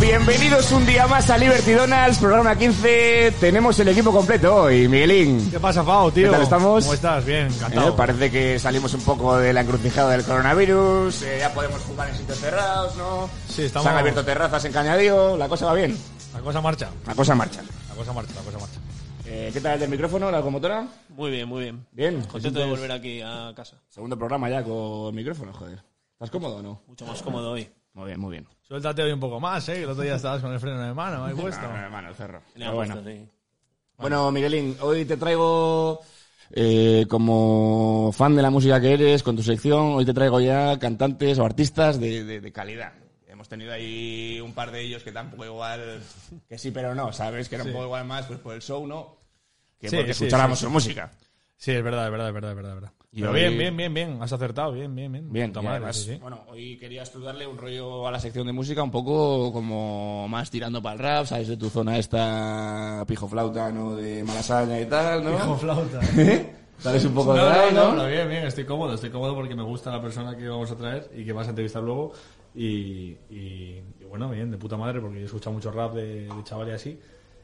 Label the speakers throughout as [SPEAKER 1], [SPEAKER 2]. [SPEAKER 1] Bienvenidos un día más a Liberty Donalds, programa 15. Tenemos el equipo completo hoy, Miguelín.
[SPEAKER 2] ¿Qué pasa, Fao, tío?
[SPEAKER 1] ¿Qué tal estamos?
[SPEAKER 2] ¿Cómo estás? Bien, encantado.
[SPEAKER 1] Eh, parece que salimos un poco de la encrucijada del coronavirus, eh, ya podemos jugar en sitios cerrados, ¿no?
[SPEAKER 2] Sí, estamos-
[SPEAKER 1] Se han abierto terrazas en Cañadío, la cosa va bien,
[SPEAKER 2] La cosa marcha,
[SPEAKER 1] la cosa marcha.
[SPEAKER 2] la cosa marcha, la cosa marcha.
[SPEAKER 1] Eh, ¿Qué tal el del micrófono, la locomotora?
[SPEAKER 3] Muy bien, muy bien.
[SPEAKER 1] Bien.
[SPEAKER 3] Contento de volver aquí a casa.
[SPEAKER 1] Segundo programa ya con micrófono, joder. ¿Estás cómodo o no?
[SPEAKER 3] Mucho más cómodo hoy.
[SPEAKER 1] Muy bien, muy bien.
[SPEAKER 2] Suéltate hoy un poco más, ¿eh? El otro día estabas con el freno de mano, ahí puesto.
[SPEAKER 1] Ah, hermano, cerro.
[SPEAKER 3] Tenía
[SPEAKER 1] Pero bueno.
[SPEAKER 3] puesto, sí.
[SPEAKER 1] Bueno, Miguelín, hoy te traigo, eh, como fan de la música que eres, con tu sección, hoy te traigo ya cantantes o artistas de, de- de calidad. Hemos tenido ahí un par de ellos que tampoco igual, que sí pero no, ¿sabes? Que era un poco igual más, pues por el show, ¿no? Que
[SPEAKER 2] Sí,
[SPEAKER 1] porque
[SPEAKER 2] sí,
[SPEAKER 1] escucháramos
[SPEAKER 2] sí.
[SPEAKER 1] su música.
[SPEAKER 2] Sí, es verdad, es verdad, es verdad, es verdad. es verdad.
[SPEAKER 1] Y
[SPEAKER 2] Pero
[SPEAKER 1] hoy-
[SPEAKER 2] bien, bien, bien, bien. Has acertado, bien, bien, bien.
[SPEAKER 1] Bien,
[SPEAKER 2] Puta
[SPEAKER 1] y
[SPEAKER 2] madre,
[SPEAKER 1] además,
[SPEAKER 2] sí, sí.
[SPEAKER 1] bueno, hoy quería estudiarle un rollo a la sección de música un poco como más tirando para el rap, ¿sabes? De tu zona esta pijoflauta, ¿no? De Malasaña y tal, ¿no?
[SPEAKER 2] Con flauta.
[SPEAKER 1] ¿Eh? ¿Sabes un poco
[SPEAKER 2] No,
[SPEAKER 1] de rap,
[SPEAKER 2] no,
[SPEAKER 1] no?
[SPEAKER 2] no, no, bien, bien, estoy cómodo, estoy cómodo porque me gusta la persona que vamos a traer y que vas a entrevistar luego. Y, y- y bueno, bien, de puta madre, porque yo he escuchado mucho rap de, de chavales así.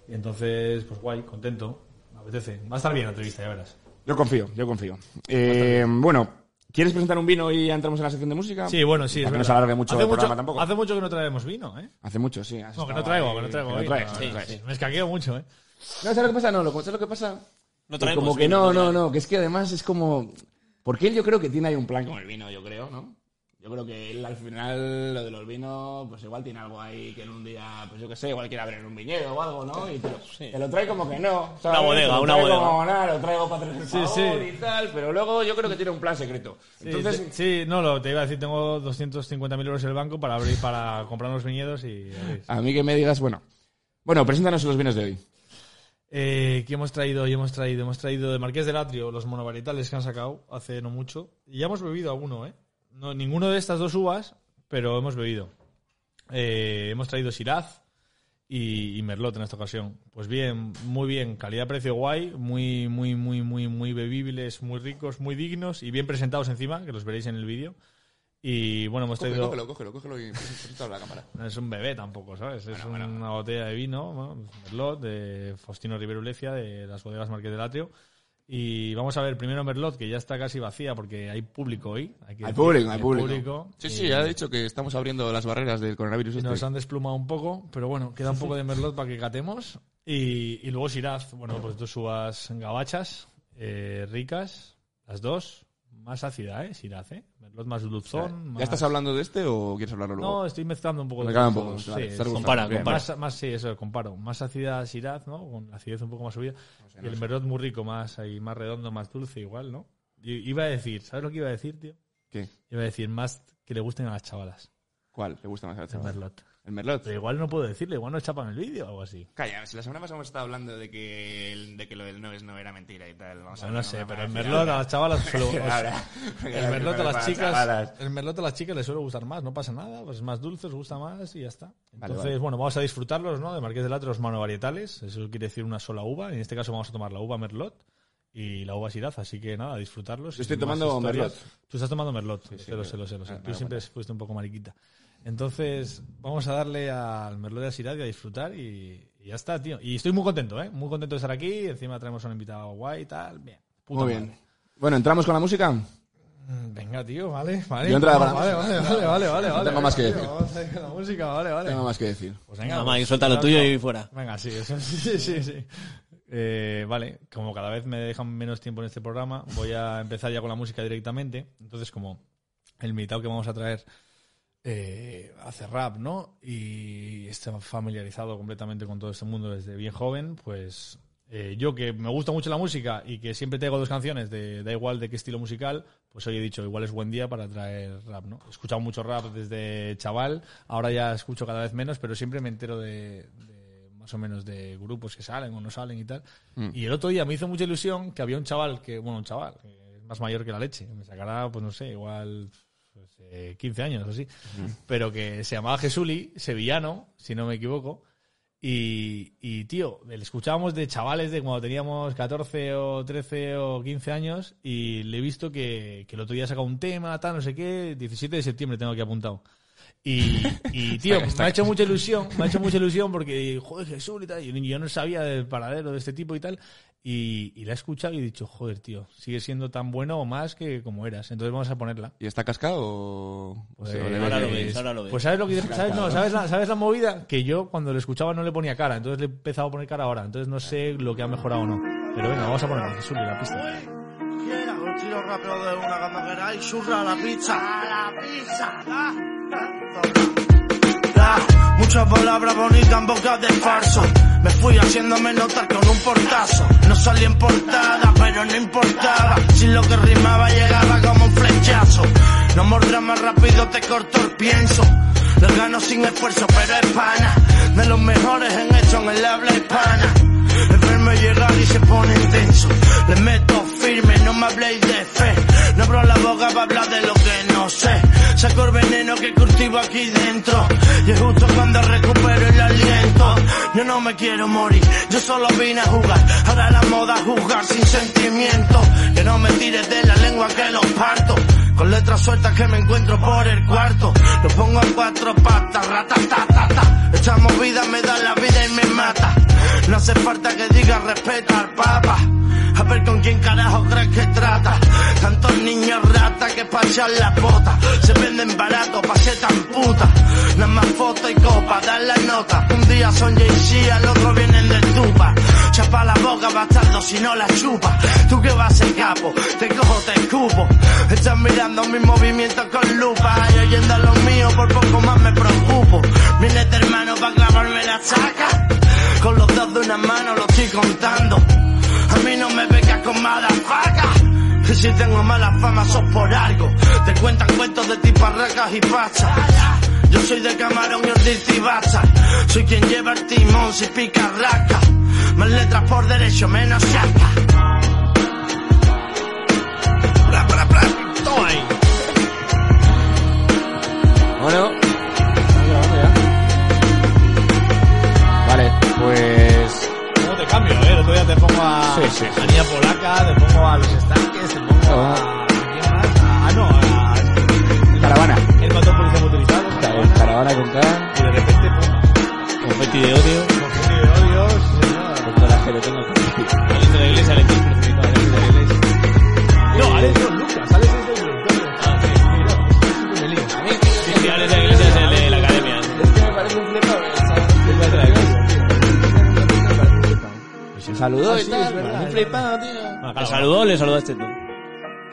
[SPEAKER 2] Y entonces, pues guay, contento, me apetece. Va a estar bien la entrevista, ya verás.
[SPEAKER 1] Yo confío, yo confío. Eh, bueno, ¿quieres presentar un vino y ya entramos en la sección de música?
[SPEAKER 2] Sí, bueno, sí.
[SPEAKER 1] Para que
[SPEAKER 2] es
[SPEAKER 1] no
[SPEAKER 2] verdad.
[SPEAKER 1] se alargue mucho
[SPEAKER 2] hace
[SPEAKER 1] el programa tampoco.
[SPEAKER 2] Hace mucho que no traemos vino, ¿eh?
[SPEAKER 1] Hace mucho, sí. has
[SPEAKER 2] No, que no
[SPEAKER 1] estado
[SPEAKER 2] traigo,
[SPEAKER 1] ahí-
[SPEAKER 2] que no traigo. hoy.
[SPEAKER 1] no traes,
[SPEAKER 2] No,
[SPEAKER 1] no
[SPEAKER 2] no,
[SPEAKER 1] traes.
[SPEAKER 2] sí, Me escaqueo mucho, ¿eh?
[SPEAKER 1] No, ¿sabes lo que pasa? No, lo, ¿sabes lo que pasa? Que
[SPEAKER 3] No traemos,
[SPEAKER 1] Pues Como que no,
[SPEAKER 3] no
[SPEAKER 1] no,
[SPEAKER 3] traes.
[SPEAKER 1] no, que es que además es como... Porque él yo creo que tiene ahí un plan con el vino, yo creo, ¿no? Yo creo que él al final, lo de los vinos, pues igual tiene algo ahí que en un día, pues yo qué sé, igual quiere abrir un viñedo o algo, ¿no? Y te lo, te lo trae como que no. ¿sabes?
[SPEAKER 3] Una bodega,
[SPEAKER 1] Te lo
[SPEAKER 3] una
[SPEAKER 1] trae
[SPEAKER 3] bodega.
[SPEAKER 1] Como, nada, lo traigo para tener el
[SPEAKER 2] Sí,
[SPEAKER 1] favor
[SPEAKER 2] sí.
[SPEAKER 1] y tal, pero luego yo creo que tiene un plan secreto.
[SPEAKER 2] Sí,
[SPEAKER 1] Entonces,
[SPEAKER 2] te- sí, no, lo, te iba a decir, tengo 250.000 euros en el banco para abrir, para comprar unos viñedos y... abrir.
[SPEAKER 1] A mí que me digas, bueno. Bueno, preséntanos los vinos de hoy.
[SPEAKER 2] Eh, ¿Qué hemos traído? Y hemos traído, hemos traído de Marqués del Atrio los monovarietales que han sacado hace no mucho. Y ya hemos bebido alguno, ¿eh? No, ninguno de estas dos uvas, pero hemos bebido. Eh, hemos traído Shiraz y, y Merlot en esta ocasión. Pues bien, muy bien, calidad-precio guay, muy, muy, muy, muy, muy bebibles, muy ricos, muy dignos y bien presentados encima, que los veréis en el vídeo. Y bueno, hemos traído...
[SPEAKER 1] cógelo, cógelo y presentalo a la cámara.
[SPEAKER 2] No es un bebé tampoco, ¿sabes? es una botella de vino, bueno, Merlot, de Faustino Rivero Ulecia, de las bodegas Marqués del Atrio. Y vamos a ver primero Merlot, que ya está casi vacía porque hay público hoy. Hay, que
[SPEAKER 1] Al
[SPEAKER 2] decir
[SPEAKER 1] público,
[SPEAKER 2] que
[SPEAKER 1] al
[SPEAKER 2] hay
[SPEAKER 1] público.
[SPEAKER 2] y
[SPEAKER 1] Sí, sí, ya he dicho que estamos abriendo las barreras del coronavirus. Este.
[SPEAKER 2] eh, Nos han desplumado un poco, pero bueno, queda un poco de Merlot para que catemos. Y, y luego Shiraz, bueno, pues dos uvas gabachas, eh, ricas, las dos. Más ácida, ¿eh? Shiraz, ¿eh? Merlot más dulzón.
[SPEAKER 1] ¿Ya
[SPEAKER 2] más-
[SPEAKER 1] estás hablando de este o quieres hablarlo luego?
[SPEAKER 2] No, estoy mezclando un poco.
[SPEAKER 1] Mezclando un poco,
[SPEAKER 2] todos. Sí,
[SPEAKER 1] vale,
[SPEAKER 2] sí.
[SPEAKER 1] estás buscando.
[SPEAKER 3] Compara,
[SPEAKER 1] Bien,
[SPEAKER 3] compara.
[SPEAKER 2] Más, más, sí, eso, comparo. Más acidez Shiraz, ¿no? Con la acidez un poco más subida. y el Merlot muy rico, más ahí, más redondo, más dulce, igual, ¿no? Y- iba a decir, ¿sabes lo que iba a decir, tío?
[SPEAKER 1] ¿Qué?
[SPEAKER 2] Iba a decir más que le gusten a las chavalas.
[SPEAKER 1] ¿Cuál? ¿Le gusta más a la
[SPEAKER 2] El
[SPEAKER 1] chavala?
[SPEAKER 2] Merlot.
[SPEAKER 1] ¿El Merlot?
[SPEAKER 2] Pero igual no puedo decirle, igual no chapan el vídeo o algo así.
[SPEAKER 1] Calla, si la semana pasada hemos estado hablando de que, el- de que lo del no es no era mentira y tal. Vamos a
[SPEAKER 2] Bueno, no
[SPEAKER 1] ver,
[SPEAKER 2] sé,
[SPEAKER 1] vamos a
[SPEAKER 2] pero el
[SPEAKER 1] ver,
[SPEAKER 2] Merlot a
[SPEAKER 1] ahora.
[SPEAKER 2] las chavalas suele-
[SPEAKER 1] Ahora.
[SPEAKER 2] El Merlot a
[SPEAKER 1] Para
[SPEAKER 2] las chicas,
[SPEAKER 1] chavalas.
[SPEAKER 2] el Merlot a las chicas les suele gustar más, no pasa nada, pues es más dulce, os gusta más y ya está.
[SPEAKER 1] Vale,
[SPEAKER 2] Entonces,
[SPEAKER 1] vale.
[SPEAKER 2] bueno, vamos a disfrutarlos, ¿no? De Marqués de Latre, los monovarietales, eso quiere decir una sola uva, en este caso vamos a tomar la uva Merlot y la uva Shiraz, así que nada, disfrutarlos.
[SPEAKER 1] Yo estoy
[SPEAKER 2] Y sin más
[SPEAKER 1] tomando
[SPEAKER 2] historias.
[SPEAKER 1] Merlot.
[SPEAKER 2] Tú estás tomando Merlot,
[SPEAKER 1] sí,
[SPEAKER 2] lo
[SPEAKER 1] me-
[SPEAKER 2] sé, lo sé, lo sé.
[SPEAKER 1] me- me
[SPEAKER 2] Tú
[SPEAKER 1] doy
[SPEAKER 2] siempre fuiste un poco mariquita. Entonces, vamos a darle al Merlot de Asirat y a disfrutar y, y ya está, tío. Y estoy muy contento, ¿eh? Muy contento de estar aquí. Encima traemos a un invitado guay y tal. Bien. Puta
[SPEAKER 1] Muy bien.
[SPEAKER 2] madre.
[SPEAKER 1] Bueno, ¿entramos con la música?
[SPEAKER 2] Mm, Venga, tío, vale, vale.
[SPEAKER 1] Yo entraba para
[SPEAKER 2] vale,
[SPEAKER 1] la
[SPEAKER 2] vale, vale, vale, vale, vale.
[SPEAKER 1] tengo más que
[SPEAKER 2] tío,
[SPEAKER 1] decir.
[SPEAKER 2] Vamos a ir con la música, vale, vale.
[SPEAKER 1] Tengo más que decir.
[SPEAKER 2] Pues venga,
[SPEAKER 3] Nada
[SPEAKER 2] pues,
[SPEAKER 3] más, y suelta lo
[SPEAKER 2] soltadlo.
[SPEAKER 3] tuyo y fuera.
[SPEAKER 2] Venga, sí, eso, sí, sí, sí. sí. Eh, vale, como cada vez me dejan menos tiempo en este programa, voy a empezar ya con la música directamente. Entonces, como el invitado que vamos a traer eh, hace rap, ¿no? Y está familiarizado completamente con todo este mundo desde bien joven, pues eh, yo que me gusta mucho la música y que siempre tengo dos canciones, de, da igual de qué estilo musical, pues hoy he dicho, igual es buen día para traer rap, ¿no? He escuchado mucho rap desde chaval, ahora ya escucho cada vez menos, pero siempre me entero de- de más o menos de grupos que salen o no salen y tal. Y el otro día me hizo mucha ilusión que había un chaval que, bueno, un chaval, que es más mayor que la leche, me sacará, pues no sé, igual pues, eh, 15 años o así, pero que se llamaba Jesuli, sevillano, si no me equivoco. Y, y, tío, le escuchábamos de chavales de cuando teníamos 14 o 13 o 15 años y le he visto que, que el otro día ha sacado un tema, tal, no sé qué, 17 de septiembre tengo aquí apuntado. Y, y, tío,
[SPEAKER 1] Está- está-
[SPEAKER 2] me ha hecho mucha ilusión, me ha hecho mucha ilusión porque, joder, Jesús y tal, yo, ni- yo no sabía del paradero de este tipo y tal, y, y la he escuchado y he dicho, joder, tío, sigue siendo tan bueno o más que como eras, entonces vamos a ponerla.
[SPEAKER 1] ¿Y está cascado o...? o sea,
[SPEAKER 2] Eh,
[SPEAKER 1] le
[SPEAKER 3] ahora
[SPEAKER 1] ves
[SPEAKER 3] lo
[SPEAKER 1] que-
[SPEAKER 3] ves, ahora lo ves.
[SPEAKER 2] Pues sabes lo que sabes, no, ¿sabes, la, sabes la movida que yo cuando lo escuchaba no le ponía cara, entonces le he empezado a poner cara ahora, entonces no sé lo que ha mejorado o no. Pero venga, vamos a ponerla, Jesús, la pista.
[SPEAKER 4] Quiera, un tiro rápido de una gambaguera y churra a la pizza. A la pizza. Da, da. Da, muchas palabras bonitas en boca de falso. Me fui haciéndome notar con un portazo. No salí en portada, pero no importaba. Si lo que rimaba llegaba como un flechazo. No mordrá más rápido, te corto el pienso. Lo gano sin esfuerzo, pero es pana. De los mejores en esto en el habla hispana. El verme llegar y se pone intenso. Le meto firme, no me habléis de fe. No abro la boca para hablar de lo que no sé. Saco el veneno que cultivo aquí dentro. Y es justo cuando recupero el aliento. Yo no me quiero morir, yo solo vine a jugar. Ahora la moda es juzgar sin sentimiento. Que no me tires de la lengua que los parto. Con letras sueltas que me encuentro por el cuarto. Lo pongo a cuatro patas, ratatatata. Esta movida me da la vida y me mata. No hace falta que diga respeta al papa. A ver con quién carajo crees que trata. Tantos niños rata que pachan las botas. Se venden barato pa' ser tan puta. Nada más foto y copa, dan la nota. Un día son Jay-Z, al otro vienen de tupa. Chapa la boca, bastardo, si no la chupa. Tú que vas el capo, te cojo, te escupo. Estás mirando mis movimientos con lupa. Y oyendo los míos, por poco más me preocupo. Vienes de hermano pa' clavarme la saca. Con los dedos de una mano lo estoy contando. A mí no me vengas con malas vacas. Que si tengo mala fama sos por algo. Te cuentan cuentos de tiparracas y pasas. Yo soy de camarón y ortiz y baza. Soy quien lleva el timón si pica rasca. Más letras por derecho, menos chasca. Bla, bla, bla. Toma ahí.
[SPEAKER 1] Bueno. Vale, pues...
[SPEAKER 2] No te cambio, eh, el otro día te pongo a,
[SPEAKER 1] Sí, sí, sí.
[SPEAKER 2] a Nia Polaca, te pongo a los estanques, te pongo a...
[SPEAKER 1] Ah.
[SPEAKER 2] ¿a quién más? A- Ah, no, a...
[SPEAKER 1] Caravana.
[SPEAKER 2] El patrón policía motorizado.
[SPEAKER 1] Caravana con K.
[SPEAKER 2] Y de repente, pum,
[SPEAKER 3] Confeti de odio.
[SPEAKER 2] confeti de odios, señor.
[SPEAKER 1] coraje le tengo que-
[SPEAKER 3] Aliento de la iglesia, aliento del crucificado, aliento de la iglesia.
[SPEAKER 2] No, Alex no es Lucas, Alex es el director de-
[SPEAKER 3] Ah, sí.
[SPEAKER 2] Me lío.
[SPEAKER 3] Sí, sí, aliento de la iglesia es el de la academia.
[SPEAKER 1] Saludó y
[SPEAKER 2] Pues sí,
[SPEAKER 1] tal,
[SPEAKER 2] es verdad,
[SPEAKER 1] un
[SPEAKER 2] es
[SPEAKER 1] flipado, tío.
[SPEAKER 3] ¿Le saludó o le saludaste tú?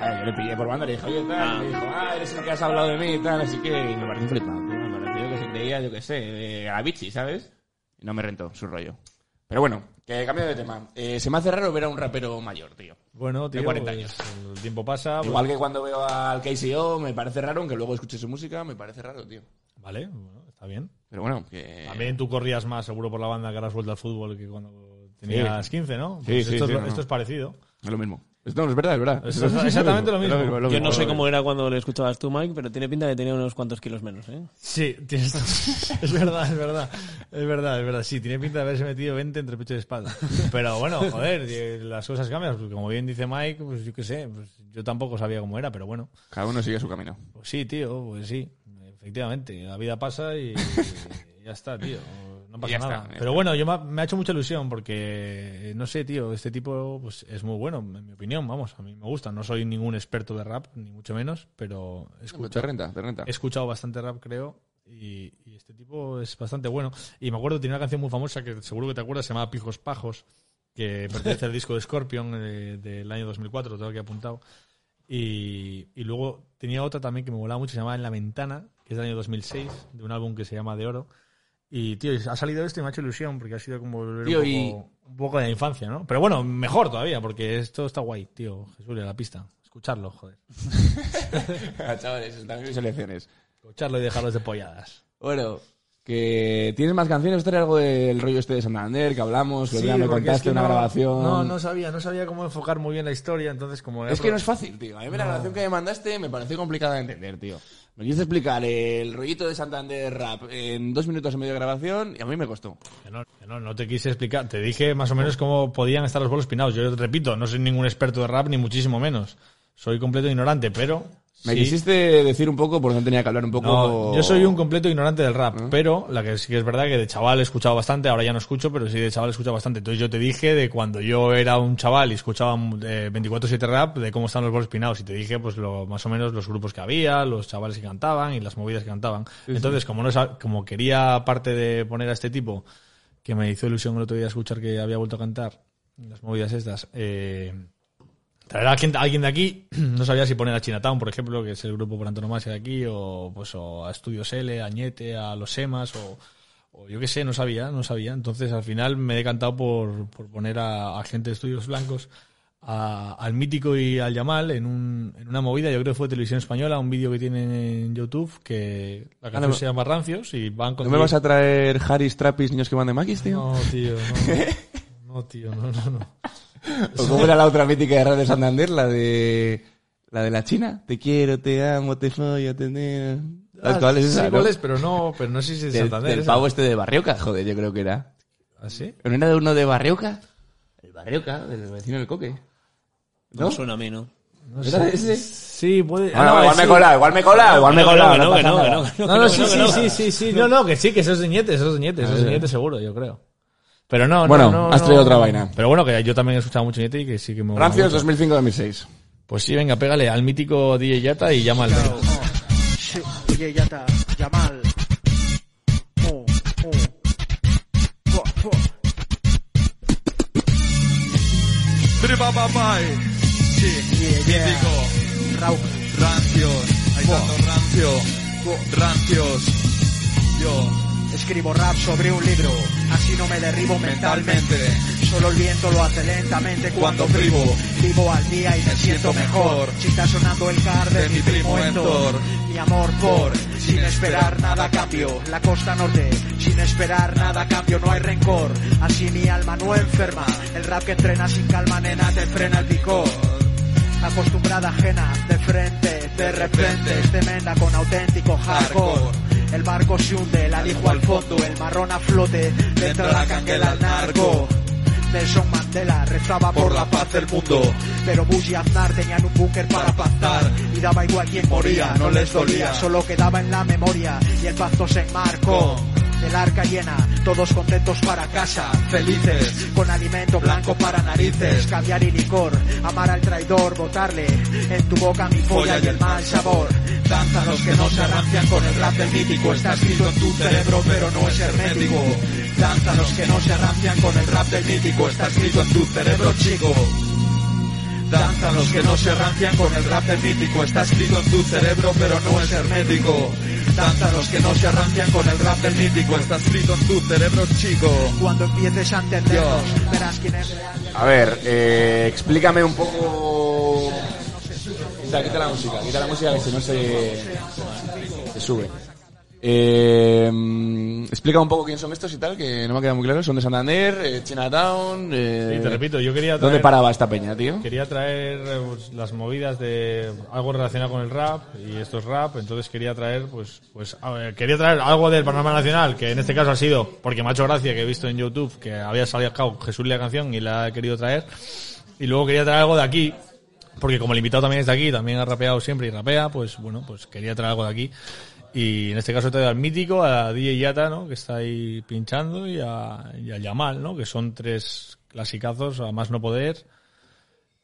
[SPEAKER 1] A ver, yo le pillé por banda, le dije, oye, tal,
[SPEAKER 3] Ah.
[SPEAKER 1] y me dijo, ah, eres el que has hablado de mí y tal, así que y me pareció un flipado, tío, me pareció que se creía, yo qué sé, de Garabichi, ¿sabes? Y no me rentó su rollo. Pero bueno, que cambio de tema. Eh, se me hace raro ver a un rapero mayor, tío.
[SPEAKER 2] Bueno, tío,
[SPEAKER 1] 40
[SPEAKER 2] pues, el tiempo pasa.
[SPEAKER 1] Igual que cuando veo al KCO, me parece raro, aunque luego escuche su música, me parece raro, tío.
[SPEAKER 2] pues, Vale, bueno, está bien.
[SPEAKER 1] Pero bueno, que...
[SPEAKER 2] También tú corrías más seguro por la banda que ahora has vuelto al fútbol que cuando tenías 15, ¿no? Pues
[SPEAKER 1] sí,
[SPEAKER 2] esto,
[SPEAKER 1] sí,
[SPEAKER 2] es,
[SPEAKER 1] no.
[SPEAKER 2] esto es parecido.
[SPEAKER 1] Es lo mismo. Esto no es verdad, es verdad.
[SPEAKER 2] Es exactamente lo mismo.
[SPEAKER 3] Yo no sé cómo era cuando le escuchabas tú, Mike, pero tiene pinta de tener unos cuantos kilos menos, ¿eh?
[SPEAKER 2] Sí, tienes- es verdad, es verdad. Es verdad, es verdad. Sí, tiene pinta de haberse metido 20 entre pecho y espalda. Pero bueno, joder, eh, las cosas cambian. Pues Como bien dice Mike, pues yo qué sé, pues yo tampoco sabía cómo era, pero bueno.
[SPEAKER 1] Cada uno sigue su camino.
[SPEAKER 2] Pues sí, tío, pues sí. Efectivamente, la vida pasa y, y ya está, tío. No pasa
[SPEAKER 1] Ya está,
[SPEAKER 2] nada.
[SPEAKER 1] ya está.
[SPEAKER 2] Pero bueno, yo me ha, me ha hecho mucha ilusión porque, eh, no sé, tío, este tipo pues, es muy bueno, en mi opinión, vamos, a mí me gusta. No soy ningún experto de rap, ni mucho menos, pero he escuchado,
[SPEAKER 1] Te renta, te renta.
[SPEAKER 2] he escuchado bastante rap, creo, y, y este tipo es bastante bueno. Y me acuerdo, tiene una canción muy famosa que seguro que te acuerdas, se llama Pijos Pajos, que pertenece al disco de Scorpion eh, del año 2004, tengo aquí apuntado. Y, y luego tenía otra también que me volaba mucho, se llamaba En la Ventana, que es del año 2006, de un álbum que se llama De Oro. Y, tío, ha salido esto y me ha hecho ilusión, porque ha sido como volver
[SPEAKER 1] Tío,
[SPEAKER 2] un,
[SPEAKER 1] y-
[SPEAKER 2] poco, un poco de la infancia, ¿no? Pero bueno, mejor todavía, porque esto está guay, tío. Jesús, y a la pista. Escucharlo, joder.
[SPEAKER 1] Chavales, están mis elecciones.
[SPEAKER 2] Escucharlo y dejarlos de polladas.
[SPEAKER 1] Bueno, que tienes más canciones, trae algo del rollo este de Santander, que hablamos, que el otro día me
[SPEAKER 2] porque es
[SPEAKER 1] contaste
[SPEAKER 2] que
[SPEAKER 1] una
[SPEAKER 2] no-
[SPEAKER 1] grabación.
[SPEAKER 2] No, no sabía, no sabía cómo enfocar muy bien la historia, entonces como... he
[SPEAKER 1] Es que no
[SPEAKER 2] apro-
[SPEAKER 1] es fácil, tío. A mí la grabación que me mandaste me pareció complicada de entender, tío. Me quisiste explicar el rollito de Santander rap en dos minutos y medio de grabación y a mí me costó.
[SPEAKER 2] que no, que no, no te quise explicar, te dije más o menos cómo podían estar los bolos pinados. Yo repito, no soy ningún experto de rap, ni muchísimo menos. Soy completo ignorante, pero
[SPEAKER 1] Me
[SPEAKER 2] Sí.
[SPEAKER 1] quisiste decir un poco, por eso tenía que hablar un poco.
[SPEAKER 2] No, yo soy un completo ignorante del rap, pero la que sí que es verdad que de chaval he escuchado bastante, ahora ya no escucho, pero sí de chaval he escuchado bastante. Entonces yo te dije de cuando yo era un chaval y escuchaba eh, 24-7 rap, de cómo estaban los bolos pinados, y te dije pues lo, más o menos los grupos que había, los chavales que cantaban y las movidas que cantaban. Entonces, como no sa- como quería, aparte de poner a este tipo, que me hizo ilusión el otro día escuchar que había vuelto a cantar las movidas estas, eh, Traer a alguien, a alguien de aquí, no sabía si poner a Chinatown, por ejemplo, que es el grupo por antonomasia de aquí, o, pues, o a Estudios L, a Añete, a Los Emas, o, o yo qué sé, no sabía, no sabía. Entonces al final me he decantado por, por poner a, a gente de Estudios Blancos, a- al Mítico y al Yamal en, un, en una movida, yo creo que fue Televisión Española, un vídeo que tienen en YouTube, que la canción
[SPEAKER 1] Ah, no.
[SPEAKER 2] se llama Rancios y van con...
[SPEAKER 1] ¿No me vas a traer Harris, Trappis, niños que van de maquis, tío?
[SPEAKER 2] No, tío, no. No, tío, no, no, no.
[SPEAKER 1] ¿O cómo era la otra mítica de Radio Santander? La de. La de la China. Te quiero, te amo, te follo, te. ¿Sabes cuál es
[SPEAKER 2] Sí,
[SPEAKER 1] esa?
[SPEAKER 2] sé
[SPEAKER 1] no?
[SPEAKER 2] cuál es, pero no, pero no sé si es de
[SPEAKER 1] Del,
[SPEAKER 2] Santander.
[SPEAKER 1] del
[SPEAKER 2] esa.
[SPEAKER 1] pavo este de Barrioca, joder, yo creo que era.
[SPEAKER 2] ¿Ah, sí?
[SPEAKER 1] ¿No era de uno de Barrioca? El Barrioca, del vecino del coque.
[SPEAKER 3] No,
[SPEAKER 1] ¿No?
[SPEAKER 3] suena a mí, ¿no?
[SPEAKER 2] No
[SPEAKER 1] ¿Era
[SPEAKER 2] sé.
[SPEAKER 1] ese?
[SPEAKER 2] Sí, puede.
[SPEAKER 1] Ah, no, igual me he colado, igual me he colado, igual me he colado.
[SPEAKER 3] no,
[SPEAKER 1] no
[SPEAKER 3] que
[SPEAKER 1] pasa
[SPEAKER 3] no, que
[SPEAKER 1] nada.
[SPEAKER 3] no, que
[SPEAKER 2] No,
[SPEAKER 3] no,
[SPEAKER 2] no,
[SPEAKER 3] que no,
[SPEAKER 2] sí,
[SPEAKER 3] que
[SPEAKER 2] sí,
[SPEAKER 3] no, que
[SPEAKER 2] sí,
[SPEAKER 3] no.
[SPEAKER 2] sí, sí. No, no, que sí, que eso es diñete, eso es diñete, eso es diñete seguro, yo creo. Pero no, no,
[SPEAKER 1] Bueno,
[SPEAKER 2] no,
[SPEAKER 1] has
[SPEAKER 2] no.
[SPEAKER 1] traído otra vaina.
[SPEAKER 2] Pero bueno, que yo también he escuchado mucho diñete y que sí que me mola
[SPEAKER 1] Rancios
[SPEAKER 2] mucho.
[SPEAKER 1] 2005-2006.
[SPEAKER 2] Pues sí, venga, pégale al mítico DJ Yata y llama al.
[SPEAKER 5] Sí, Oye, ya está, ya mal. Oh, oh. Fua, fua. Yeah, yeah. Rau. Fua, fua. Escribo rap sobre un libro, así no me derribo mentalmente. Solo el viento lo hace lentamente cuando privo. Vivo al día y me siento mejor. Si está sonando el car de mi primo Héctor. Mi amor por, sin esperar nada a cambio. La costa norte, sin esperar nada a cambio, no hay rencor. Así mi alma no enferma. El rap que entrena sin calma, nena, te frena el picor acostumbrada ajena, de frente, de repente, es tremenda con auténtico hardcore. El barco se hunde, la dijo al fondo, el marrón a flote, dentro la canguela al narco. Nelson Mandela rezaba por la paz del mundo, pero Bush y Aznar tenían un búnker para pactar y daba igual quién moría, no les dolía, solo quedaba en la memoria y el pacto se enmarcó. El arca llena, todos contentos para casa, felices, con alimento blanco para narices, caviar y licor, amar al traidor, botarle en tu boca mi folla y el mal sabor. Danza los que no se arrancian con el rap del mítico, está escrito en tu cerebro pero no es hermético. Danza los que no se arrancian con el rap del mítico, está escrito en tu cerebro chico. Danza los que no se arrancian con el rap del mítico, está escrito en tu cerebro pero no es hermético. Danza los que no se arrancian con el rap del mítico, está escrito en tu cerebro chico. Cuando empieces a entendernos, verás quién es real.
[SPEAKER 1] A ver, eh, explícame un poco. Quita, quita la música, quita la música que si no se, se sube. Eh, mm, explica un poco quién son estos y tal, que no me ha quedado muy claro. Son de Santander, eh, Chinatown. eh,
[SPEAKER 2] Sí, te repito, yo quería
[SPEAKER 1] ¿Dónde
[SPEAKER 2] traer-
[SPEAKER 1] paraba esta peña, tío?
[SPEAKER 2] Quería traer eh, pues, las movidas de algo relacionado con el rap y esto es rap, entonces quería traer pues pues a ver, quería traer algo del panorama nacional, que en este caso ha sido porque me ha hecho gracia que he visto en YouTube que había salido cabo Jesús la canción y la he querido traer y luego quería traer algo de aquí porque como el invitado también es de aquí, también ha rapeado siempre y rapea, pues bueno, pues quería traer algo de aquí. Y en este caso he traído al mítico, a DJ Yata, ¿no? Que está ahí pinchando y a, y a Yamal, ¿no? Que son tres clasicazos, a más no poder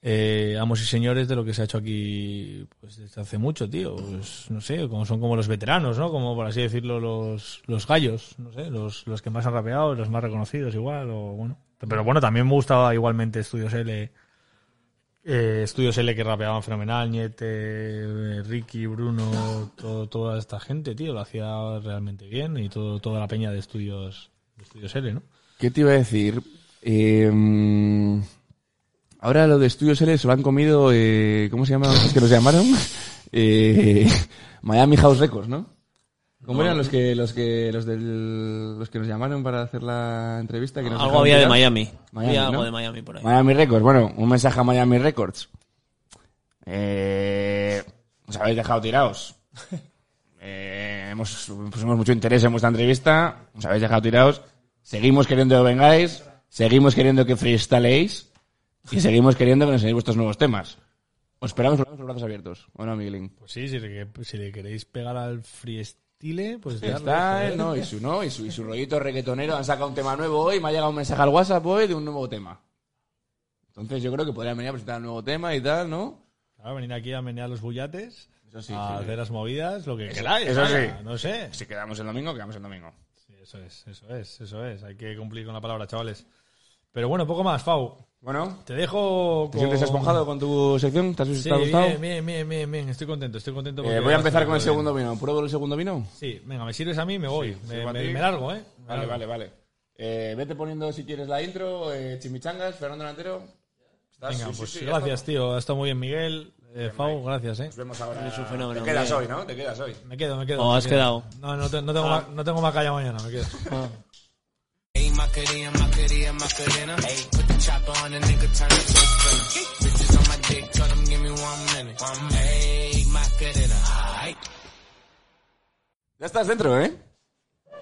[SPEAKER 2] eh, amos y señores de lo que se ha hecho aquí pues desde hace mucho, tío. Pues, no sé, como son como los veteranos, ¿no? Como por así decirlo, los, los gallos, no sé, los, los que más han rapeado, los más reconocidos igual, o bueno. Pero bueno, también me gustaba igualmente Estudios L. eh, Estudios L que rapeaban fenomenal, Niete, eh, Ricky, Bruno, todo- toda esta gente, tío, lo hacía realmente bien y todo, toda la peña de Estudios, de Estudios L, ¿no?
[SPEAKER 1] ¿Qué te iba a decir? Eh, mm, ahora lo de Estudios L se lo han comido, eh, ¿cómo se llaman los que los llamaron? Eh, Miami House Records, ¿no? ¿Cómo eran los que los que los del, los que nos llamaron para hacer la entrevista? Que nos dejaron
[SPEAKER 3] Algo había de
[SPEAKER 1] tirar?
[SPEAKER 3] Miami.
[SPEAKER 1] Miami,
[SPEAKER 3] había
[SPEAKER 1] ¿no?
[SPEAKER 3] algo de Miami por ahí.
[SPEAKER 1] Miami Records, bueno, un mensaje a Miami Records. Eh, os habéis dejado tirados. Eh, hemos, pusimos mucho interés en vuestra entrevista, os habéis dejado tirados. Seguimos queriendo que vengáis, seguimos queriendo que freestyleéis y seguimos queriendo que nos enseñéis vuestros nuevos temas. Os esperamos con los brazos abiertos. Bueno, Miguelín.
[SPEAKER 2] Pues sí, si le, si le queréis pegar al freestyle, pues darle,
[SPEAKER 1] Está, ¿eh?
[SPEAKER 2] joder.
[SPEAKER 1] ¿no? Y su, ¿no? Y su, y su rollito reggaetonero. Han sacado un tema nuevo hoy. Me ha llegado un mensaje al WhatsApp hoy de un nuevo tema. Entonces yo creo que podrían venir a presentar un nuevo tema y tal, ¿no?
[SPEAKER 2] Claro, venir aquí a menear los bullates,
[SPEAKER 1] Eso sí.
[SPEAKER 2] a
[SPEAKER 1] sí.
[SPEAKER 2] hacer las movidas, lo que queráis.
[SPEAKER 1] eso
[SPEAKER 2] vaya,
[SPEAKER 1] sí.
[SPEAKER 2] No sé.
[SPEAKER 1] Si quedamos el domingo, quedamos el domingo.
[SPEAKER 2] Sí, eso es, eso es, eso es. Hay que cumplir con la palabra, chavales. Pero bueno, poco más, Fau.
[SPEAKER 1] Bueno,
[SPEAKER 2] Te dejo con...
[SPEAKER 1] ¿te sientes esponjado con tu sección? ¿Te has
[SPEAKER 2] Sí,
[SPEAKER 1] te ha gustado?
[SPEAKER 2] bien, bien, bien, bien, bien. Estoy contento, estoy contento.
[SPEAKER 1] Eh,
[SPEAKER 2] porque
[SPEAKER 1] voy a empezar con el
[SPEAKER 2] bastante
[SPEAKER 1] segundo vino. ¿Pruebo el segundo vino?
[SPEAKER 2] bien. Sí, venga, me sirves a mí y me voy.
[SPEAKER 1] Sí,
[SPEAKER 2] me,
[SPEAKER 1] sirvo a
[SPEAKER 2] me-
[SPEAKER 1] ti.
[SPEAKER 2] me largo, ¿eh? Me
[SPEAKER 1] Vale,
[SPEAKER 2] largo.
[SPEAKER 1] vale, vale. Eh, vete poniendo si quieres la intro, eh, chimichangas, Fernando Delantero. ¿Estás?
[SPEAKER 2] Venga,
[SPEAKER 1] Sí, sí,
[SPEAKER 2] pues
[SPEAKER 1] sí, ya
[SPEAKER 2] gracias, tío. Ha estado muy bien, Miguel. Eh, Fau, gracias, ¿eh?
[SPEAKER 1] está. Nos vemos ahora.
[SPEAKER 3] Eres un fenómeno,
[SPEAKER 1] Te quedas
[SPEAKER 3] hombre.
[SPEAKER 1] hoy, ¿no? Te quedas hoy.
[SPEAKER 2] Me quedo, me quedo.
[SPEAKER 3] Oh,
[SPEAKER 2] me
[SPEAKER 3] has
[SPEAKER 2] quedo.
[SPEAKER 3] quedado.
[SPEAKER 2] No, no, te- no
[SPEAKER 6] Ah.
[SPEAKER 2] tengo, ma- no tengo macalla mañana, me quedo.
[SPEAKER 3] Ah.
[SPEAKER 4] Ayy, Macarena, Macarena, Macarena. Ayy, put the chopper on a nigga, turn it to a sprinter. Bitches on my dick, tell them give me one minute. Ayy, Macarena, aight.
[SPEAKER 1] Ya estás dentro, ¿eh?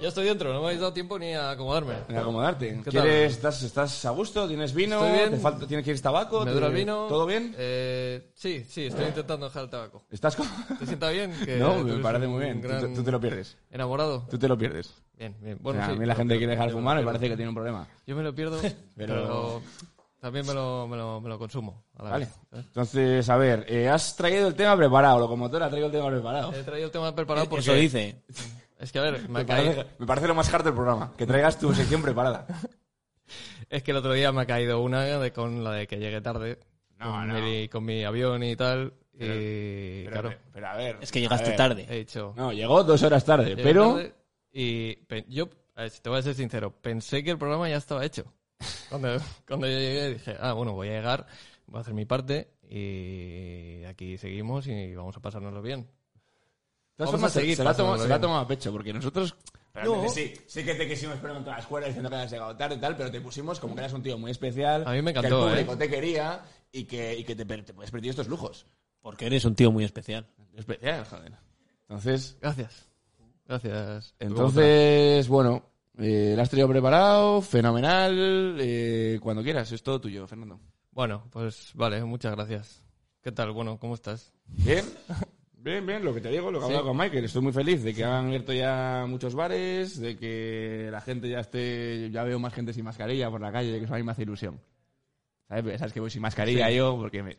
[SPEAKER 6] Ya estoy dentro, no me habéis dado tiempo ni a acomodarme.
[SPEAKER 1] En acomodarte.
[SPEAKER 6] ¿Qué tal?
[SPEAKER 1] ¿Quieres, estás, estás a gusto? ¿Tienes vino?
[SPEAKER 6] Estoy bien.
[SPEAKER 1] ¿Te falta, ¿Tienes, ¿Quieres tabaco?
[SPEAKER 6] ¿Me
[SPEAKER 1] ¿Te-
[SPEAKER 6] dura el vino?
[SPEAKER 1] ¿Todo bien?
[SPEAKER 6] Eh, sí, sí, estoy intentando dejar el tabaco.
[SPEAKER 1] ¿Estás con...
[SPEAKER 6] ¿Te sienta bien? Que tú
[SPEAKER 1] No, me
[SPEAKER 6] eres
[SPEAKER 1] parece
[SPEAKER 6] un
[SPEAKER 1] muy bien. Tú-
[SPEAKER 6] gran
[SPEAKER 1] Tú, tú te lo pierdes.
[SPEAKER 6] ¿Enamorado?
[SPEAKER 1] Tú te lo pierdes.
[SPEAKER 6] Bien, bien.
[SPEAKER 1] O
[SPEAKER 6] Bueno,
[SPEAKER 1] sea,
[SPEAKER 6] sí,
[SPEAKER 1] a mí la
[SPEAKER 6] yo-
[SPEAKER 1] gente que quiere dejar
[SPEAKER 6] yo-
[SPEAKER 1] fumar me parece que tiene un problema.
[SPEAKER 6] Yo me lo pierdo,
[SPEAKER 1] Pero-
[SPEAKER 6] pero también me lo, me lo, me lo consumo. a la
[SPEAKER 1] Vale.
[SPEAKER 6] vez.
[SPEAKER 1] Entonces, a ver, eh, has traído el tema preparado. Locomotora ha traído el tema preparado.
[SPEAKER 6] He traído el tema
[SPEAKER 1] Eh,
[SPEAKER 6] preparado porque...
[SPEAKER 3] Eso dice.
[SPEAKER 6] Es que, a ver, me
[SPEAKER 1] Me
[SPEAKER 6] caí...
[SPEAKER 1] parece, me parece lo más hard del programa. Que traigas tu sección preparada.
[SPEAKER 6] Es que el otro día me ha caído una de- con la de que llegué tarde.
[SPEAKER 1] No,
[SPEAKER 6] con,
[SPEAKER 1] no.
[SPEAKER 6] Mi, con mi avión y tal. y
[SPEAKER 1] Pero,
[SPEAKER 6] claro,
[SPEAKER 1] pero a ver.
[SPEAKER 3] Es que
[SPEAKER 1] a
[SPEAKER 3] llegaste
[SPEAKER 1] ver.
[SPEAKER 6] he
[SPEAKER 3] tarde.
[SPEAKER 6] dicho.
[SPEAKER 1] No, llegó dos horas tarde,
[SPEAKER 6] llegué
[SPEAKER 1] pero.
[SPEAKER 6] tarde y pe- yo, a ver, si te voy a ser sincero, pensé que el programa ya estaba hecho. Cuando, cuando yo llegué dije, ah, bueno, voy a llegar, voy a hacer mi parte y aquí seguimos y vamos a pasárnoslo bien.
[SPEAKER 1] De todas
[SPEAKER 6] Vamos
[SPEAKER 1] formas,
[SPEAKER 6] a
[SPEAKER 1] se-
[SPEAKER 6] seguir
[SPEAKER 1] se, la ha tomado-
[SPEAKER 6] pasándolo
[SPEAKER 1] se la ha
[SPEAKER 6] bien.
[SPEAKER 1] tomado a pecho, porque nosotros. Realmente sí, sí que te quisimos preguntar a la escuela diciendo que habías llegado tarde y tal, pero te pusimos como que eras un tío muy especial.
[SPEAKER 6] A mí me encantó,
[SPEAKER 1] Que el público
[SPEAKER 6] ¿eh?
[SPEAKER 1] te quería y que, y que te, per- te puedes permitir estos lujos.
[SPEAKER 3] Porque eres un tío muy especial.
[SPEAKER 1] Especial, joder. Entonces,
[SPEAKER 6] Gracias. Gracias.
[SPEAKER 1] entonces bueno, eh, lo has tenido preparado, fenomenal. eh, cuando quieras, es todo tuyo, Fernando.
[SPEAKER 6] Bueno, pues vale, muchas gracias. ¿Qué tal? Bueno, ¿cómo estás?
[SPEAKER 1] Bien, bien, bien, lo que te digo, lo que he hablado con Michael. Estoy muy feliz de que han abierto ya muchos bares, de que la gente ya esté. Ya veo más gente sin mascarilla por la calle, que eso a mí me hace ilusión. ¿Sabes? Pero Sabes que voy sin mascarilla yo, porque me-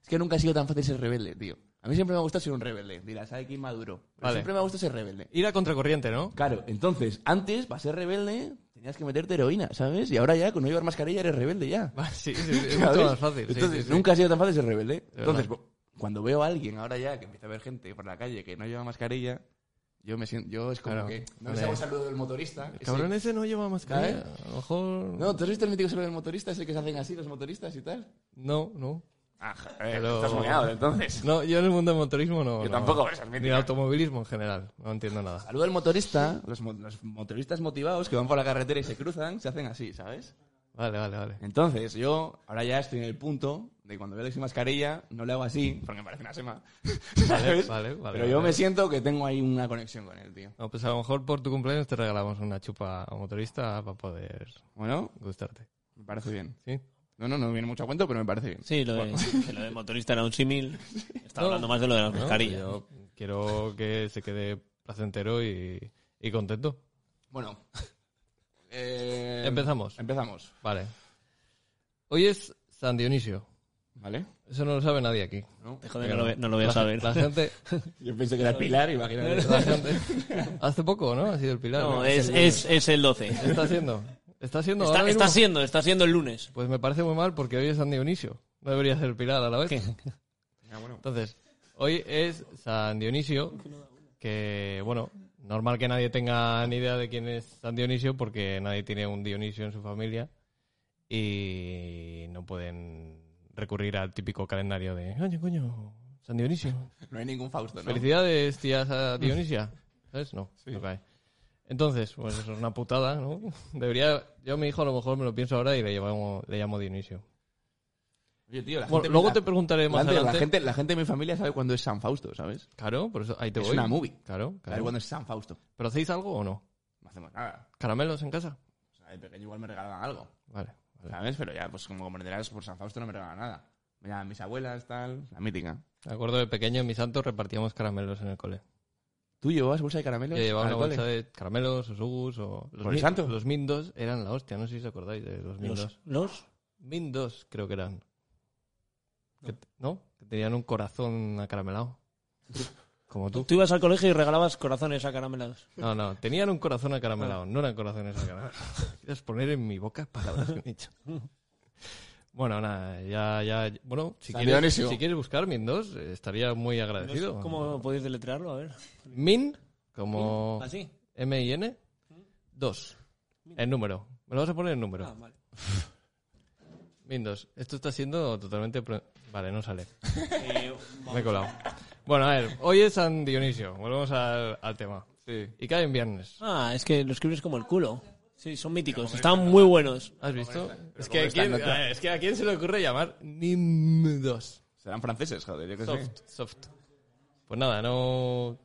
[SPEAKER 1] Es que nunca ha sido tan fácil ser rebelde, tío. A mí siempre me ha gustado ser un rebelde. Dirás, hay que ir maduro. Pero
[SPEAKER 6] Vale.
[SPEAKER 1] Siempre me ha gustado ser rebelde.
[SPEAKER 6] Ir a contracorriente, ¿no?
[SPEAKER 1] Claro, entonces, antes, para ser rebelde, tenías que meterte heroína, ¿sabes? Y ahora ya, con no llevar mascarilla, eres rebelde ya.
[SPEAKER 6] Sí, sí, sí, es
[SPEAKER 1] ¿Sabes?
[SPEAKER 6] mucho más fácil. sí,
[SPEAKER 1] Entonces,
[SPEAKER 6] sí, sí.
[SPEAKER 1] nunca ha sido tan fácil ser rebelde. Entonces,
[SPEAKER 6] verdad.
[SPEAKER 1] bo- cuando veo a alguien ahora ya que empieza a ver gente por la calle que no lleva mascarilla, yo me siento. Yo es como
[SPEAKER 6] Claro.
[SPEAKER 1] que. No
[SPEAKER 6] Vale.
[SPEAKER 1] les hago el saludo del motorista.
[SPEAKER 6] El cabrón ese no lleva mascarilla.
[SPEAKER 1] ¿Eh?
[SPEAKER 6] A lo mejor...
[SPEAKER 1] Ese- No, ¿tú has visto el mítico saludo del motorista? Ese que se hacen así los motoristas y tal.
[SPEAKER 6] No, no.
[SPEAKER 1] Ajá,
[SPEAKER 6] Ah, Pero-
[SPEAKER 1] estás moneado entonces.
[SPEAKER 6] No, yo en el mundo del motorismo no.
[SPEAKER 1] Yo
[SPEAKER 6] no.
[SPEAKER 1] tampoco, pero esas
[SPEAKER 6] Ni el
[SPEAKER 1] míticas.
[SPEAKER 6] automovilismo en general. No entiendo nada.
[SPEAKER 1] Saludo del motorista, los, mo- los motoristas motivados que van por la carretera y se cruzan, se hacen así, ¿sabes?
[SPEAKER 6] Vale, vale, vale.
[SPEAKER 1] Entonces, yo ahora ya estoy en el punto de cuando veo que sin mascarilla, no le hago así, porque me parece una sema. ¿Sabes?
[SPEAKER 6] vale, vale,
[SPEAKER 1] Pero yo
[SPEAKER 6] vale.
[SPEAKER 1] me siento que tengo ahí una conexión con él, tío.
[SPEAKER 6] No, pues a lo mejor por tu cumpleaños te regalamos una chupa a motorista para poder
[SPEAKER 1] Bueno,
[SPEAKER 6] gustarte.
[SPEAKER 1] me parece bien.
[SPEAKER 6] ¿Sí?
[SPEAKER 1] No, no, no viene mucho a cuento, pero me parece bien.
[SPEAKER 3] Sí, lo de, que lo de motorista era un símil. Estaba hablando más de lo de las
[SPEAKER 6] No,
[SPEAKER 3] mascarillas.
[SPEAKER 6] Yo quiero que se quede placentero y, y contento.
[SPEAKER 1] Bueno. eh,
[SPEAKER 3] Em.
[SPEAKER 6] Empezamos.
[SPEAKER 1] Empezamos,
[SPEAKER 6] Vale. Hoy es San Dionisio.
[SPEAKER 1] ¿vale?
[SPEAKER 6] Eso no lo sabe nadie aquí.
[SPEAKER 1] ¿No?
[SPEAKER 3] Te joder, no lo, ve- no lo voy a
[SPEAKER 6] La-
[SPEAKER 3] saber.
[SPEAKER 6] La gente,
[SPEAKER 1] Yo pensé que era el Pilar, imagínate.
[SPEAKER 6] la gente- Hace poco, ¿no? Ha sido el pilar.
[SPEAKER 3] No, es, es, es el 12.
[SPEAKER 6] Está haciendo. Está haciendo.
[SPEAKER 3] Está,
[SPEAKER 6] ahora
[SPEAKER 3] está
[SPEAKER 6] mismo.
[SPEAKER 3] siendo, está siendo el lunes.
[SPEAKER 6] Pues me parece muy mal porque hoy es San Dionisio. No debería ser Pilar a la vez.
[SPEAKER 1] Ah, bueno.
[SPEAKER 6] Entonces, hoy es San Dionisio, que bueno, normal que nadie tenga ni idea de quién es San Dionisio porque nadie tiene un Dionisio en su familia y no pueden recurrir al típico calendario de, coño, coño, San Dionisio.
[SPEAKER 1] No hay ningún Fausto, ¿no?
[SPEAKER 6] Felicidades, tías a Dionisia. ¿Sabes? No, no cae. Entonces, pues eso es una putada, ¿no? Debería. Yo a mi hijo a lo mejor me lo pienso ahora y le, llamo, le llamo Dionisio.
[SPEAKER 1] Oye, tío, la
[SPEAKER 6] Bueno,
[SPEAKER 1] gente-
[SPEAKER 6] luego
[SPEAKER 1] la-
[SPEAKER 6] te preguntaré más
[SPEAKER 1] la- la,
[SPEAKER 6] adelante.
[SPEAKER 1] gente, la gente de mi familia sabe cuándo es San Fausto, ¿sabes?
[SPEAKER 6] Claro, por eso ahí te
[SPEAKER 1] Es
[SPEAKER 6] voy.
[SPEAKER 1] una movie.
[SPEAKER 6] Claro,
[SPEAKER 1] Saber
[SPEAKER 6] claro.
[SPEAKER 1] cuándo es San Fausto.
[SPEAKER 6] ¿Pero hacéis algo o no?
[SPEAKER 1] No hacemos nada.
[SPEAKER 6] ¿Caramelos en casa?
[SPEAKER 1] O sea, de pequeño igual me regalaban algo.
[SPEAKER 6] Vale. vale.
[SPEAKER 1] ¿Sabes? Pero ya, pues como comprenderás, por San Fausto no me regala nada. Me
[SPEAKER 7] Ya, mis abuelas, tal. La mítica.
[SPEAKER 6] Me acuerdo de pequeño en mi santo repartíamos caramelos en el cole.
[SPEAKER 7] ¿Tú llevabas bolsa de caramelos?
[SPEAKER 6] Yo llevaba
[SPEAKER 7] al
[SPEAKER 6] una
[SPEAKER 7] cole?
[SPEAKER 6] bolsa de caramelos, osugus o... Los,
[SPEAKER 7] ¿Por el santo?
[SPEAKER 6] los mindos eran la hostia, no sé si os acordáis de los mindos.
[SPEAKER 3] Los, los
[SPEAKER 6] Mindos creo que eran. Que t- ¿No? Que tenían un corazón acaramelado. Como tú.
[SPEAKER 3] Tú ibas al colegio y regalabas corazones acaramelados.
[SPEAKER 6] No, no, tenían un corazón acaramelado,
[SPEAKER 3] Ah.
[SPEAKER 6] no eran corazones acaramelados. Quieres poner en mi boca palabras que he dicho. Bueno, nada, ya, ya, bueno, si
[SPEAKER 7] San
[SPEAKER 6] quieres,
[SPEAKER 7] Dionisio.
[SPEAKER 6] si quieres buscar Min 2, eh, estaría muy
[SPEAKER 3] No
[SPEAKER 6] agradecido.
[SPEAKER 3] sé ¿Cómo podéis deletrearlo? A ver.
[SPEAKER 6] Min, como
[SPEAKER 3] ¿Así?
[SPEAKER 6] M-I-N, 2, el número. Me lo vas a poner en número.
[SPEAKER 3] Ah, vale.
[SPEAKER 6] Min 2, esto está siendo totalmente... pro- Vale, no sale.
[SPEAKER 3] Eh,
[SPEAKER 6] Me he colado. Bueno, a ver, hoy es San Dionisio, volvemos al, al tema.
[SPEAKER 7] Sí.
[SPEAKER 6] Y cae en viernes.
[SPEAKER 3] ah, es que lo escribes como el culo. Sí, son míticos. Estaban muy buenos.
[SPEAKER 6] ¿Has visto? Es que,
[SPEAKER 7] ¿Cómo
[SPEAKER 6] a
[SPEAKER 7] está
[SPEAKER 6] quién,
[SPEAKER 7] nota?
[SPEAKER 6] a ver, es que a quién se le ocurre llamar NIM 2.
[SPEAKER 7] Serán franceses, joder, yo qué sé.
[SPEAKER 6] Soft, soft. Pues nada, no...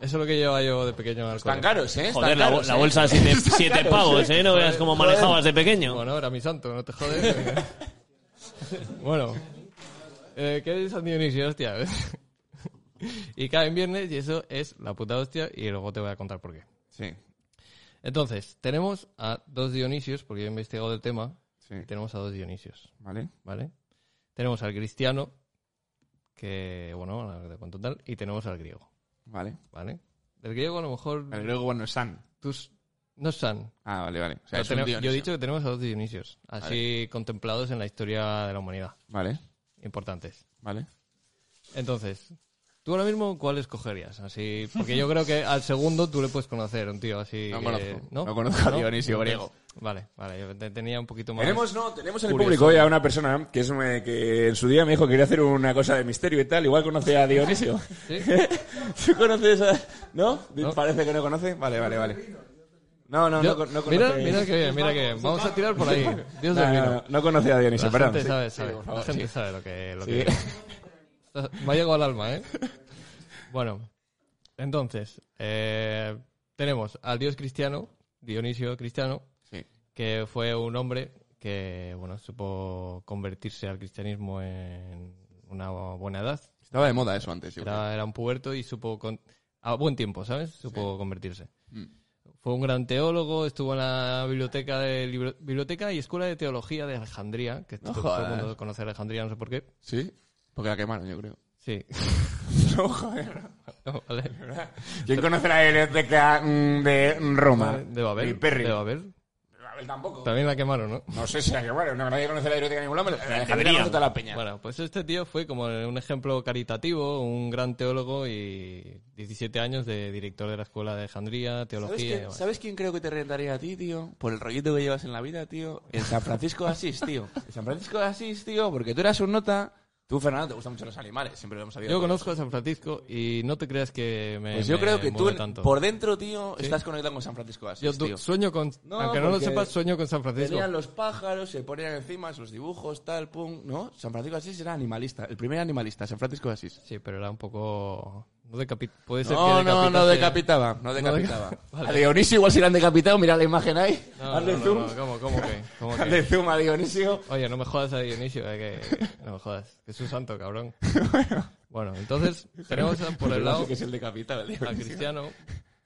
[SPEAKER 6] Eso es lo que llevaba yo de pequeño al
[SPEAKER 7] Están
[SPEAKER 6] cole.
[SPEAKER 7] caros, ¿eh? Están
[SPEAKER 3] Joder, la, bo-
[SPEAKER 7] caros,
[SPEAKER 3] la
[SPEAKER 7] ¿eh?
[SPEAKER 3] bolsa de siete, siete pavos, ¿eh? No veas cómo manejabas de pequeño.
[SPEAKER 6] Bueno, era mi santo, no te jodes. bueno. Eh, ¿Qué es San Dionisio, hostia? y cae en viernes y eso es la puta hostia y luego te voy a contar por qué.
[SPEAKER 7] Sí,
[SPEAKER 6] Entonces, tenemos a dos Dionisios, porque yo he investigado el tema,
[SPEAKER 7] sí.
[SPEAKER 6] y tenemos a dos Dionisios,
[SPEAKER 7] ¿Vale?
[SPEAKER 6] ¿vale? Tenemos al cristiano, que, bueno, ahora te cuento tal, y tenemos al griego,
[SPEAKER 7] Vale.
[SPEAKER 6] ¿vale? Del griego a lo mejor
[SPEAKER 7] El griego bueno es San.
[SPEAKER 6] tus no están.
[SPEAKER 7] Ah, vale, vale. O sea,
[SPEAKER 6] No
[SPEAKER 7] es un
[SPEAKER 6] tenemos- yo
[SPEAKER 7] Dionisio.
[SPEAKER 6] he dicho que tenemos a dos Dionisios, así contemplados en la historia de la humanidad,
[SPEAKER 7] Vale,
[SPEAKER 6] importantes.
[SPEAKER 7] vale.
[SPEAKER 6] Entonces, ¿tú ahora mismo cuál escogerías? Así, porque yo creo que al segundo tú le puedes conocer, un tío así.
[SPEAKER 7] No
[SPEAKER 6] que-
[SPEAKER 7] conozco.
[SPEAKER 6] ¿no?
[SPEAKER 7] No conozco a Dionisio griego.
[SPEAKER 6] Vale, vale, yo te- tenía un poquito más.
[SPEAKER 7] Tenemos, no, tenemos en el
[SPEAKER 6] Curioso.
[SPEAKER 7] público hoy a una persona que, es, eh, que en su día me dijo que quería hacer una cosa de misterio y tal. Igual conoce a Dionisio.
[SPEAKER 6] Sí.
[SPEAKER 7] ¿Tú conoces a.? ¿No?
[SPEAKER 6] No.
[SPEAKER 7] Parece que no conoce. Vale, vale, vale. No, no,
[SPEAKER 6] Yo-
[SPEAKER 7] no, no conoce.
[SPEAKER 6] mira, mira que bien, mira que bien. Vamos a tirar por ahí. Dios
[SPEAKER 7] no,
[SPEAKER 6] del
[SPEAKER 7] no,
[SPEAKER 6] vino.
[SPEAKER 7] no, no conoce a Dionisio,
[SPEAKER 6] La
[SPEAKER 7] perdón.
[SPEAKER 6] gente
[SPEAKER 7] Sí,
[SPEAKER 6] sabe,
[SPEAKER 7] sí,
[SPEAKER 6] sabe.
[SPEAKER 7] por
[SPEAKER 6] La
[SPEAKER 7] favor,
[SPEAKER 6] gente
[SPEAKER 7] sí.
[SPEAKER 6] sabe lo que, lo
[SPEAKER 7] Sí.
[SPEAKER 6] que- Me ha llegado al alma, ¿eh? Bueno, entonces, eh, tenemos al dios cristiano, Dionisio cristiano,
[SPEAKER 7] Sí.
[SPEAKER 6] que fue un hombre que, bueno, supo convertirse al cristianismo en una buena edad.
[SPEAKER 7] Estaba de moda eso antes. yo creo.
[SPEAKER 6] Era, era un puberto y supo, con, a buen tiempo, ¿sabes? Supo convertirse.
[SPEAKER 7] Mm.
[SPEAKER 6] Fue un gran teólogo, estuvo en la biblioteca de libro- biblioteca y escuela de teología de Alejandría, que
[SPEAKER 7] No
[SPEAKER 6] todo- todo el
[SPEAKER 7] jodas.
[SPEAKER 6] mundo conoce Alejandría, no sé por qué.
[SPEAKER 7] ¿Sí? Porque la quemaron, yo creo.
[SPEAKER 6] Sí.
[SPEAKER 7] No, joder.
[SPEAKER 6] No, vale.
[SPEAKER 7] ¿Quién conoce la biblioteca mm, de Roma?
[SPEAKER 6] De
[SPEAKER 7] Y
[SPEAKER 6] Babel.
[SPEAKER 7] Perry.
[SPEAKER 6] De Babel.
[SPEAKER 7] De Babel tampoco.
[SPEAKER 6] También la quemaron, ¿no?
[SPEAKER 7] No sé si la quemaron. No, nadie conoce la biblioteca de ningún lado. pero La Alejandría conoce toda la peña.
[SPEAKER 6] Bueno, pues este tío fue como un ejemplo caritativo, un gran teólogo y 17 años de director de la escuela de Alejandría,
[SPEAKER 7] ¿Sabes,
[SPEAKER 6] teología y
[SPEAKER 7] quién,
[SPEAKER 6] demás.
[SPEAKER 7] sabes quién creo que te rentaría a ti, tío? Por el rollito que llevas en la vida, tío. El San Francisco de Asís, tío. El San Francisco de Asís, tío, porque tú eras un nota. Tú, Fernando, te gustan mucho los animales. Siempre lo hemos sabido.
[SPEAKER 6] Yo
[SPEAKER 7] todos.
[SPEAKER 6] conozco a San Francisco y no te creas que me.
[SPEAKER 7] Pues yo
[SPEAKER 6] me
[SPEAKER 7] creo que tú,
[SPEAKER 6] mueve
[SPEAKER 7] en-
[SPEAKER 6] tanto.
[SPEAKER 7] por dentro, tío, estás conectado con San Francisco de Asís,
[SPEAKER 6] Yo tu-
[SPEAKER 7] tío.
[SPEAKER 6] sueño con.
[SPEAKER 7] No,
[SPEAKER 6] aunque no lo
[SPEAKER 7] porque
[SPEAKER 6] sepas, sueño con San Francisco.
[SPEAKER 7] Venían los pájaros, se ponían encima, sus dibujos, tal, pum, ¿no? San Francisco de Asís era animalista, el primer animalista, San Francisco de Asís.
[SPEAKER 6] Sí, pero era un poco. No decapi... Puede ser
[SPEAKER 7] No,
[SPEAKER 6] que
[SPEAKER 7] no, no
[SPEAKER 6] decapitase-
[SPEAKER 7] decapitaba, no
[SPEAKER 6] deca-
[SPEAKER 7] decapitaba.
[SPEAKER 6] Vale.
[SPEAKER 7] A Dionisio igual si le han decapitado, mira la imagen ahí.
[SPEAKER 6] No,
[SPEAKER 7] hazle
[SPEAKER 6] no, no,
[SPEAKER 7] zoom,
[SPEAKER 6] no, ¿cómo, cómo que? ¿Cómo que?
[SPEAKER 7] hazle zoom a Dionisio.
[SPEAKER 6] Oye, no me jodas a Dionisio, eh, que no me jodas, que es un santo, cabrón. Bueno, entonces tenemos a- por el
[SPEAKER 7] No sé
[SPEAKER 6] lado
[SPEAKER 7] que es el decapitado, el
[SPEAKER 6] a
[SPEAKER 7] Dionisio.
[SPEAKER 6] Cristiano,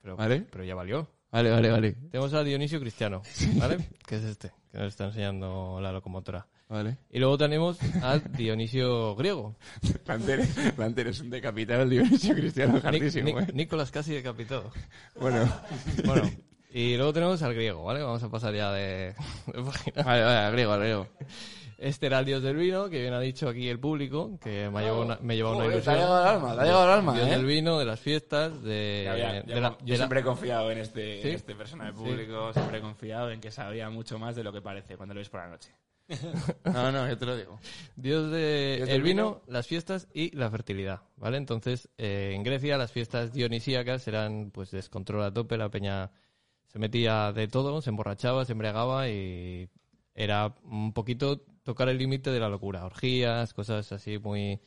[SPEAKER 6] pero,
[SPEAKER 7] Vale.
[SPEAKER 6] pero ya valió.
[SPEAKER 7] Vale, vale, vale.
[SPEAKER 6] Tenemos a Dionisio Cristiano, ¿vale? Que es este, que nos está enseñando la locomotora.
[SPEAKER 7] Vale.
[SPEAKER 6] Y luego tenemos a Dionisio griego,
[SPEAKER 7] Planter, Planter es un decapitado, el Dionisio Cristiano
[SPEAKER 6] Nic-
[SPEAKER 7] Jardísimo,
[SPEAKER 6] Nic-
[SPEAKER 7] eh.
[SPEAKER 6] Nicolás casi decapitado.
[SPEAKER 7] Bueno.
[SPEAKER 6] Bueno, y luego tenemos al griego, ¿vale? Vamos a pasar ya de, de página.
[SPEAKER 7] Vale, vale, agrego, agrego.
[SPEAKER 6] Este era el dios del vino, que bien ha dicho aquí el público, que me ha llevado una, me ha llevado una
[SPEAKER 7] Joder, Te ha
[SPEAKER 6] ilusión.
[SPEAKER 7] llegado el alma, te ha llegado el alma,
[SPEAKER 6] Dios
[SPEAKER 7] eh.
[SPEAKER 6] del vino, de las fiestas, de,
[SPEAKER 7] Ya, ya, ya,
[SPEAKER 6] eh, de la-
[SPEAKER 7] yo
[SPEAKER 6] de la-
[SPEAKER 7] siempre he confiado en este,
[SPEAKER 6] ¿Sí?
[SPEAKER 7] en este personaje público, siempre he confiado en que sabía mucho más de lo que parece cuando lo ves por la noche. no, no, yo te lo digo.
[SPEAKER 6] Dios de
[SPEAKER 7] Dios
[SPEAKER 6] el
[SPEAKER 7] del
[SPEAKER 6] vino,
[SPEAKER 7] vino.
[SPEAKER 6] las fiestas y la fertilidad, ¿vale? Entonces, eh, en Grecia las fiestas dionisíacas eran pues descontrol a tope, la peña se metía de todo, se emborrachaba, se embriagaba y era un poquito tocar el límite de la locura, orgías, cosas así muy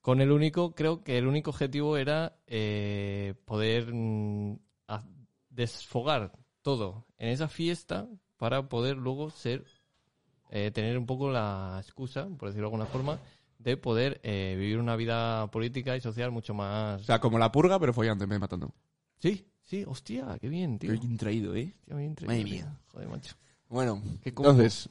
[SPEAKER 6] con el único, creo que el único objetivo era eh, poder mm, a- desfogar todo en esa fiesta para poder luego ser eh, tener un poco la excusa, por decirlo de alguna forma, de poder eh, vivir una vida política y social mucho más...
[SPEAKER 7] O sea, como la purga, pero follando en vez de matando.
[SPEAKER 6] sí, sí, hostia, qué bien, tío.
[SPEAKER 7] bien traído, ¿eh?
[SPEAKER 6] Hostia, bien
[SPEAKER 7] Madre
[SPEAKER 6] tío.
[SPEAKER 7] mía.
[SPEAKER 6] Joder, macho.
[SPEAKER 7] Bueno,
[SPEAKER 6] cómo?
[SPEAKER 7] entonces...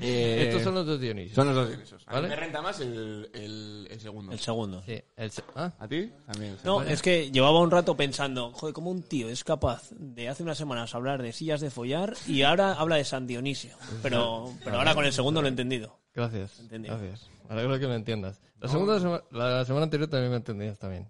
[SPEAKER 7] eh,
[SPEAKER 6] Estos son los dos Dionisio.
[SPEAKER 7] son los dos dioniscos. A
[SPEAKER 6] ¿Vale?
[SPEAKER 7] mí me renta más el, el- el segundo.
[SPEAKER 3] El segundo.
[SPEAKER 6] Sí, el se- ah,
[SPEAKER 7] ¿A ti? También.
[SPEAKER 3] No, es que llevaba un rato pensando, joder, cómo un tío es capaz de hace unas semanas hablar de sillas de follar y ahora habla de San Dionisio. Pero, pero ahora con el segundo lo he entendido.
[SPEAKER 6] gracias.
[SPEAKER 3] Entendido.
[SPEAKER 6] Gracias. Me alegro que me entiendas. La, segunda sema- la semana anterior también me entendías también.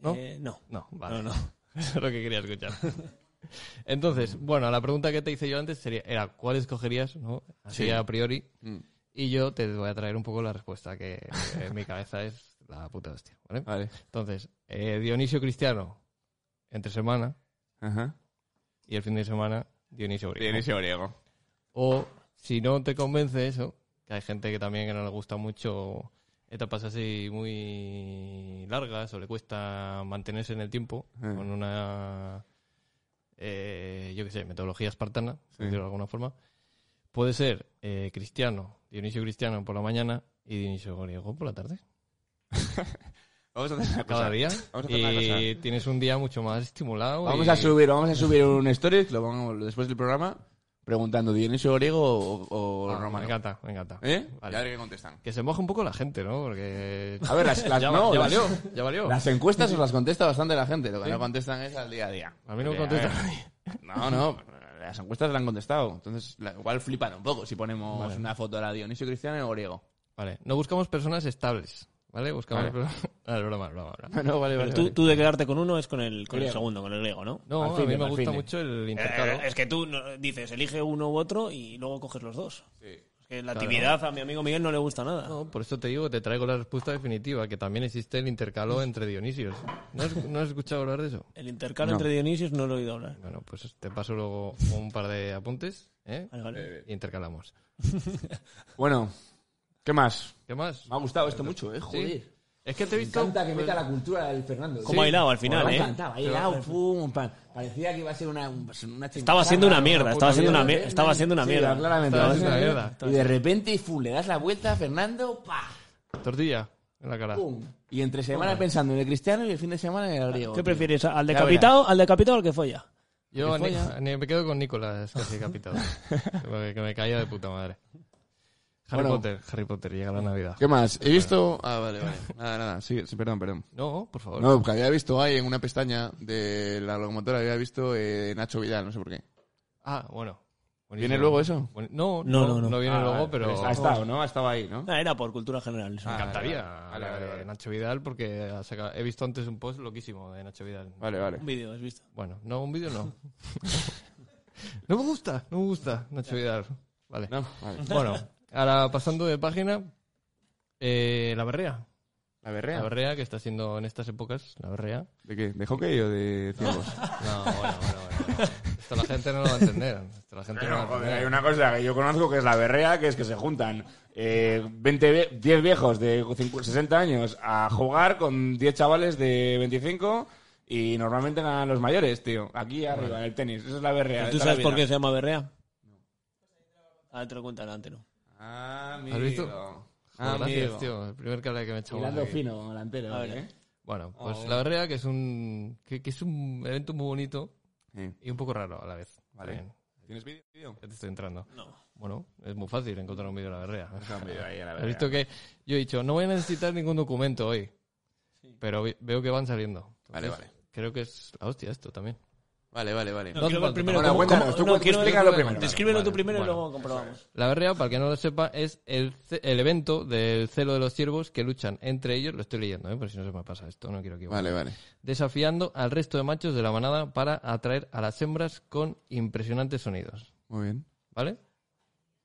[SPEAKER 6] ¿No?
[SPEAKER 3] Eh, no.
[SPEAKER 6] No, vale.
[SPEAKER 3] No, no.
[SPEAKER 6] Eso es lo que quería escuchar. Entonces, bueno, la pregunta que te hice yo antes sería, era ¿cuál escogerías? ¿no? Así
[SPEAKER 7] Sí.
[SPEAKER 6] a priori.
[SPEAKER 7] Mm.
[SPEAKER 6] Y yo te voy a traer un poco la respuesta que en mi cabeza es la puta hostia. ¿vale?
[SPEAKER 7] Vale.
[SPEAKER 6] Entonces, eh, Dionisio Cristiano, entre semana,
[SPEAKER 7] Ajá.
[SPEAKER 6] y el fin de semana, Dionisio Griego.
[SPEAKER 7] Dionisio griego.
[SPEAKER 6] O si no te convence eso, que hay gente que también que no le gusta mucho etapas así muy largas o le cuesta mantenerse en el tiempo
[SPEAKER 7] Eh.
[SPEAKER 6] con una, eh, yo qué sé, metodología espartana,
[SPEAKER 7] Sí.
[SPEAKER 6] por decirlo de alguna forma, puede ser eh, cristiano, Dionisio cristiano por la mañana y Dionisio griego por la tarde,
[SPEAKER 7] Vamos a hacer una cosa.
[SPEAKER 6] cada día.
[SPEAKER 7] Vamos a hacer una
[SPEAKER 6] Y tienes un día mucho más estimulado.
[SPEAKER 7] Vamos
[SPEAKER 6] y-
[SPEAKER 7] a subir, vamos a subir un story, lo vamos después del programa, preguntando Dionisio griego o, o
[SPEAKER 6] Ah, me
[SPEAKER 7] romano.
[SPEAKER 6] encanta, me encanta.
[SPEAKER 7] ¿Eh?
[SPEAKER 6] Vale.
[SPEAKER 7] A ver qué contestan.
[SPEAKER 6] Que se moja un poco la gente, ¿no? Porque...
[SPEAKER 7] A ver, las, las-
[SPEAKER 6] ya, va-
[SPEAKER 7] no,
[SPEAKER 6] ya
[SPEAKER 7] las,
[SPEAKER 6] valió, ya valió.
[SPEAKER 7] las encuestas os las contesta bastante la gente, lo que no contestan es al día a día.
[SPEAKER 6] A mí no me
[SPEAKER 7] Porque,
[SPEAKER 6] contesta
[SPEAKER 7] ver, No,
[SPEAKER 6] nadie.
[SPEAKER 7] no, las encuestas las han contestado, entonces la- igual flipan un poco si ponemos
[SPEAKER 6] Vale.
[SPEAKER 7] una foto de la Dionisio Cristiano o griego.
[SPEAKER 6] Vale, no buscamos personas estables, ¿vale? Buscamos...
[SPEAKER 7] Vale.
[SPEAKER 6] personas- Ah, es broma, es broma, es broma.
[SPEAKER 7] No, vale,
[SPEAKER 3] Pero tú, tú de quedarte con uno es con el, con el segundo, con el griego, ¿no?
[SPEAKER 6] No,
[SPEAKER 7] Al
[SPEAKER 6] a mí
[SPEAKER 7] fin,
[SPEAKER 6] me
[SPEAKER 7] al
[SPEAKER 6] gusta
[SPEAKER 7] fin.
[SPEAKER 6] mucho el
[SPEAKER 3] Eh,
[SPEAKER 6] intercalo.
[SPEAKER 3] es que tú no- dices, elige uno u otro y luego coges los dos. Es que la actividad a mi amigo Miguel no le gusta nada.
[SPEAKER 6] No, por eso te digo, te traigo la respuesta definitiva, que también existe el intercalo entre Dionisios. ¿No has, no has escuchado hablar de eso?
[SPEAKER 3] El intercalo entre Dionisios no lo he oído hablar.
[SPEAKER 6] Bueno, pues te paso luego un par de apuntes, ¿eh?
[SPEAKER 3] Vale, vale.
[SPEAKER 6] Y intercalamos.
[SPEAKER 7] Bueno, ¿qué más?
[SPEAKER 6] ¿Qué más?
[SPEAKER 7] Me ha gustado esto mucho, eh, joder.
[SPEAKER 6] Sí. Es que te he visto...
[SPEAKER 1] que meta la cultura del Fernando.
[SPEAKER 3] Como bailado al final,
[SPEAKER 1] Me
[SPEAKER 3] ¿eh?
[SPEAKER 1] encantaba, ahí lao, pum, pam. Parecía que iba a ser una, un- pues, una
[SPEAKER 3] Estaba siendo una mierda, estaba siendo una, mier-
[SPEAKER 1] mierda.
[SPEAKER 3] estaba siendo una mierda.
[SPEAKER 1] claramente.
[SPEAKER 6] Estaba siendo una mierda.
[SPEAKER 1] Y de repente, fu, le das la vuelta a Fernando, pa,
[SPEAKER 6] Tortilla en la
[SPEAKER 7] Uh,
[SPEAKER 6] cara.
[SPEAKER 1] pum. Y entre semana pensando en el cristiano y el fin de semana en el griego.
[SPEAKER 3] ¿Qué
[SPEAKER 1] tío.
[SPEAKER 3] prefieres? ¿Al
[SPEAKER 1] Ya
[SPEAKER 3] decapitado, al decapitado o al que folla?
[SPEAKER 6] Yo
[SPEAKER 1] Que
[SPEAKER 6] ni-
[SPEAKER 1] folla.
[SPEAKER 6] ni- me quedo con Nicolás casi capitado. que, que me caía de puta madre. Harry
[SPEAKER 7] Bueno.
[SPEAKER 6] Potter, Harry Potter, llega la Navidad.
[SPEAKER 7] ¿Qué más? He visto... Ah, vale, vale. Nada, nada, sí, sí, perdón, perdón.
[SPEAKER 6] No, por favor.
[SPEAKER 7] No, que había visto ahí en una pestaña de la locomotora, había visto eh, Nacho Vidal, no sé por qué.
[SPEAKER 6] Ah, bueno. Buenísimo.
[SPEAKER 7] ¿Viene luego eso?
[SPEAKER 6] Buen- No,
[SPEAKER 3] No,
[SPEAKER 6] no,
[SPEAKER 3] no,
[SPEAKER 6] no,
[SPEAKER 3] no.
[SPEAKER 6] viene luego, pero
[SPEAKER 7] Ha estado, ¿no? Ha estado ahí, ¿no?
[SPEAKER 3] Ah, era por cultura general. eso.
[SPEAKER 6] me encantaría
[SPEAKER 7] Vale, vale,
[SPEAKER 6] la de
[SPEAKER 7] vale.
[SPEAKER 6] Nacho Vidal porque ha sacado- he visto antes un post loquísimo de Nacho Vidal.
[SPEAKER 7] Vale, vale.
[SPEAKER 3] Un vídeo, ¿has visto?
[SPEAKER 6] Bueno, no, un vídeo no. no me gusta, no me gusta Nacho Vidal. Vale.
[SPEAKER 7] No, vale.
[SPEAKER 6] Bueno, ahora pasando de página, eh, la berrea.
[SPEAKER 7] ¿La
[SPEAKER 6] La
[SPEAKER 7] berrea?
[SPEAKER 6] berrea que está siendo en estas épocas, la berrea.
[SPEAKER 7] ¿De qué? ¿De hockey o de ciegos?
[SPEAKER 6] No, bueno, bueno, bueno. Esto la gente no lo va a entender. Esto la gente no lo va a
[SPEAKER 1] Pero, joder,
[SPEAKER 6] entender.
[SPEAKER 1] hay una cosa que yo conozco que es la berrea, que es que se juntan eh, 20, vie- 10 viejos de 50 60 años a jugar con 10 chavales de 25 y normalmente ganan los mayores, tío. Aquí arriba, en el tenis. Eso es la berrea.
[SPEAKER 3] ¿Tú
[SPEAKER 1] de toda la
[SPEAKER 3] sabes por qué
[SPEAKER 1] vida.
[SPEAKER 3] se llama berrea? Ahora te lo cuentan antes, ¿no?
[SPEAKER 7] Amigo.
[SPEAKER 6] ¿Has visto? Ah,
[SPEAKER 7] Amigo.
[SPEAKER 6] Pues Gracias, tío. El primer cable que me echamos.
[SPEAKER 1] Hilando
[SPEAKER 6] aquí.
[SPEAKER 1] fino, delantero.
[SPEAKER 3] A ver,
[SPEAKER 1] ¿eh?
[SPEAKER 6] Bueno, pues la berrea que es un que, que es un evento muy bonito
[SPEAKER 7] Sí.
[SPEAKER 6] y un poco raro a la vez.
[SPEAKER 7] Vale.
[SPEAKER 6] También.
[SPEAKER 7] ¿Tienes vídeo?
[SPEAKER 6] Ya te estoy entrando.
[SPEAKER 3] No.
[SPEAKER 6] Bueno, es muy fácil encontrar un vídeo de la berrea.
[SPEAKER 1] Ahí, la
[SPEAKER 6] Has
[SPEAKER 1] berrea.
[SPEAKER 6] visto que yo he dicho, no voy a necesitar ningún documento hoy. Pero vi- veo que van saliendo.
[SPEAKER 7] Vale,
[SPEAKER 6] Entonces,
[SPEAKER 7] vale.
[SPEAKER 6] Creo que es la hostia esto también.
[SPEAKER 7] Vale, vale, vale.
[SPEAKER 6] No, quiero ver primero
[SPEAKER 7] Bueno,
[SPEAKER 3] cómo-
[SPEAKER 7] cuéntanos,
[SPEAKER 3] cómo-
[SPEAKER 7] tú
[SPEAKER 3] no,
[SPEAKER 7] cu-
[SPEAKER 3] quiero ver
[SPEAKER 7] explícalo
[SPEAKER 3] primero.
[SPEAKER 7] primero.
[SPEAKER 3] Descríbelo tú
[SPEAKER 6] Vale,
[SPEAKER 3] primero y
[SPEAKER 6] bueno.
[SPEAKER 3] luego comprobamos.
[SPEAKER 6] La berrea, para el que no lo sepa, es el, ce- el evento del celo de los ciervos que luchan entre ellos, lo estoy leyendo, ¿eh? por si no se me pasa esto, no quiero equivocarme.
[SPEAKER 7] Vale, vale.
[SPEAKER 6] Desafiando al resto de machos de la manada para atraer a las hembras con impresionantes sonidos.
[SPEAKER 7] Muy bien.
[SPEAKER 6] ¿Vale?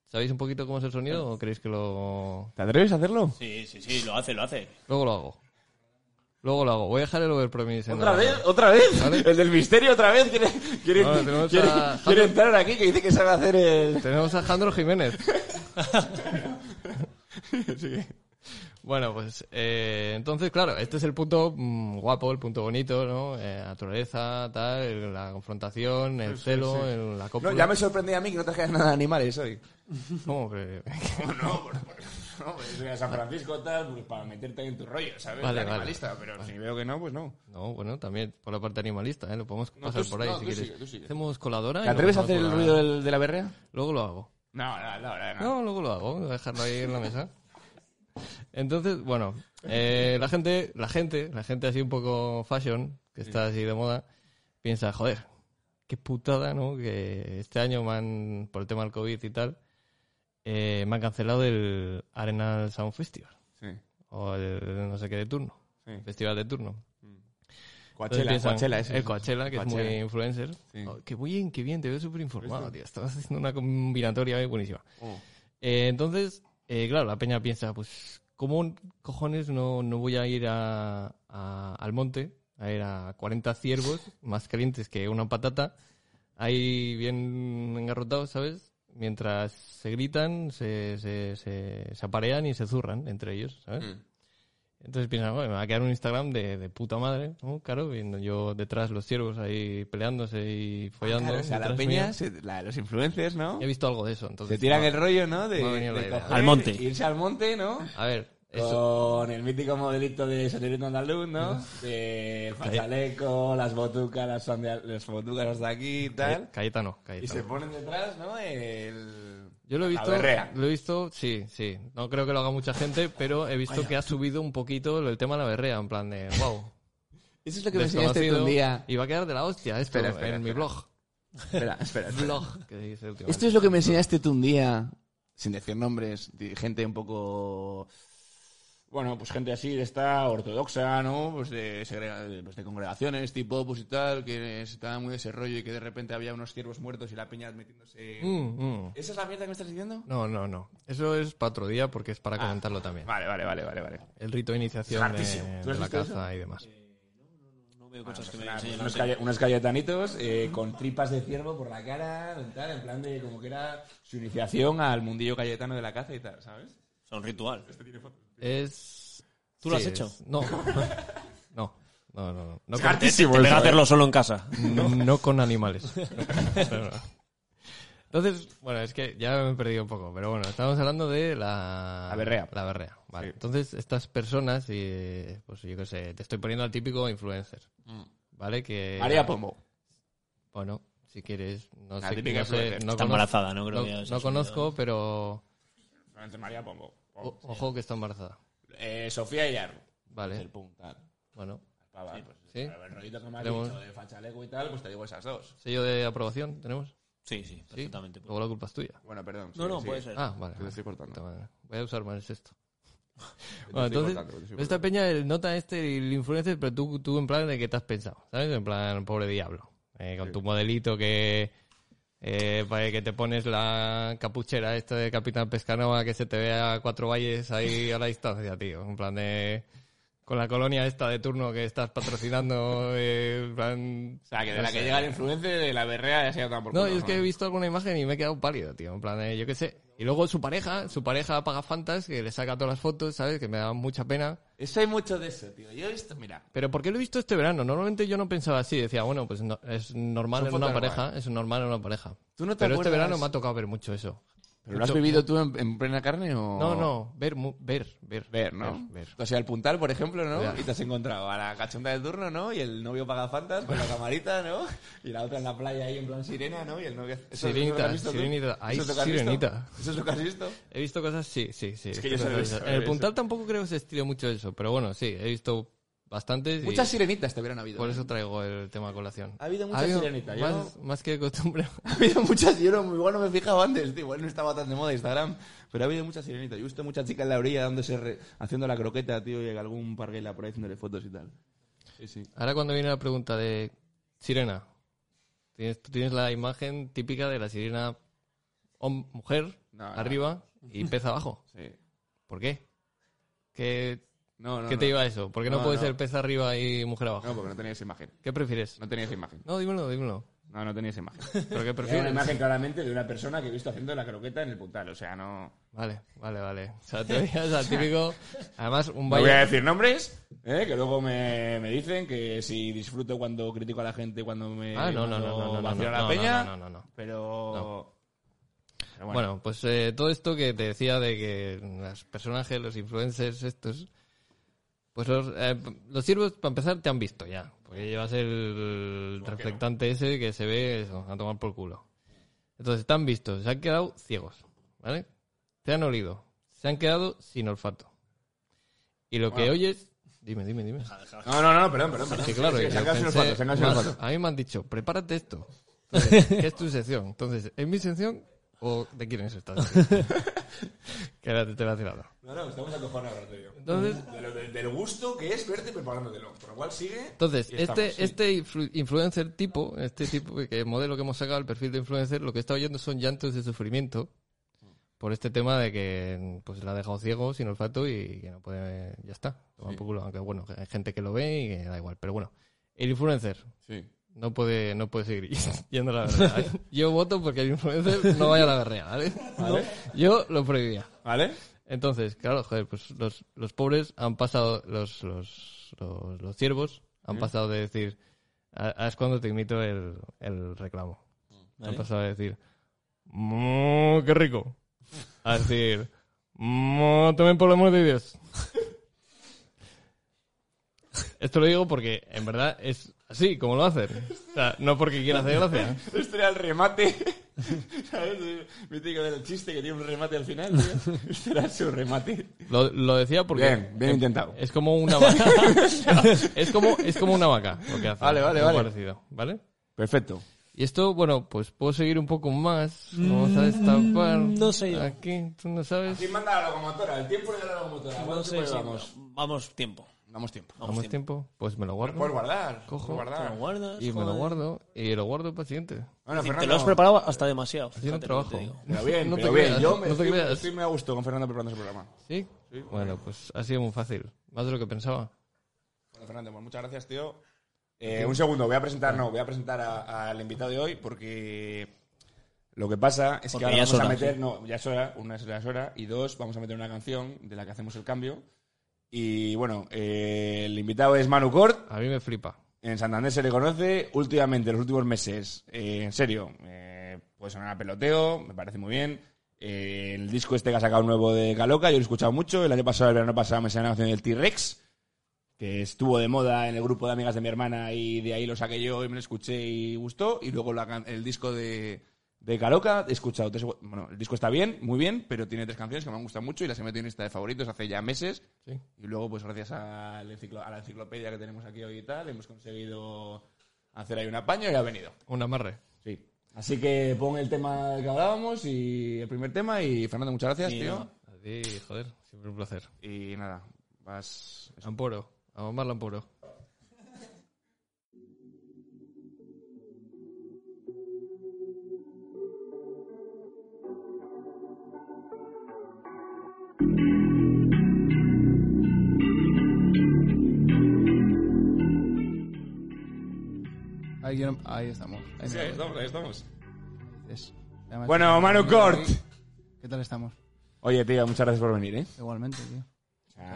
[SPEAKER 6] ¿Sabéis un poquito cómo es el sonido o creéis que lo...
[SPEAKER 1] ¿Te atreves a hacerlo?
[SPEAKER 3] Sí, sí, sí, lo hace, lo hace.
[SPEAKER 6] Luego lo hago. Luego lo hago. Voy a dejar el overpromise. en
[SPEAKER 1] ¿Otra
[SPEAKER 6] la-
[SPEAKER 1] vez? ¿Otra vez?
[SPEAKER 6] Vale.
[SPEAKER 1] El del misterio otra vez quiere, quiere,
[SPEAKER 6] Ahora tenemos
[SPEAKER 1] quiere-
[SPEAKER 6] a-
[SPEAKER 1] quiere entrar aquí que dice que sabe hacer el...
[SPEAKER 6] Tenemos a Jandro Jiménez. Bueno, pues eh, entonces, claro, este es el punto mm, guapo, el punto bonito, ¿no? Eh, naturaleza, tal, el- la confrontación, el celo, el- la
[SPEAKER 1] No,
[SPEAKER 6] cópula.
[SPEAKER 1] ya me sorprendía a mí que Pues no trajeras nada de animales hoy.
[SPEAKER 6] ¿Cómo que-
[SPEAKER 1] No, ¿no? Pues ir a San Francisco tal, pues para meterte ahí en tu rollo, ¿sabes?
[SPEAKER 6] Vale,
[SPEAKER 1] De
[SPEAKER 6] vale.
[SPEAKER 1] animalista, pero si veo que no, pues no.
[SPEAKER 6] No, bueno, también por la parte animalista, ¿eh? Lo podemos
[SPEAKER 1] No,
[SPEAKER 6] pasar
[SPEAKER 1] tú-
[SPEAKER 6] por ahí
[SPEAKER 1] no,
[SPEAKER 6] si
[SPEAKER 1] tú
[SPEAKER 6] quieres.
[SPEAKER 1] sigue, tú sigue.
[SPEAKER 6] Hacemos coladora. y
[SPEAKER 1] ¿Te
[SPEAKER 6] lo
[SPEAKER 1] atreves a hacer el
[SPEAKER 6] pasamos por la-
[SPEAKER 1] ruido del- de Ah. la berrea?
[SPEAKER 6] Luego lo hago.
[SPEAKER 1] No, no, no, no. no.
[SPEAKER 6] No, luego lo hago, voy a dejarlo ahí en la mesa. Entonces, bueno, eh, la gente, la gente, la gente así un poco fashion, que está así de moda, piensa, joder, qué putada, ¿no? Que este año me han, por el tema del COVID y tal, eh, me han cancelado el Arenal Sound Festival,
[SPEAKER 1] Sí.
[SPEAKER 6] o el no sé qué de turno,
[SPEAKER 1] Sí. Mm.
[SPEAKER 6] festival de turno. Entonces
[SPEAKER 1] Coachella,
[SPEAKER 6] piensan,
[SPEAKER 1] Coachella, ese.
[SPEAKER 6] El Coachella, que es muy influencer.
[SPEAKER 1] Sí.
[SPEAKER 6] Oh, qué bien, qué bien, te veo súper informado, tío. Estás haciendo una combinatoria ahí buenísima. Eh, entonces, eh, claro, la peña piensa, pues, ¿cómo cojones no, no voy a ir a- a- al monte a ir a 40 ciervos más calientes que una patata, ahí bien engarrotados, ¿sabes? Mientras se gritan, se, se, se, se aparean y se zurran entre ellos, ¿sabes?
[SPEAKER 1] Mm.
[SPEAKER 6] Entonces piensan, "Joder, me va a quedar un Instagram de, de puta madre, ¿no? Claro, viendo yo detrás los ciervos ahí peleándose y
[SPEAKER 1] Ah,
[SPEAKER 6] follando.
[SPEAKER 1] Claro, o sea, la
[SPEAKER 6] detrás
[SPEAKER 1] peña,
[SPEAKER 6] mío.
[SPEAKER 1] se- la de los influencers, ¿no?
[SPEAKER 6] He visto algo de eso, entonces.
[SPEAKER 1] Se tiran
[SPEAKER 6] no.
[SPEAKER 1] el rollo, ¿no? De,
[SPEAKER 6] me ha venido
[SPEAKER 1] de
[SPEAKER 6] la idea.
[SPEAKER 1] coger,
[SPEAKER 3] Al monte.
[SPEAKER 1] Irse al monte, ¿no?
[SPEAKER 6] A ver, eso.
[SPEAKER 1] Con el mítico modelito de Sonerito Andaluz, ¿no? De el chaleco, las botucas, las, sandal- las botucas hasta aquí y tal.
[SPEAKER 6] Cayetano,
[SPEAKER 1] Y
[SPEAKER 6] Cayetano.
[SPEAKER 1] se ponen detrás, ¿no? El...
[SPEAKER 6] Yo lo he
[SPEAKER 1] la
[SPEAKER 6] visto,
[SPEAKER 1] berrea.
[SPEAKER 6] lo he visto, sí, sí. No creo que lo haga mucha gente, pero he visto que ha subido un poquito el tema de la berrea, en plan de, wow,
[SPEAKER 1] Eso es lo que me enseñaste tú un día.
[SPEAKER 6] Y va a quedar de la hostia esto
[SPEAKER 1] Espera, espera,
[SPEAKER 6] en mi
[SPEAKER 1] espera.
[SPEAKER 6] blog.
[SPEAKER 1] espera, espera. espera.
[SPEAKER 6] Blog, que dice últimamente.
[SPEAKER 1] Esto es lo que me enseñaste tú un día, sin decir nombres, de gente un poco... Bueno, pues gente así de esta ortodoxa, ¿no? Pues de, segrega- de- pues de congregaciones tipo pues y tal, que estaba muy de ese rollo y que de repente había unos ciervos muertos y la peña metiéndose...
[SPEAKER 6] Mm, mm.
[SPEAKER 1] ¿Esa es la mierda que me estás diciendo?
[SPEAKER 6] No, no, no. Eso es para otro día porque es
[SPEAKER 1] Ah.
[SPEAKER 6] para comentarlo también.
[SPEAKER 1] Vale, vale, vale, vale, vale.
[SPEAKER 6] El rito de iniciación de,
[SPEAKER 1] Hartísimo. ¿Tú
[SPEAKER 6] de
[SPEAKER 1] has
[SPEAKER 6] la
[SPEAKER 1] visto
[SPEAKER 6] caza y demás.
[SPEAKER 3] No veo cosas que me
[SPEAKER 1] Nada, pues
[SPEAKER 3] enseñen.
[SPEAKER 1] unos, calle- unos cayetanitos eh, con tripas de ciervo por la cara, tal, en plan de como que era su iniciación al mundillo cayetano de la caza y tal, ¿sabes?
[SPEAKER 3] Son ritual.
[SPEAKER 6] Es...
[SPEAKER 3] ¿Tú lo has
[SPEAKER 6] sí,
[SPEAKER 3] hecho?
[SPEAKER 6] es- No. No, no, no. No, no, con,
[SPEAKER 1] Hartísimo.
[SPEAKER 3] Te pega hacerlo solo en casa.
[SPEAKER 6] no con animales. No, no, no. Entonces, bueno, es que ya me he perdido un poco, pero bueno, estábamos hablando de la...
[SPEAKER 1] La berrea.
[SPEAKER 6] La berrea, vale.
[SPEAKER 1] Sí.
[SPEAKER 6] Entonces, estas personas, y, pues yo qué sé, te estoy poniendo al típico influencer,
[SPEAKER 3] Mm.
[SPEAKER 6] ¿vale? Que...
[SPEAKER 1] María Pombo.
[SPEAKER 6] Bueno, si quieres, no
[SPEAKER 1] La
[SPEAKER 6] sé,
[SPEAKER 1] típica
[SPEAKER 6] no sé,
[SPEAKER 1] influencer.
[SPEAKER 6] no
[SPEAKER 3] Está
[SPEAKER 6] conozco-
[SPEAKER 3] embarazada, no creo
[SPEAKER 6] no-
[SPEAKER 3] que haya
[SPEAKER 6] no
[SPEAKER 3] salido.
[SPEAKER 6] conozco, pero...
[SPEAKER 1] Solamente María Pombo.
[SPEAKER 6] o- ojo que está embarazada.
[SPEAKER 1] Eh, Sofía Yarro. El
[SPEAKER 6] Vale,
[SPEAKER 1] pum, tal.
[SPEAKER 6] bueno.
[SPEAKER 1] Ah, vale, pues,
[SPEAKER 6] Eh. Sí.
[SPEAKER 1] para El rollito que me has
[SPEAKER 6] Tenemos-
[SPEAKER 1] dicho de fachaleco y tal, pues te digo esas dos.
[SPEAKER 6] ¿Sello de aprobación tenemos?
[SPEAKER 3] Sí, sí,
[SPEAKER 6] Sí.
[SPEAKER 3] perfectamente.
[SPEAKER 6] Luego la culpa es tuya.
[SPEAKER 1] Bueno, perdón.
[SPEAKER 3] No,
[SPEAKER 1] sigue,
[SPEAKER 3] no,
[SPEAKER 1] sigue.
[SPEAKER 3] puede ser.
[SPEAKER 6] Ah, vale.
[SPEAKER 1] Te lo estoy cortando.
[SPEAKER 6] Puta madre. Voy a usar más esto.
[SPEAKER 1] Te
[SPEAKER 6] Bueno,
[SPEAKER 1] lo estoy
[SPEAKER 6] entonces,
[SPEAKER 1] cortando, te lo estoy
[SPEAKER 6] esta
[SPEAKER 1] cortando.
[SPEAKER 6] peña, el nota este y el influencer, pero tú, tú en plan de que te has pensado, ¿sabes? En plan, pobre diablo. Eh, con tu modelito que... eh, para que te pones la capuchera esta de Capitán Pescanova que se te vea cuatro valles ahí a la distancia, tío. En plan de... Con la colonia esta de turno que estás patrocinando, eh, en plan...
[SPEAKER 1] O sea, que de
[SPEAKER 6] no
[SPEAKER 1] la
[SPEAKER 6] sé.
[SPEAKER 1] que llega el influencer de la berrea ya se ha dado por
[SPEAKER 6] No,
[SPEAKER 1] culo,
[SPEAKER 6] yo es que he visto alguna imagen y me he quedado pálido, tío. En plan, eh, yo qué sé. Y luego su pareja, su pareja paga fantas, que le saca todas las fotos, ¿sabes? Que me da mucha pena.
[SPEAKER 1] Eso hay mucho de eso, tío. Yo he visto, mira,
[SPEAKER 6] Pero ¿por qué lo he visto este verano? Normalmente yo no pensaba así. Decía, bueno, pues no- es normal
[SPEAKER 1] Son
[SPEAKER 6] en una
[SPEAKER 1] fotos
[SPEAKER 6] pareja, es normal en una pareja.
[SPEAKER 1] ¿Tú no te
[SPEAKER 6] Pero este
[SPEAKER 1] acuerdas?
[SPEAKER 6] verano me ha tocado ver mucho eso.
[SPEAKER 1] ¿Pero lo has vivido tú en, en plena carne o...?
[SPEAKER 6] No, no, ver, mu- ver, ver.
[SPEAKER 1] Oh. Ver, ¿no?
[SPEAKER 6] Ver, ver.
[SPEAKER 1] O sea, el puntal, por ejemplo, ¿no?
[SPEAKER 6] Ya.
[SPEAKER 1] Y te has encontrado a la cachonda del turno, ¿no? Y el novio paga fantas con la camarita, ¿no? Y la otra en la playa ahí en plan sirena, ¿no? Y el novio... ¿Eso- eso es lo que
[SPEAKER 6] Sirenita,
[SPEAKER 1] has visto tú?
[SPEAKER 6] sirenita. Ay,
[SPEAKER 1] ¿Eso es lo que has visto?
[SPEAKER 6] sirenita.
[SPEAKER 1] ¿Eso es lo que has visto?
[SPEAKER 6] He visto cosas, sí, sí, sí.
[SPEAKER 1] que yo
[SPEAKER 6] Cosas
[SPEAKER 1] solo he
[SPEAKER 6] de
[SPEAKER 1] visto,
[SPEAKER 6] esas. En el
[SPEAKER 1] he
[SPEAKER 6] puntal
[SPEAKER 1] visto.
[SPEAKER 6] tampoco creo que se estire mucho eso, pero bueno, sí, he visto bastantes. y-
[SPEAKER 1] Muchas sirenitas te hubieran habido. ¿eh?
[SPEAKER 6] Por eso traigo el tema a colación.
[SPEAKER 1] Ha habido muchas sirenitas, yo
[SPEAKER 6] Más, más que de costumbre.
[SPEAKER 1] Ha habido muchas, yo no, igual no me fijaba antes, tío, igual no estaba tan de moda Instagram, pero ha habido muchas sirenitas. Yo he visto muchas chicas en la orilla dándose re- haciendo la croqueta, tío, y algún parguela por ahí haciéndole fotos y tal. Sí, sí.
[SPEAKER 6] Ahora cuando viene la pregunta de sirena, tienes, tú tienes la imagen típica de la sirena hom- mujer
[SPEAKER 1] No, no.
[SPEAKER 6] arriba y pez abajo.
[SPEAKER 1] sí.
[SPEAKER 6] ¿Por qué? ¿Qué,
[SPEAKER 1] No, no,
[SPEAKER 6] qué
[SPEAKER 1] no.
[SPEAKER 6] te iba eso? ¿Por qué no,
[SPEAKER 1] No,
[SPEAKER 6] puede
[SPEAKER 1] no.
[SPEAKER 6] ser pez arriba y mujer abajo?
[SPEAKER 1] No, porque no tenía esa imagen.
[SPEAKER 6] ¿Qué prefieres?
[SPEAKER 1] No tenía esa imagen.
[SPEAKER 6] No, dímelo, dímelo.
[SPEAKER 1] No, no tenía esa imagen.
[SPEAKER 6] ¿Pero qué
[SPEAKER 1] Era una
[SPEAKER 6] prefieres?
[SPEAKER 1] imagen claramente de una persona que he visto haciendo la croqueta en el puntal, o sea, no...
[SPEAKER 6] Vale, vale, vale. O sea, te veías al típico... Además, un
[SPEAKER 1] No voy a
[SPEAKER 6] baile...
[SPEAKER 1] decir nombres, ¿eh? que luego me, me dicen que si disfruto cuando critico a la gente, cuando me
[SPEAKER 6] Ah, no, no, no,
[SPEAKER 1] cuando
[SPEAKER 6] no, no, no,
[SPEAKER 1] vacilo a la
[SPEAKER 6] no, no,
[SPEAKER 1] peña,
[SPEAKER 6] no, no, no.
[SPEAKER 1] pero... Pero
[SPEAKER 6] Bueno, pues eh, todo esto que te decía de que los personajes, los influencers, estos, pues los, eh, los siervos, para empezar, te han visto ya. Porque llevas el reflectante ese que se ve eso, a tomar por culo. Entonces, están vistos, se han quedado ciegos, ¿vale? Te han olido, se han quedado sin olfato. Y lo que oyes... Dime, dime, dime.
[SPEAKER 1] No, no, no, no, perdón, perdón. perdón.
[SPEAKER 6] Que claro,
[SPEAKER 1] Sí, sí, se
[SPEAKER 6] yo
[SPEAKER 1] han quedado sin
[SPEAKER 6] pensé-
[SPEAKER 1] olfato, se han quedado sin
[SPEAKER 6] más-
[SPEAKER 1] olfato.
[SPEAKER 6] A mí me han dicho, prepárate esto. Entonces, ¿Qué es tu sección? Entonces, ¿es mi sección o de quién es esta? sección? que ahora te, te la he tirado.
[SPEAKER 1] No, no, estamos acojonados, te digo.
[SPEAKER 6] Entonces,
[SPEAKER 1] De lo- de- del gusto que es verte preparándotelo. Por lo cual sigue.
[SPEAKER 6] entonces
[SPEAKER 1] Y
[SPEAKER 6] este,
[SPEAKER 1] estamos, sí.
[SPEAKER 6] este influ- influencer tipo, este tipo que modelo que hemos sacado, el perfil de influencer, lo que está oyendo son llantos de sufrimiento por este tema de que pues la ha dejado ciego, sin olfato y que no puede, ya está, Toma por culo. aunque bueno, que hay gente que lo ve y que da igual, pero bueno, el influencer,
[SPEAKER 5] Sí.
[SPEAKER 6] No puede, no puede seguir yendo a la berrea. ¿eh? Yo voto porque el influencer no vaya a la berrea, ¿vale? Yo lo prohibía.
[SPEAKER 1] ¿Vale?
[SPEAKER 6] Entonces, claro, joder, pues los, los pobres han pasado, los, los, los, los ciervos han pasado de decir, "Ah, ah, es cuando te imito el, el reclamo. Han pasado de decir, "Mmm, qué rico. A decir, "Mmm, tomen por el amor de Dios. Esto lo digo porque en verdad es así como lo hacen. O sea, no porque quiera hacer gracia.
[SPEAKER 1] Este era el remate. ¿Sabes? Mítico del chiste que tiene un remate al final, tío. Este era su remate.
[SPEAKER 6] Lo, lo decía porque
[SPEAKER 1] Bien, bien intentado.
[SPEAKER 6] Es como una vaca. es, como, es como una vaca lo que hace.
[SPEAKER 1] Vale, vale,
[SPEAKER 6] Muy
[SPEAKER 1] vale.
[SPEAKER 6] parecido, ¿vale?
[SPEAKER 1] Perfecto.
[SPEAKER 6] Y esto, bueno, pues puedo seguir un poco más. Vamos a destapar.
[SPEAKER 3] Mm, no sé yo.
[SPEAKER 6] Aquí, tú no sabes.
[SPEAKER 1] ¿Quién manda la locomotora? El tiempo de la locomotora.
[SPEAKER 3] No
[SPEAKER 1] ¿Cuánto
[SPEAKER 3] sé
[SPEAKER 1] tiempo
[SPEAKER 3] si-
[SPEAKER 1] llevamos?
[SPEAKER 3] Vamos, tiempo.
[SPEAKER 1] Damos tiempo.
[SPEAKER 3] Vamos,
[SPEAKER 6] ¿Damos
[SPEAKER 3] tiempo.
[SPEAKER 6] tiempo? Pues me lo guardo.
[SPEAKER 1] Puedes guardar.
[SPEAKER 6] Cojo.
[SPEAKER 1] puedes
[SPEAKER 3] Te lo
[SPEAKER 1] guardar.
[SPEAKER 3] guardas,
[SPEAKER 6] y me lo
[SPEAKER 3] joder.
[SPEAKER 6] guardo. Y lo guardo paciente.
[SPEAKER 1] Bueno,
[SPEAKER 3] Es decir,
[SPEAKER 1] Fernando.
[SPEAKER 3] te lo has preparado hasta demasiado.
[SPEAKER 6] Haciendo
[SPEAKER 3] fíjate lo que
[SPEAKER 6] trabajo.
[SPEAKER 3] te digo.
[SPEAKER 1] Pero bien,
[SPEAKER 6] No te
[SPEAKER 1] pero bien.
[SPEAKER 6] creas,
[SPEAKER 1] Yo me
[SPEAKER 6] no te
[SPEAKER 1] estoy,
[SPEAKER 6] creas.
[SPEAKER 1] estoy muy a gusto con Fernando preparando ese programa.
[SPEAKER 6] ¿Sí? Bueno, pues ha sido muy fácil. Más de lo que pensaba.
[SPEAKER 1] Bueno, Fernando, pues muchas gracias, tío. Eh, un segundo, voy a presentar, no, voy a presentar a- al invitado de hoy porque lo que pasa es
[SPEAKER 3] Porque
[SPEAKER 1] que ahora
[SPEAKER 3] ya es
[SPEAKER 1] vamos a
[SPEAKER 3] hora,
[SPEAKER 1] meter, no, ya es hora, una es la hora, y dos, vamos a meter una canción de la que hacemos el cambio. Y bueno, eh, el invitado es Manu Cort,
[SPEAKER 6] A mí me flipa.
[SPEAKER 1] en Santander se le conoce últimamente, en los últimos meses. Eh, en serio, eh, puede sonar a peloteo, me parece muy bien. Eh, el disco este que ha sacado nuevo de Caloca, yo lo he escuchado mucho. El año pasado, el verano pasado, me salió la canción del T-Rex, que estuvo de moda en el grupo de amigas de mi hermana y de ahí lo saqué yo y me lo escuché y gustó. Y luego la can- el disco de, de Caloca, he escuchado tres- Bueno, el disco está bien, muy bien, pero tiene tres canciones que me han gustado mucho y las he metido en esta de favoritos hace ya meses.
[SPEAKER 6] Sí.
[SPEAKER 1] Y luego, pues gracias al enciclo- a la enciclopedia que tenemos aquí hoy y tal, hemos conseguido hacer ahí un apaño y ha venido.
[SPEAKER 6] Un amarre.
[SPEAKER 1] Sí. Así que pon el tema del que hablábamos y el primer tema. Y Fernando, muchas gracias,
[SPEAKER 3] Y
[SPEAKER 1] tío.
[SPEAKER 3] nada.
[SPEAKER 6] A ti, joder, siempre un placer.
[SPEAKER 1] Y nada, vas.
[SPEAKER 6] Amporo. A mamarlo Amporo.
[SPEAKER 5] Ahí, ahí estamos. Ahí me lo
[SPEAKER 1] estamos, ahí estamos.
[SPEAKER 5] dices. Además,
[SPEAKER 1] Bueno,
[SPEAKER 5] que-
[SPEAKER 1] Manu Cort.
[SPEAKER 5] ¿Qué tal estamos?
[SPEAKER 1] Oye, tío, muchas gracias por venir, ¿eh?
[SPEAKER 5] Igualmente, tío.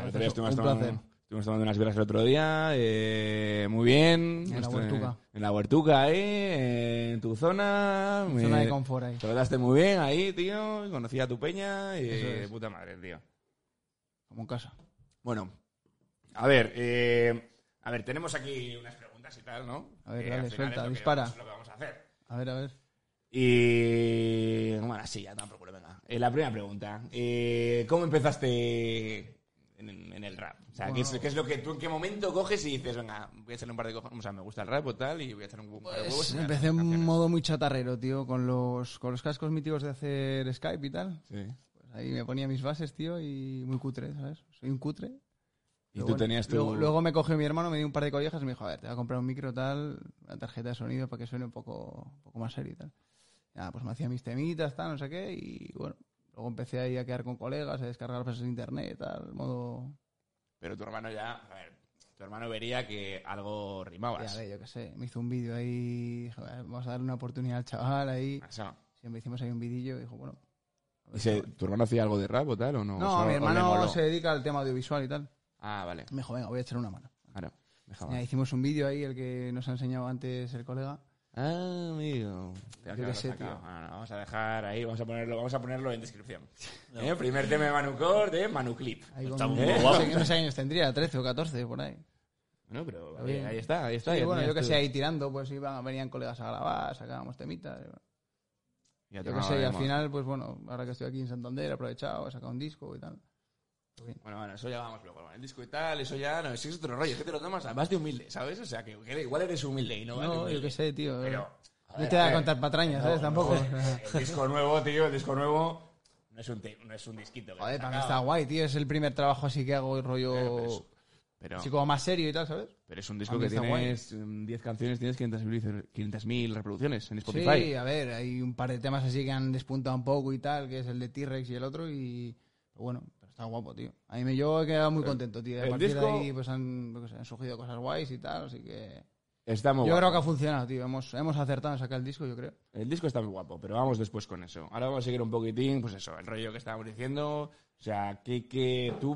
[SPEAKER 1] el otro día estuvimos,
[SPEAKER 5] Un
[SPEAKER 1] tomando,
[SPEAKER 5] placer.
[SPEAKER 1] estuvimos tomando unas velas el otro día. eh, muy bien.
[SPEAKER 5] la
[SPEAKER 1] Estu-
[SPEAKER 5] Huertuca.
[SPEAKER 1] En la huertuca, ¿eh? En tu zona. me-
[SPEAKER 5] Zona de confort ahí.
[SPEAKER 1] Te lo daste muy bien ahí, tío. Conocí a tu peña y eh,
[SPEAKER 5] Eso es.
[SPEAKER 1] puta madre, tío.
[SPEAKER 5] Como en casa.
[SPEAKER 1] Bueno, a ver, eh, a ver, tenemos aquí unas preguntas y tal, ¿no?
[SPEAKER 5] A ver,
[SPEAKER 1] Que
[SPEAKER 5] dale,
[SPEAKER 1] al final
[SPEAKER 5] suelta,
[SPEAKER 1] es lo que-
[SPEAKER 5] dispara.
[SPEAKER 1] es lo que vamos a hacer.
[SPEAKER 5] A ver, a ver.
[SPEAKER 1] Y bueno, sí, ya tampoco lo venga. Eh, la primera pregunta, eh, ¿cómo empezaste en, en el rap? O sea, ¿qué, es, qué es lo que tú en qué momento coges y dices, venga, voy a echarle un par de cojones, o sea, me gusta el rap o tal y voy a echar un par de huevos? y voy a
[SPEAKER 5] Pues, empecé
[SPEAKER 1] hacer
[SPEAKER 5] en
[SPEAKER 1] canciones"?
[SPEAKER 5] modo muy chatarrero, tío, con los, con los cascos míticos de hacer Skype y tal.
[SPEAKER 1] Sí.
[SPEAKER 5] Pues ahí me ponía mis bases, tío, y muy cutre, ¿sabes? Soy un cutre.
[SPEAKER 1] Y tú tenías tu...
[SPEAKER 5] luego, luego me cogió mi hermano, me dio un par de collejas y me dijo, a ver, te voy a comprar un micro tal, una tarjeta de sonido para que suene un poco, un poco más serio y tal. Y nada, pues me hacía mis temitas, tal, no sé qué, y bueno, luego empecé ahí a quedar con colegas, a descargar cosas de internet, tal, modo...
[SPEAKER 1] Pero tu hermano ya, a ver, tu hermano vería que algo rimabas.
[SPEAKER 5] Ya ve, yo qué sé, me hizo un vídeo ahí, dije, "Vale, vamos a darle una oportunidad al chaval ahí.
[SPEAKER 1] Eso.
[SPEAKER 5] Siempre hicimos ahí un vidillo y dijo, bueno... pues a ver
[SPEAKER 1] ¿Y se-
[SPEAKER 5] qué va".
[SPEAKER 1] ¿Tu hermano hacía algo de rap o tal o no?
[SPEAKER 5] No,
[SPEAKER 1] O sea,
[SPEAKER 5] mi
[SPEAKER 1] o le
[SPEAKER 5] hermano
[SPEAKER 1] moló.
[SPEAKER 5] se dedica al tema audiovisual y tal. Ah,
[SPEAKER 1] Ah, vale.
[SPEAKER 5] Me dijo, venga, voy a echar una mano.
[SPEAKER 1] Claro. Deja
[SPEAKER 5] Ya,
[SPEAKER 1] más.
[SPEAKER 5] hicimos un vídeo ahí, el que nos ha enseñado antes el colega.
[SPEAKER 1] Ah, amigo.
[SPEAKER 6] Yo qué sé, tío.
[SPEAKER 1] Ah, vamos a dejar ahí, vamos a ponerlo, vamos a ponerlo en descripción. ¿Eh? Primer tema de Manucor de Eh, Manuclip.
[SPEAKER 6] Ahí
[SPEAKER 3] Está
[SPEAKER 6] con-
[SPEAKER 3] muy
[SPEAKER 6] no
[SPEAKER 3] guapo.
[SPEAKER 6] sé qué- no sé qué años tendría, 13 o 14, por ahí.
[SPEAKER 1] Bueno, pero
[SPEAKER 6] Está bien.
[SPEAKER 1] ahí está, ahí está.
[SPEAKER 6] Sí,
[SPEAKER 1] ya
[SPEAKER 6] bueno, yo
[SPEAKER 1] tenías
[SPEAKER 6] que
[SPEAKER 1] tú-
[SPEAKER 6] sé, ahí tirando, pues iban, venían colegas a grabar, sacábamos temitas.
[SPEAKER 1] ya
[SPEAKER 6] Yo que
[SPEAKER 1] tocaba,
[SPEAKER 6] sé, y al
[SPEAKER 1] digamos.
[SPEAKER 6] final, pues bueno, ahora que estoy aquí en Santander, he aprovechado, he sacado un disco y tal.
[SPEAKER 1] Bueno, bueno, eso ya vamos luego. Bueno, el disco y tal, eso ya no, ese es otro rollo. Que te lo tomas, vas de humilde, ¿sabes? O sea, que que igual eres humilde y no vas de
[SPEAKER 6] No,
[SPEAKER 1] humilde.
[SPEAKER 6] yo que sé, tío.
[SPEAKER 1] pues
[SPEAKER 5] eh.
[SPEAKER 1] Pero, a
[SPEAKER 6] no
[SPEAKER 1] ver,
[SPEAKER 6] te
[SPEAKER 1] a
[SPEAKER 6] voy a
[SPEAKER 1] ver.
[SPEAKER 6] contar patrañas, ¿sabes? Tampoco.
[SPEAKER 1] El disco nuevo, tío, el disco nuevo no es un, te- no es un disquito. que
[SPEAKER 6] Joder,
[SPEAKER 1] te
[SPEAKER 6] para mí
[SPEAKER 1] saca,
[SPEAKER 6] está guay, tío. Es el primer trabajo así que hago
[SPEAKER 1] Eh, Pero es-
[SPEAKER 6] rollo...
[SPEAKER 1] Pero,
[SPEAKER 6] Así como más serio y tal, ¿sabes?
[SPEAKER 1] pero es un
[SPEAKER 6] a
[SPEAKER 1] disco
[SPEAKER 6] mí
[SPEAKER 1] que
[SPEAKER 6] está
[SPEAKER 1] tienes mm, 10 canciones, tienes 500.000 500.000 reproducciones en Spotify.
[SPEAKER 6] Sí, a ver, hay un par de temas así que han despuntado un poco y tal, que es el de T-Rex y el otro, y pero bueno, pero está guapo, tío. A mí me yo he quedado muy contento, tío. Y A
[SPEAKER 1] el
[SPEAKER 6] partir
[SPEAKER 1] disco-
[SPEAKER 6] de ahí pues han, yo qué sé, han surgido cosas guays y tal, así que...
[SPEAKER 1] Está muy
[SPEAKER 6] Yo
[SPEAKER 1] guapo.
[SPEAKER 6] creo que ha funcionado, tío. Hemos, hemos acertado en sacar el disco, yo creo.
[SPEAKER 1] El disco está muy guapo, pero vamos después con eso. Ahora vamos a seguir un poquitín, pues eso, el rollo que estábamos diciendo. O sea, que, que tú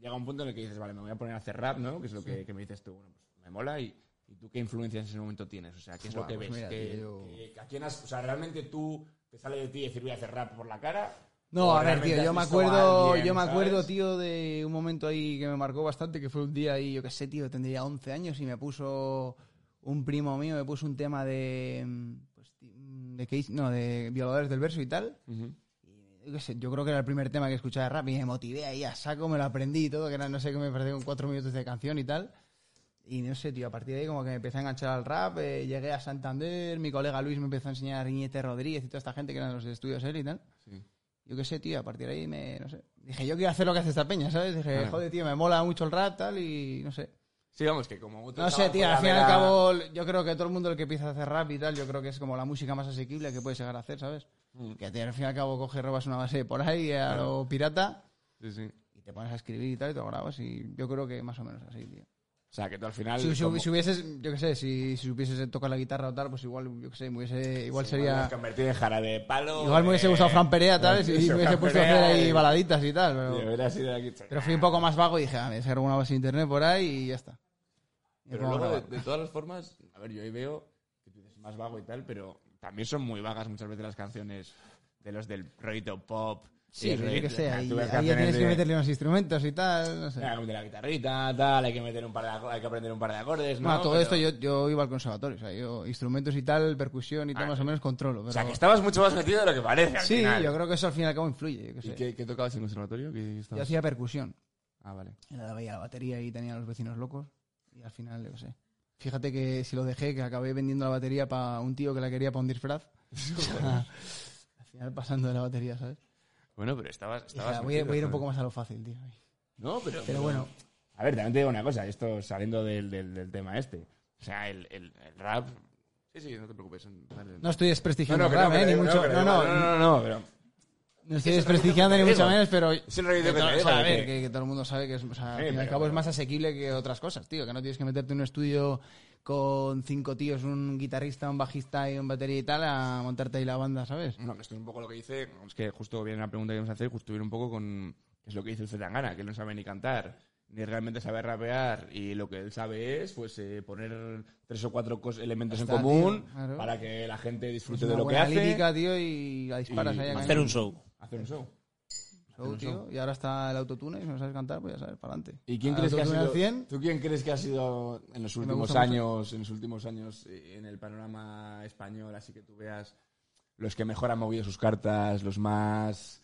[SPEAKER 1] llega un punto en el que dices, vale, me voy a poner a hacer rap, ¿no? Que es lo que, que me dices tú, bueno, pues me mola y, y tú qué influencias en ese momento tienes. O sea, ¿qué es lo
[SPEAKER 6] Buah,
[SPEAKER 1] que
[SPEAKER 6] pues
[SPEAKER 1] ves?
[SPEAKER 6] mira,
[SPEAKER 1] ¿Qué-
[SPEAKER 6] tío, yo-
[SPEAKER 1] qué- ¿A quién has, o sea, realmente tú te sale de ti decir voy a hacer rap por la cara?
[SPEAKER 6] No,
[SPEAKER 1] ¿O
[SPEAKER 6] a ver,
[SPEAKER 1] realmente
[SPEAKER 6] tío,
[SPEAKER 1] has
[SPEAKER 6] yo
[SPEAKER 1] visto
[SPEAKER 6] me
[SPEAKER 1] a
[SPEAKER 6] acuerdo,
[SPEAKER 1] alguien,
[SPEAKER 6] yo me acuerdo,
[SPEAKER 1] ¿sabes?
[SPEAKER 6] tío, de un momento ahí que me marcó bastante, que fue un día ahí, yo qué sé, tío, tendría 11 años y me puso un primo mío, me puso un tema de mm, pues, ti- mm, de Case- no, de violadores del verso y tal.
[SPEAKER 1] Ujú.
[SPEAKER 6] Y, yo qué sé, yo creo que era el primer tema que escuchaba de rap y me motivé ahí a saco, me lo aprendí y todo, que era no sé qué me pareció con cuatro minutos de canción y tal. Y no sé, tío, a partir de ahí como que me empecé a enganchar al rap, eh, llegué a Santander, mi colega Luis me empezó a enseñar a Iñete Rodríguez y toda esta gente que eran los estudios él y tal. Yo qué sé, tío, a partir de ahí me, no sé. Dije, yo quiero hacer lo que hace esta peña, ¿sabes? Dije,
[SPEAKER 1] Claro.
[SPEAKER 6] joder, tío, me mola mucho el rap, tal, y no sé.
[SPEAKER 1] Sí, vamos, que como... otro
[SPEAKER 6] No sé,
[SPEAKER 1] chaval
[SPEAKER 6] tío,
[SPEAKER 1] fuera
[SPEAKER 6] al fin y
[SPEAKER 1] de
[SPEAKER 6] al
[SPEAKER 1] la-
[SPEAKER 6] cabo, yo creo que todo el mundo el que empieza a hacer rap y tal, yo creo que es como la música más asequible que puedes llegar a hacer, ¿sabes? Que tío, al fin y al cabo coges, robas una base por ahí a lo pirata
[SPEAKER 1] Sí, sí.
[SPEAKER 6] y te pones a escribir y tal y te lo grabas y yo creo que más o menos así, tío.
[SPEAKER 1] O sea, que tú al final...
[SPEAKER 6] Si, si-
[SPEAKER 1] como-
[SPEAKER 6] si hubieses, yo qué sé, si, si supieses tocar la guitarra o tal, pues igual, yo qué sé, me hubiese, igual
[SPEAKER 1] Lo
[SPEAKER 6] sería...
[SPEAKER 1] has convertido en jarabe de palo.
[SPEAKER 6] Igual me hubiese gustado
[SPEAKER 1] eh,
[SPEAKER 6] Fran Perea,
[SPEAKER 1] lo
[SPEAKER 6] tal,
[SPEAKER 1] has
[SPEAKER 6] y
[SPEAKER 1] dicho,
[SPEAKER 6] me hubiese
[SPEAKER 1] Fran
[SPEAKER 6] puesto a hacer
[SPEAKER 1] Perea,
[SPEAKER 6] ahí
[SPEAKER 1] eh.
[SPEAKER 6] baladitas y tal,
[SPEAKER 1] Tío,
[SPEAKER 6] pero...
[SPEAKER 1] hubiera sido aquí-
[SPEAKER 6] Pero fui un poco más vago y dije, "Ah, a ver, sacar una base de internet por ahí y ya está. Y
[SPEAKER 1] Pero
[SPEAKER 6] como
[SPEAKER 1] luego, de,
[SPEAKER 6] grabar.
[SPEAKER 1] de todas las formas, a ver, yo ahí veo que tú dices más vago y tal, pero también son muy vagas muchas veces las canciones de los del rollito pop.
[SPEAKER 6] Sí, pero yo
[SPEAKER 1] que
[SPEAKER 6] qué sé, ahí,
[SPEAKER 1] tú ves
[SPEAKER 6] ahí ya
[SPEAKER 1] canciones
[SPEAKER 6] tienes que
[SPEAKER 1] de-
[SPEAKER 6] meterle unos instrumentos y tal, no sé.
[SPEAKER 1] Ah, como de la guitarrita, tal, hay que, meter un par de, aco- hay que aprender un par de acordes, ¿no?
[SPEAKER 6] Bueno, todo
[SPEAKER 1] Pero-
[SPEAKER 6] esto yo, yo iba al conservatorio, o sea, yo instrumentos y tal, percusión y tal,
[SPEAKER 1] Ah,
[SPEAKER 6] más o menos controlo.
[SPEAKER 1] O
[SPEAKER 6] Pero...
[SPEAKER 1] sea, que estabas mucho más metido de lo que parece al
[SPEAKER 6] sí,
[SPEAKER 1] final.
[SPEAKER 6] yo creo que eso al fin y al cabo influye, yo qué sé.
[SPEAKER 1] qué, tocabas en conservatorio?
[SPEAKER 6] Yo hacía percusión,
[SPEAKER 1] Ah, vale.
[SPEAKER 6] era veía la batería y tenía a los vecinos locos y al final, yo qué sé. Fíjate que si lo dejé, que acabé vendiendo la batería para un tío que la quería para un disfraz. O sea, al final pasando de la batería, ¿sabes?
[SPEAKER 1] Bueno, pero estabas...
[SPEAKER 6] Dije,
[SPEAKER 1] estabas
[SPEAKER 6] "Ah, voy, a-
[SPEAKER 1] metido,
[SPEAKER 6] voy a ir un
[SPEAKER 1] joder".
[SPEAKER 6] poco más a lo fácil, tío.
[SPEAKER 1] No, pero...
[SPEAKER 6] Pero bueno,
[SPEAKER 1] A ver, también te digo una cosa, esto saliendo del, del, del tema este. O sea, el, el, el rap... Sí, sí, no te preocupes. son-
[SPEAKER 6] no estoy
[SPEAKER 1] No,
[SPEAKER 6] desprestigiando
[SPEAKER 1] no,
[SPEAKER 6] el
[SPEAKER 1] que
[SPEAKER 6] rap,
[SPEAKER 1] no,
[SPEAKER 6] ¿eh?
[SPEAKER 1] que
[SPEAKER 6] Ni
[SPEAKER 1] no,
[SPEAKER 6] mucho.
[SPEAKER 1] que no,
[SPEAKER 6] No, no,
[SPEAKER 1] no, no, no, pero...
[SPEAKER 6] no estoy desprestigiando ni
[SPEAKER 1] te
[SPEAKER 6] mucho
[SPEAKER 1] digo.
[SPEAKER 6] menos, pero.
[SPEAKER 1] Es el rollo que
[SPEAKER 6] que
[SPEAKER 1] te
[SPEAKER 6] todo-
[SPEAKER 1] digo,
[SPEAKER 6] o sea, a
[SPEAKER 1] de
[SPEAKER 6] ver,
[SPEAKER 1] que-
[SPEAKER 6] que, que todo el mundo sabe que es, o sea,
[SPEAKER 1] Sí,
[SPEAKER 6] al fin y al
[SPEAKER 1] pero-
[SPEAKER 6] cabo es más asequible que otras cosas, tío. Que no tienes que meterte en un estudio con cinco tíos, un guitarrista, un bajista y un batería y tal, a montarte ahí la banda, ¿sabes?
[SPEAKER 1] No, que esto es un poco lo que dice, es que justo viene la pregunta que vamos a hacer, justo viene un poco con, que es lo que dice el Zetangana, que él no sabe ni cantar, ni realmente sabe rapear, y lo que él sabe es, pues, eh, poner tres o cuatro cos- elementos
[SPEAKER 6] Ya
[SPEAKER 1] en
[SPEAKER 6] está,
[SPEAKER 1] común
[SPEAKER 6] tío, claro.
[SPEAKER 1] para que la gente
[SPEAKER 6] Es
[SPEAKER 1] disfrute
[SPEAKER 6] una
[SPEAKER 1] de lo que
[SPEAKER 6] buena
[SPEAKER 1] hace,
[SPEAKER 6] lírica, tío, y la disparas
[SPEAKER 1] Y
[SPEAKER 6] ahí a
[SPEAKER 1] hacer
[SPEAKER 3] Hacer
[SPEAKER 6] cañón.
[SPEAKER 3] un show.
[SPEAKER 1] hacer un show.
[SPEAKER 6] Show, tío, Y ahora está el autotune, y si no sabes cantar, pues ya sabes, para adelante.
[SPEAKER 1] ¿Y quién crees que ha
[SPEAKER 6] Autotune al
[SPEAKER 1] sido,
[SPEAKER 6] 100,
[SPEAKER 1] tú quién crees que ha sido en los últimos
[SPEAKER 6] gusta mucho.
[SPEAKER 1] años, en los últimos años eh, en el panorama español, así que tú veas los que mejor han movido sus cartas, los más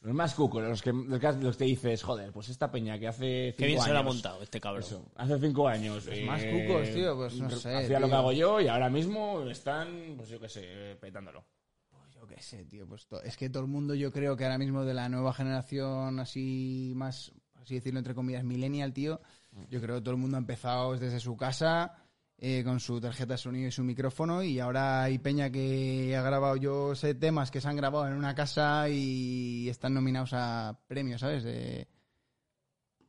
[SPEAKER 1] los más cucos, los que los que, los que dices, joder, pues esta peña que hace cinco
[SPEAKER 3] Qué bien
[SPEAKER 1] años
[SPEAKER 3] se lo ha montado este cabrón.
[SPEAKER 1] eso, hace cinco años. eh,
[SPEAKER 6] más cucos, tío, pues no sé,
[SPEAKER 1] Hacía
[SPEAKER 6] tío.
[SPEAKER 1] lo que hago yo y ahora mismo están, pues yo qué sé, petándolo.
[SPEAKER 6] Yo qué sé, tío. Pues to- es que todo el mundo, yo creo que ahora mismo de la nueva generación, así más, por así decirlo, entre comillas, millennial, tío.
[SPEAKER 1] Mm.
[SPEAKER 6] Yo creo que todo el mundo ha empezado desde su casa, eh, con su tarjeta de sonido y su micrófono. Y ahora hay Peña que ha grabado, yo sé temas que se han grabado en una casa y están nominados a premios, ¿sabes? De-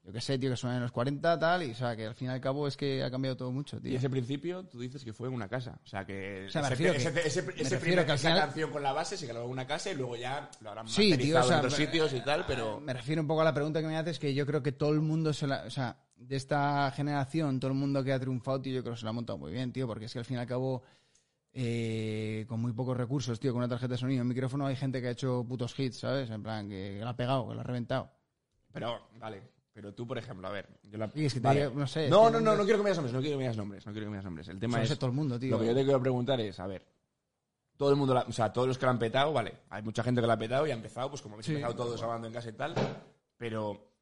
[SPEAKER 6] yo qué sé, tío, que suenan en los 40, tal. Y o sea, que al fin y al cabo es que ha cambiado todo mucho, tío.
[SPEAKER 1] Y ese principio, tú dices que fue en una casa. O sea, que
[SPEAKER 6] O sea, me
[SPEAKER 1] ese-
[SPEAKER 6] refiero
[SPEAKER 1] ese-
[SPEAKER 6] que-
[SPEAKER 1] ese-
[SPEAKER 6] me
[SPEAKER 1] ese
[SPEAKER 6] refiero
[SPEAKER 1] primer-
[SPEAKER 6] que al
[SPEAKER 1] esa
[SPEAKER 6] final-
[SPEAKER 1] canción con la base se grabó en una casa y luego ya lo habrán
[SPEAKER 6] Sí, tío,
[SPEAKER 1] masterizado
[SPEAKER 6] o sea,
[SPEAKER 1] en otros
[SPEAKER 6] me-
[SPEAKER 1] sitios y tal, pero...
[SPEAKER 6] Me refiero un poco a la pregunta que me haces, que yo creo que todo el mundo se la. O sea, de esta generación, todo el mundo que ha triunfado, tío, yo creo que se la ha montado muy bien, tío, porque es que al fin y al cabo. eh, con muy pocos recursos, tío, con una tarjeta de sonido, un micrófono, hay gente que ha hecho putos hits, ¿sabes? En plan, que, la ha pegado, que la ha reventado.
[SPEAKER 1] Pero, vale. Pero tú, por ejemplo, a ver. Yo la...
[SPEAKER 6] Y es que te diga- no sé, es
[SPEAKER 1] No,
[SPEAKER 6] que
[SPEAKER 1] no, no,
[SPEAKER 6] nombres-
[SPEAKER 1] no quiero que me digas nombres, no quiero que me digas nombres, no quiero que me digas nombres. El tema
[SPEAKER 6] Eso lo
[SPEAKER 1] es.
[SPEAKER 6] sé todo el mundo, tío.
[SPEAKER 1] Lo que yo te quiero preguntar es, a ver. Todo el mundo, la- o sea, todos los que la han petado, vale. Hay mucha gente que la ha petado y ha empezado, pues como habéis
[SPEAKER 6] Sí.
[SPEAKER 1] empezado todos hablando en casa y tal. Pero,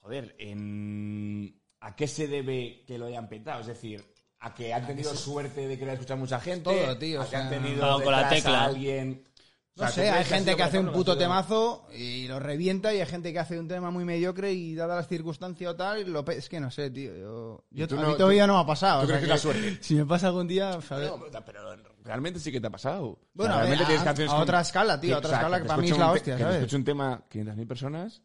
[SPEAKER 1] joder, en- ¿a qué se debe que lo hayan petado? Es decir, a que han tenido suerte de que lo haya escuchado mucha gente.
[SPEAKER 6] Todo, tío,
[SPEAKER 1] A
[SPEAKER 6] o
[SPEAKER 1] que han
[SPEAKER 6] sea-
[SPEAKER 1] tenido
[SPEAKER 3] Claro, con la
[SPEAKER 1] detrás
[SPEAKER 3] tecla.
[SPEAKER 1] a alguien. O
[SPEAKER 6] No
[SPEAKER 1] sea, ¿tú
[SPEAKER 6] sé,
[SPEAKER 1] crees
[SPEAKER 6] hay
[SPEAKER 1] ha
[SPEAKER 6] gente
[SPEAKER 1] sido,
[SPEAKER 6] que
[SPEAKER 1] por
[SPEAKER 6] hace un
[SPEAKER 1] ejemplo,
[SPEAKER 6] puto
[SPEAKER 1] ha sido-
[SPEAKER 6] temazo y lo revienta y hay gente que hace un tema muy mediocre y dada las circunstancias o tal, y lo pe- es que no sé, tío. Yo, yo-
[SPEAKER 1] tú
[SPEAKER 6] a
[SPEAKER 1] no-
[SPEAKER 6] mí
[SPEAKER 1] tú-
[SPEAKER 6] todavía no me ha pasado.
[SPEAKER 1] tú
[SPEAKER 6] o sea
[SPEAKER 1] crees que es la suerte?
[SPEAKER 6] Si me pasa algún día, a ver.
[SPEAKER 1] No, pero realmente sí que te ha pasado.
[SPEAKER 6] Bueno, a ver,
[SPEAKER 1] realmente
[SPEAKER 6] a-
[SPEAKER 1] tienes canciones
[SPEAKER 6] a
[SPEAKER 1] con-
[SPEAKER 6] otra escala, tío, a otra escala que
[SPEAKER 1] te
[SPEAKER 6] para mí
[SPEAKER 1] escuche
[SPEAKER 6] es la
[SPEAKER 1] un te-
[SPEAKER 6] hostia,
[SPEAKER 1] que te
[SPEAKER 6] ¿sabes?
[SPEAKER 1] escuche un tema 500.000 personas.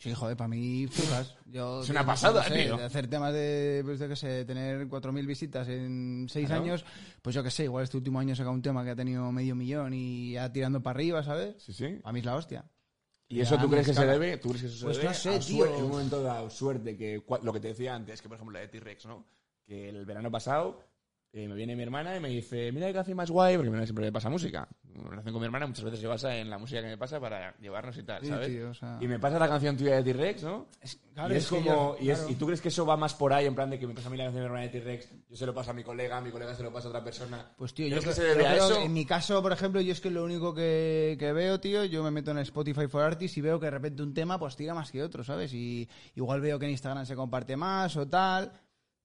[SPEAKER 6] Sí, joder, para mí, fijas. Yo,
[SPEAKER 1] Es una
[SPEAKER 6] tío,
[SPEAKER 1] pasada,
[SPEAKER 6] no sé,
[SPEAKER 1] tío.
[SPEAKER 6] de hacer temas de, pues yo qué sé, tener 4.000 visitas en 6
[SPEAKER 1] Claro.
[SPEAKER 6] años, pues yo qué sé, igual este último año he sacado un tema que ha tenido medio millón y ya tirando para arriba, ¿sabes?
[SPEAKER 1] Sí, sí.
[SPEAKER 6] Para mí es la hostia.
[SPEAKER 1] ¿Y eso
[SPEAKER 6] Ya,
[SPEAKER 1] tú
[SPEAKER 6] mi
[SPEAKER 1] crees que se
[SPEAKER 6] escala.
[SPEAKER 1] debe? ¿Tú crees que eso se
[SPEAKER 6] Pues
[SPEAKER 1] debe
[SPEAKER 6] no sé,
[SPEAKER 1] a
[SPEAKER 6] tío.
[SPEAKER 1] suerte, en un momento dado, suerte, que cua- lo que te decía antes, que por ejemplo la de T-Rex, ¿no? Que el verano pasado eh, me viene mi hermana y me dice, mira que hace más guay, porque mi hermana siempre le pasa música. En relación con mi hermana muchas veces se basa en la música que me pasa para llevarnos y tal,
[SPEAKER 6] Sí,
[SPEAKER 1] ¿sabes?
[SPEAKER 6] tío, o sea-
[SPEAKER 1] Y me pasa la canción tuya de T-Rex, ¿no?
[SPEAKER 6] claro,
[SPEAKER 1] y es,
[SPEAKER 6] es que
[SPEAKER 1] como,
[SPEAKER 6] yo-
[SPEAKER 1] y, es-
[SPEAKER 6] claro.
[SPEAKER 1] y tú crees que eso va más por ahí, en plan de que me pasa a mí la canción de mi hermana de T-Rex, yo se lo paso a mi colega, mi colega se lo pasa a otra persona.
[SPEAKER 6] Pues tío, yo,
[SPEAKER 1] ¿Crees que
[SPEAKER 6] creo-
[SPEAKER 1] se debe
[SPEAKER 6] yo
[SPEAKER 1] a
[SPEAKER 6] creo-
[SPEAKER 1] eso?
[SPEAKER 6] en mi caso, por ejemplo, yo es que lo único que, que veo, tío, yo me meto en Spotify for Artists y veo que de repente un tema pues tira más que otro, ¿sabes? Y igual veo que en Instagram se comparte más o tal.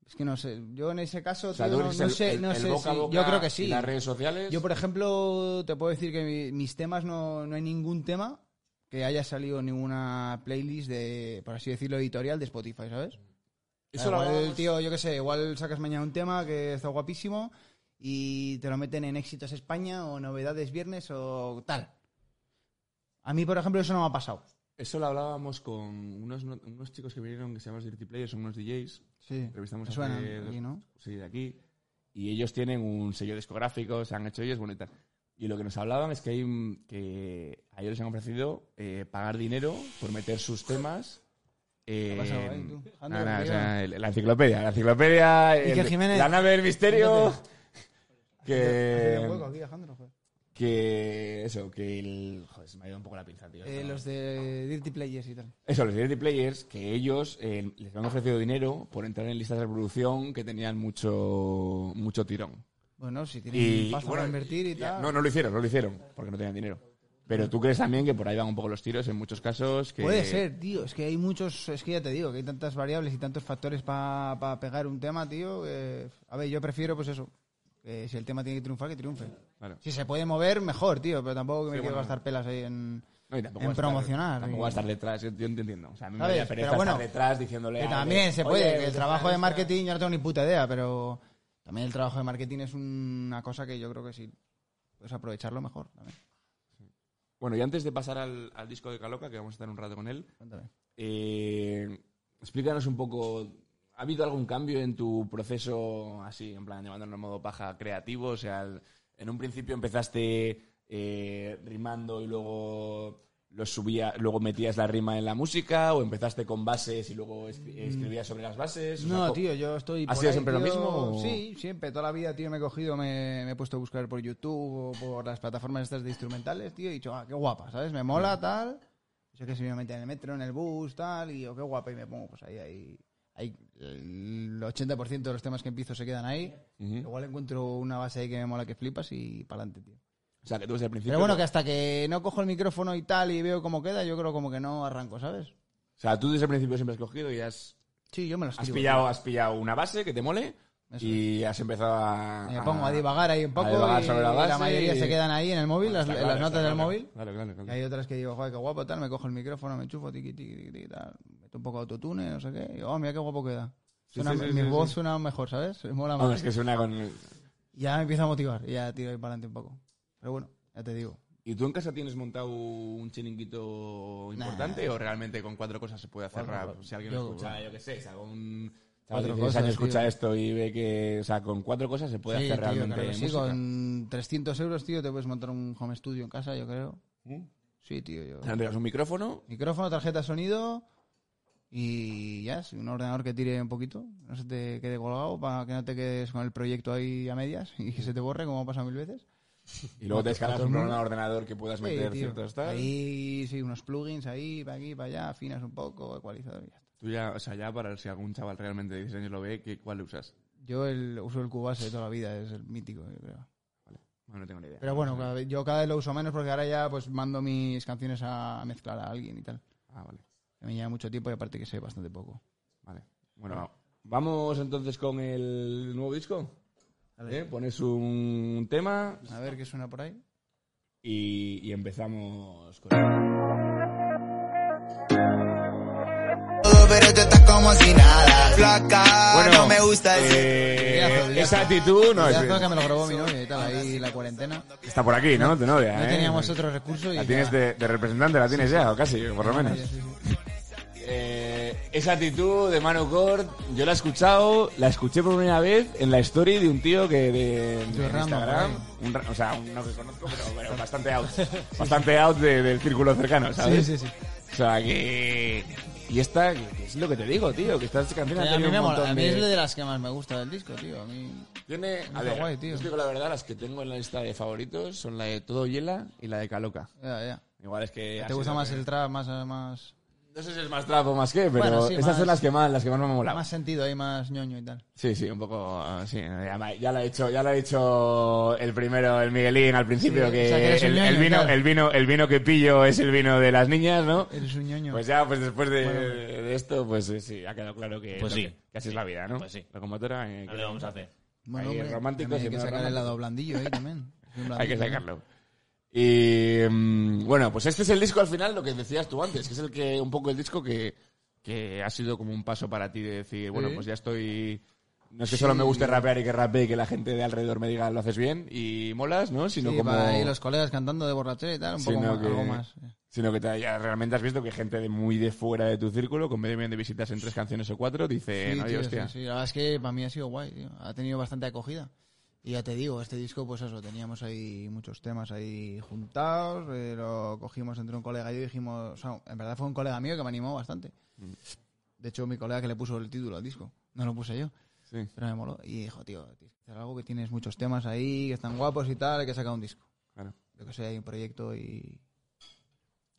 [SPEAKER 6] Es que no sé, yo en ese caso,
[SPEAKER 1] O sea,
[SPEAKER 6] tío,
[SPEAKER 1] tú
[SPEAKER 6] no,
[SPEAKER 1] crees
[SPEAKER 6] no
[SPEAKER 1] el-
[SPEAKER 6] sé,
[SPEAKER 1] el-
[SPEAKER 6] no
[SPEAKER 1] el
[SPEAKER 6] sé
[SPEAKER 1] boca a
[SPEAKER 6] si-
[SPEAKER 1] boca
[SPEAKER 6] yo creo que
[SPEAKER 1] y
[SPEAKER 6] sí.
[SPEAKER 1] las redes sociales.
[SPEAKER 6] Yo, por ejemplo, te puedo decir que mi- mis temas no, no hay ningún tema que haya salido en ninguna playlist de, por así decirlo, editorial de Spotify, ¿sabes?
[SPEAKER 1] Eso lo
[SPEAKER 6] igual,
[SPEAKER 1] hablábamos-
[SPEAKER 6] tío, yo qué sé, igual sacas mañana un tema que está guapísimo y te lo meten en Éxitos España o Novedades Viernes o tal. A mí, por ejemplo, eso no me ha pasado.
[SPEAKER 1] Eso lo hablábamos con unos, no- unos chicos que vinieron que se llaman los Dirty Players, son unos DJs.
[SPEAKER 6] Sí,
[SPEAKER 1] Entrevistamos
[SPEAKER 6] me
[SPEAKER 1] hace
[SPEAKER 6] suena
[SPEAKER 1] dos-
[SPEAKER 6] aquí, ¿no?
[SPEAKER 1] Sí, de aquí. Y ellos tienen un sello discográfico, se han hecho ellos, bueno y tal. Y lo que nos hablaban es que, hay, un- que a ellos les han ofrecido eh, pagar dinero por meter sus temas. eh,
[SPEAKER 6] ¿Qué ha pasado ahí, tú?
[SPEAKER 1] en-
[SPEAKER 6] Anda,
[SPEAKER 1] nada, nada,
[SPEAKER 6] que
[SPEAKER 1] o
[SPEAKER 6] iba.
[SPEAKER 1] sea, el- la enciclopedia, la enciclopedia,
[SPEAKER 6] Iker
[SPEAKER 1] el-
[SPEAKER 6] Jiménez.
[SPEAKER 1] la nave del misterio.
[SPEAKER 6] Hace un hueco
[SPEAKER 1] Que,
[SPEAKER 6] aquí, Alejandro, joder.
[SPEAKER 1] que eso, que el. Joder, se me ha ido un poco la pinza, tío.
[SPEAKER 6] Eh,
[SPEAKER 1] Esto-
[SPEAKER 6] los de Dirty Players y tal.
[SPEAKER 1] eso, los Dirty Players, que ellos eh, les han ofrecido dinero por entrar en listas de reproducción que tenían mucho, mucho tirón.
[SPEAKER 6] Bueno, si tienen
[SPEAKER 1] Y,
[SPEAKER 6] pasta
[SPEAKER 1] bueno,
[SPEAKER 6] para invertir y
[SPEAKER 1] ya,
[SPEAKER 6] tal.
[SPEAKER 1] No, no lo hicieron, no lo hicieron, porque no tenían dinero. Pero tú crees también que por ahí van un poco los tiros en muchos casos. Que,
[SPEAKER 6] Puede ser, tío. Es que hay muchos. Es que ya te digo, que hay tantas variables y tantos factores para pegar un tema, tío. que- a ver, yo prefiero, pues eso. que si el tema tiene que triunfar, que triunfe.
[SPEAKER 1] Claro.
[SPEAKER 6] Si se puede mover, mejor, tío. Pero tampoco que me
[SPEAKER 1] Sí,
[SPEAKER 6] quiero
[SPEAKER 1] bueno.
[SPEAKER 6] gastar pelas ahí en.
[SPEAKER 1] No, y tampoco
[SPEAKER 6] en
[SPEAKER 1] va a estar-
[SPEAKER 6] promocionar,
[SPEAKER 1] Tampoco
[SPEAKER 6] y-
[SPEAKER 1] va a estar detrás, yo, yo te entiendo. O sea, a mí me
[SPEAKER 6] ¿Sabes?
[SPEAKER 1] daría pereza
[SPEAKER 6] Pero bueno,
[SPEAKER 1] estar detrás diciéndole.
[SPEAKER 6] Que
[SPEAKER 1] a
[SPEAKER 6] también
[SPEAKER 1] alguien,
[SPEAKER 6] se
[SPEAKER 1] "Oye,
[SPEAKER 6] puede. Que el
[SPEAKER 1] esta
[SPEAKER 6] trabajo de
[SPEAKER 1] lista-
[SPEAKER 6] marketing, yo no tengo ni puta idea, pero. También el trabajo de marketing es una cosa que yo creo que sí. Pues aprovecharlo mejor. También.
[SPEAKER 1] Bueno, y antes de pasar al, al disco de Caloca, que vamos a estar un rato con él,
[SPEAKER 6] Cuéntame.
[SPEAKER 1] Eh, explícanos un poco, ¿ha habido algún cambio en tu proceso, así, en plan, llevándolo en modo paja creativo? O sea, el- en un principio empezaste eh, rimando y luego lo subía, luego metías la rima en la música, o empezaste con bases y luego es- escribías sobre las bases. O sea,
[SPEAKER 6] Mm. No,
[SPEAKER 1] co-
[SPEAKER 6] tío, yo estoy.
[SPEAKER 1] ¿Ha
[SPEAKER 6] por
[SPEAKER 1] sido
[SPEAKER 6] ahí,
[SPEAKER 1] siempre lo
[SPEAKER 6] tío.
[SPEAKER 1] mismo o-
[SPEAKER 6] Sí, siempre. Toda la vida, tío, me he cogido, me, me he puesto a buscar por YouTube o por las plataformas estas de instrumentales, tío, y he dicho, ah, qué guapa, ¿sabes? Me
[SPEAKER 1] Mm.
[SPEAKER 6] mola, tal. Yo que si me metía en el metro, en el bus, tal, y yo, qué guapa, y me pongo, pues ahí, ahí. ahí el 80% de los temas que empiezo se quedan ahí. Igual encuentro una base ahí que me mola que flipas y pa'lante, tío.
[SPEAKER 1] O sea, que tú desde el principio.
[SPEAKER 6] Pero bueno, que hasta que no cojo el micrófono y tal y veo cómo queda, yo creo como que no arranco, ¿sabes?
[SPEAKER 1] O sea, tú desde el principio siempre has cogido y has,
[SPEAKER 6] Sí, yo me lo
[SPEAKER 1] has,
[SPEAKER 6] escribo.
[SPEAKER 1] pillado, has pillado una base que te mole
[SPEAKER 6] Eso
[SPEAKER 1] y has empezado a.
[SPEAKER 6] Me pongo a divagar ahí un poco
[SPEAKER 1] Ah. a divagar
[SPEAKER 6] y
[SPEAKER 1] sobre la
[SPEAKER 6] la,
[SPEAKER 1] base
[SPEAKER 6] mayoría
[SPEAKER 1] y-
[SPEAKER 6] se quedan ahí en el móvil,
[SPEAKER 1] Bueno,
[SPEAKER 6] las,
[SPEAKER 1] está
[SPEAKER 6] en
[SPEAKER 1] claro,
[SPEAKER 6] las notas
[SPEAKER 1] está
[SPEAKER 6] del
[SPEAKER 1] claro.
[SPEAKER 6] móvil. Eh,
[SPEAKER 1] Claro, claro, claro.
[SPEAKER 6] Y hay otras que digo, joder, qué guapo, tal, me cojo el micrófono, me chufo, tiqui, tiqui, tiqui, tiqui, tal, meto un poco de autotune, no sé qué, y digo, oh, mira qué guapo queda.
[SPEAKER 1] Sí,
[SPEAKER 6] Suena-
[SPEAKER 1] sí, sí,
[SPEAKER 6] mi
[SPEAKER 1] sí,
[SPEAKER 6] voz
[SPEAKER 1] sí.
[SPEAKER 6] suena mejor, ¿sabes? Mola más.
[SPEAKER 1] Vamos, es que suena con.
[SPEAKER 6] Ya me empiezo a motivar, y ya tiro ahí para adelante un poco. Pero bueno, ya te digo.
[SPEAKER 1] ¿Y tú en casa tienes montado un chiringuito importante o realmente con cuatro cosas se puede hacer rap? Si alguien
[SPEAKER 6] Yo-
[SPEAKER 1] escucha, yo qué sé, si algún chaval de
[SPEAKER 6] Cuatro
[SPEAKER 1] 16
[SPEAKER 6] cosas,
[SPEAKER 1] años escucha
[SPEAKER 6] tío.
[SPEAKER 1] esto y ve que, o sea, con cuatro cosas se puede
[SPEAKER 6] Sí,
[SPEAKER 1] hacer
[SPEAKER 6] tío,
[SPEAKER 1] realmente
[SPEAKER 6] claro que sí,
[SPEAKER 1] música.
[SPEAKER 6] con 300 euros, tío, te puedes montar un home studio en casa,
[SPEAKER 1] ¿Mm?
[SPEAKER 6] yo creo. Sí, tío, yo.
[SPEAKER 1] O sea, entregas un micrófono,
[SPEAKER 6] Micrófono, tarjeta de sonido Y ya, si un ordenador que tire un poquito, no se te quede colgado para que no te quedes con el proyecto ahí a medias y se te borre, como ha pasado mil veces.
[SPEAKER 1] Y luego te descargas
[SPEAKER 6] todo
[SPEAKER 1] un
[SPEAKER 6] el mundo.
[SPEAKER 1] programa de ordenador que puedas
[SPEAKER 6] Sí,
[SPEAKER 1] meter
[SPEAKER 6] tío.
[SPEAKER 1] ciertas tal.
[SPEAKER 6] Ahí, sí, unos plugins ahí, para aquí, para allá, afinas un poco, ecualizador y ya está.
[SPEAKER 8] Tú ya, o sea, ya para si algún chaval realmente de 16 años lo ve, ¿qué, ¿cuál usas?
[SPEAKER 6] Yo el, uso el Cubase de toda la vida, es el mítico, yo creo.
[SPEAKER 8] Bueno, no tengo ni idea.
[SPEAKER 6] Pero bueno, cada vez- yo cada vez lo uso menos porque ahora ya pues mando mis canciones a mezclar a alguien y tal.
[SPEAKER 8] Ah, vale.
[SPEAKER 6] Que me lleva mucho tiempo y aparte que sé bastante poco.
[SPEAKER 8] Vale. Bueno,
[SPEAKER 1] Vamos entonces con el nuevo disco. ¿Eh? Pones un tema
[SPEAKER 6] A ver qué suena por ahí.
[SPEAKER 1] y, y empezamos con...
[SPEAKER 9] Ah, todo, pero tú estás como si nada. Flaca, no me gusta el
[SPEAKER 1] eh,
[SPEAKER 6] Liazo, liazo.
[SPEAKER 1] esa actitud no
[SPEAKER 6] Ya
[SPEAKER 1] es-
[SPEAKER 6] todo que me lo grabó mi novia y tal, ahí la cuarentena.
[SPEAKER 1] Está por aquí, ¿no? Tu novia,
[SPEAKER 6] No
[SPEAKER 1] ¿eh?
[SPEAKER 6] teníamos otro recurso y...
[SPEAKER 1] La tienes de, de representante, la tienes ya, o casi, por lo menos.
[SPEAKER 6] Sí, sí, sí.
[SPEAKER 1] Eh, esa actitud de Manu Cort, yo la he escuchado, la escuché por primera vez en la story de un tío que de, en
[SPEAKER 6] Rama,
[SPEAKER 1] Instagram, un ra- o sea, uno que conozco, pero, pero bastante out, bastante out de- del círculo cercano, ¿sabes?
[SPEAKER 6] Sí, sí, sí.
[SPEAKER 1] O sea, que... Y esta, que que es lo que te digo, tío, que esta canción ha
[SPEAKER 6] Oye, a mí
[SPEAKER 1] tenido
[SPEAKER 6] me
[SPEAKER 1] un
[SPEAKER 6] mola.
[SPEAKER 1] montón
[SPEAKER 6] A mí
[SPEAKER 1] de...
[SPEAKER 6] es de las que más me gusta del disco, tío. A mí...
[SPEAKER 1] Tiene, a
[SPEAKER 6] Está
[SPEAKER 1] ver,
[SPEAKER 6] guay, tío.
[SPEAKER 1] os digo la verdad, las que tengo en la lista de favoritos son la de Todo Hiela y la de Caloca.
[SPEAKER 6] Ya, ya.
[SPEAKER 1] Igual es que... ha
[SPEAKER 6] ¿Te gusta
[SPEAKER 1] sido-
[SPEAKER 6] más el trap, más... más...
[SPEAKER 1] No sé si es más trap o más qué, pero
[SPEAKER 6] Bueno, sí,
[SPEAKER 1] estas
[SPEAKER 6] más-
[SPEAKER 1] son las que más, las que más me han molado.
[SPEAKER 6] Más sentido ahí, más ñoño y tal.
[SPEAKER 1] Sí, sí, un poco así. Ya, me- ya lo ha hecho, ya lo ha hecho el primero, el Miguelín, al principio,
[SPEAKER 6] Sí,
[SPEAKER 1] que,
[SPEAKER 6] o sea, que eres un
[SPEAKER 1] el,
[SPEAKER 6] ñoño,
[SPEAKER 1] el vino,
[SPEAKER 6] claro.
[SPEAKER 1] el vino, el vino que pillo es el vino de las niñas, ¿no?
[SPEAKER 6] Eres un ñoño.
[SPEAKER 1] Pues ya, pues después de,
[SPEAKER 6] Bueno,
[SPEAKER 1] de esto, pues eh, sí, ha quedado claro que,
[SPEAKER 3] Pues
[SPEAKER 1] lo
[SPEAKER 3] sí.
[SPEAKER 1] que- que así es la vida, ¿no?
[SPEAKER 3] Pues sí.
[SPEAKER 1] Locomotora, eh,
[SPEAKER 3] ¿Qué le vamos a hacer?
[SPEAKER 6] bueno,
[SPEAKER 1] ahí,
[SPEAKER 6] hombre,
[SPEAKER 1] romántico,
[SPEAKER 6] también
[SPEAKER 1] si
[SPEAKER 6] hay
[SPEAKER 1] no
[SPEAKER 6] que
[SPEAKER 1] es
[SPEAKER 6] sacar el
[SPEAKER 1] romántico.
[SPEAKER 6] lado blandillo ahí también. ¿eh?
[SPEAKER 1] hay que
[SPEAKER 6] Blandillo,
[SPEAKER 1] sacarlo. Y mm, bueno, pues este es el disco al final, lo que decías tú antes, que es el que, un poco el disco que,
[SPEAKER 8] que ha sido como un paso para ti de decir, bueno,
[SPEAKER 6] Sí.
[SPEAKER 8] pues ya estoy...
[SPEAKER 1] no es que solo me guste rapear y que rapee y que la gente de alrededor me diga lo haces bien y molas, ¿no? Sino
[SPEAKER 6] Sí,
[SPEAKER 1] como...
[SPEAKER 6] para ahí los colegas cantando de borrachera y tal, un
[SPEAKER 1] Sí,
[SPEAKER 6] poco
[SPEAKER 1] no,
[SPEAKER 6] más,
[SPEAKER 1] que-
[SPEAKER 6] algo más. eh.
[SPEAKER 1] Sino que te- ya realmente has visto que gente de muy de fuera de tu círculo, con medio millón de visitas en tres canciones o cuatro, dice,
[SPEAKER 6] Sí,
[SPEAKER 1] no,
[SPEAKER 6] tío,
[SPEAKER 1] hostia.
[SPEAKER 6] sí, sí. La verdad es que para mí ha sido guay, tío. Ha tenido bastante acogida. Y ya te digo, este disco, pues eso, teníamos ahí muchos temas ahí juntados, eh, lo cogimos entre un colega y yo y dijimos, o sea, en verdad fue un colega mío que me animó bastante.
[SPEAKER 1] Mm.
[SPEAKER 6] De hecho, mi colega que le puso el título al disco, no lo puse yo,
[SPEAKER 1] Sí.
[SPEAKER 6] pero me moló. Y dijo, tío, tienes que hacer algo que tienes muchos temas ahí, que están guapos y tal, hay que sacar un disco.
[SPEAKER 1] Claro.
[SPEAKER 6] Yo que sé, hay un proyecto y...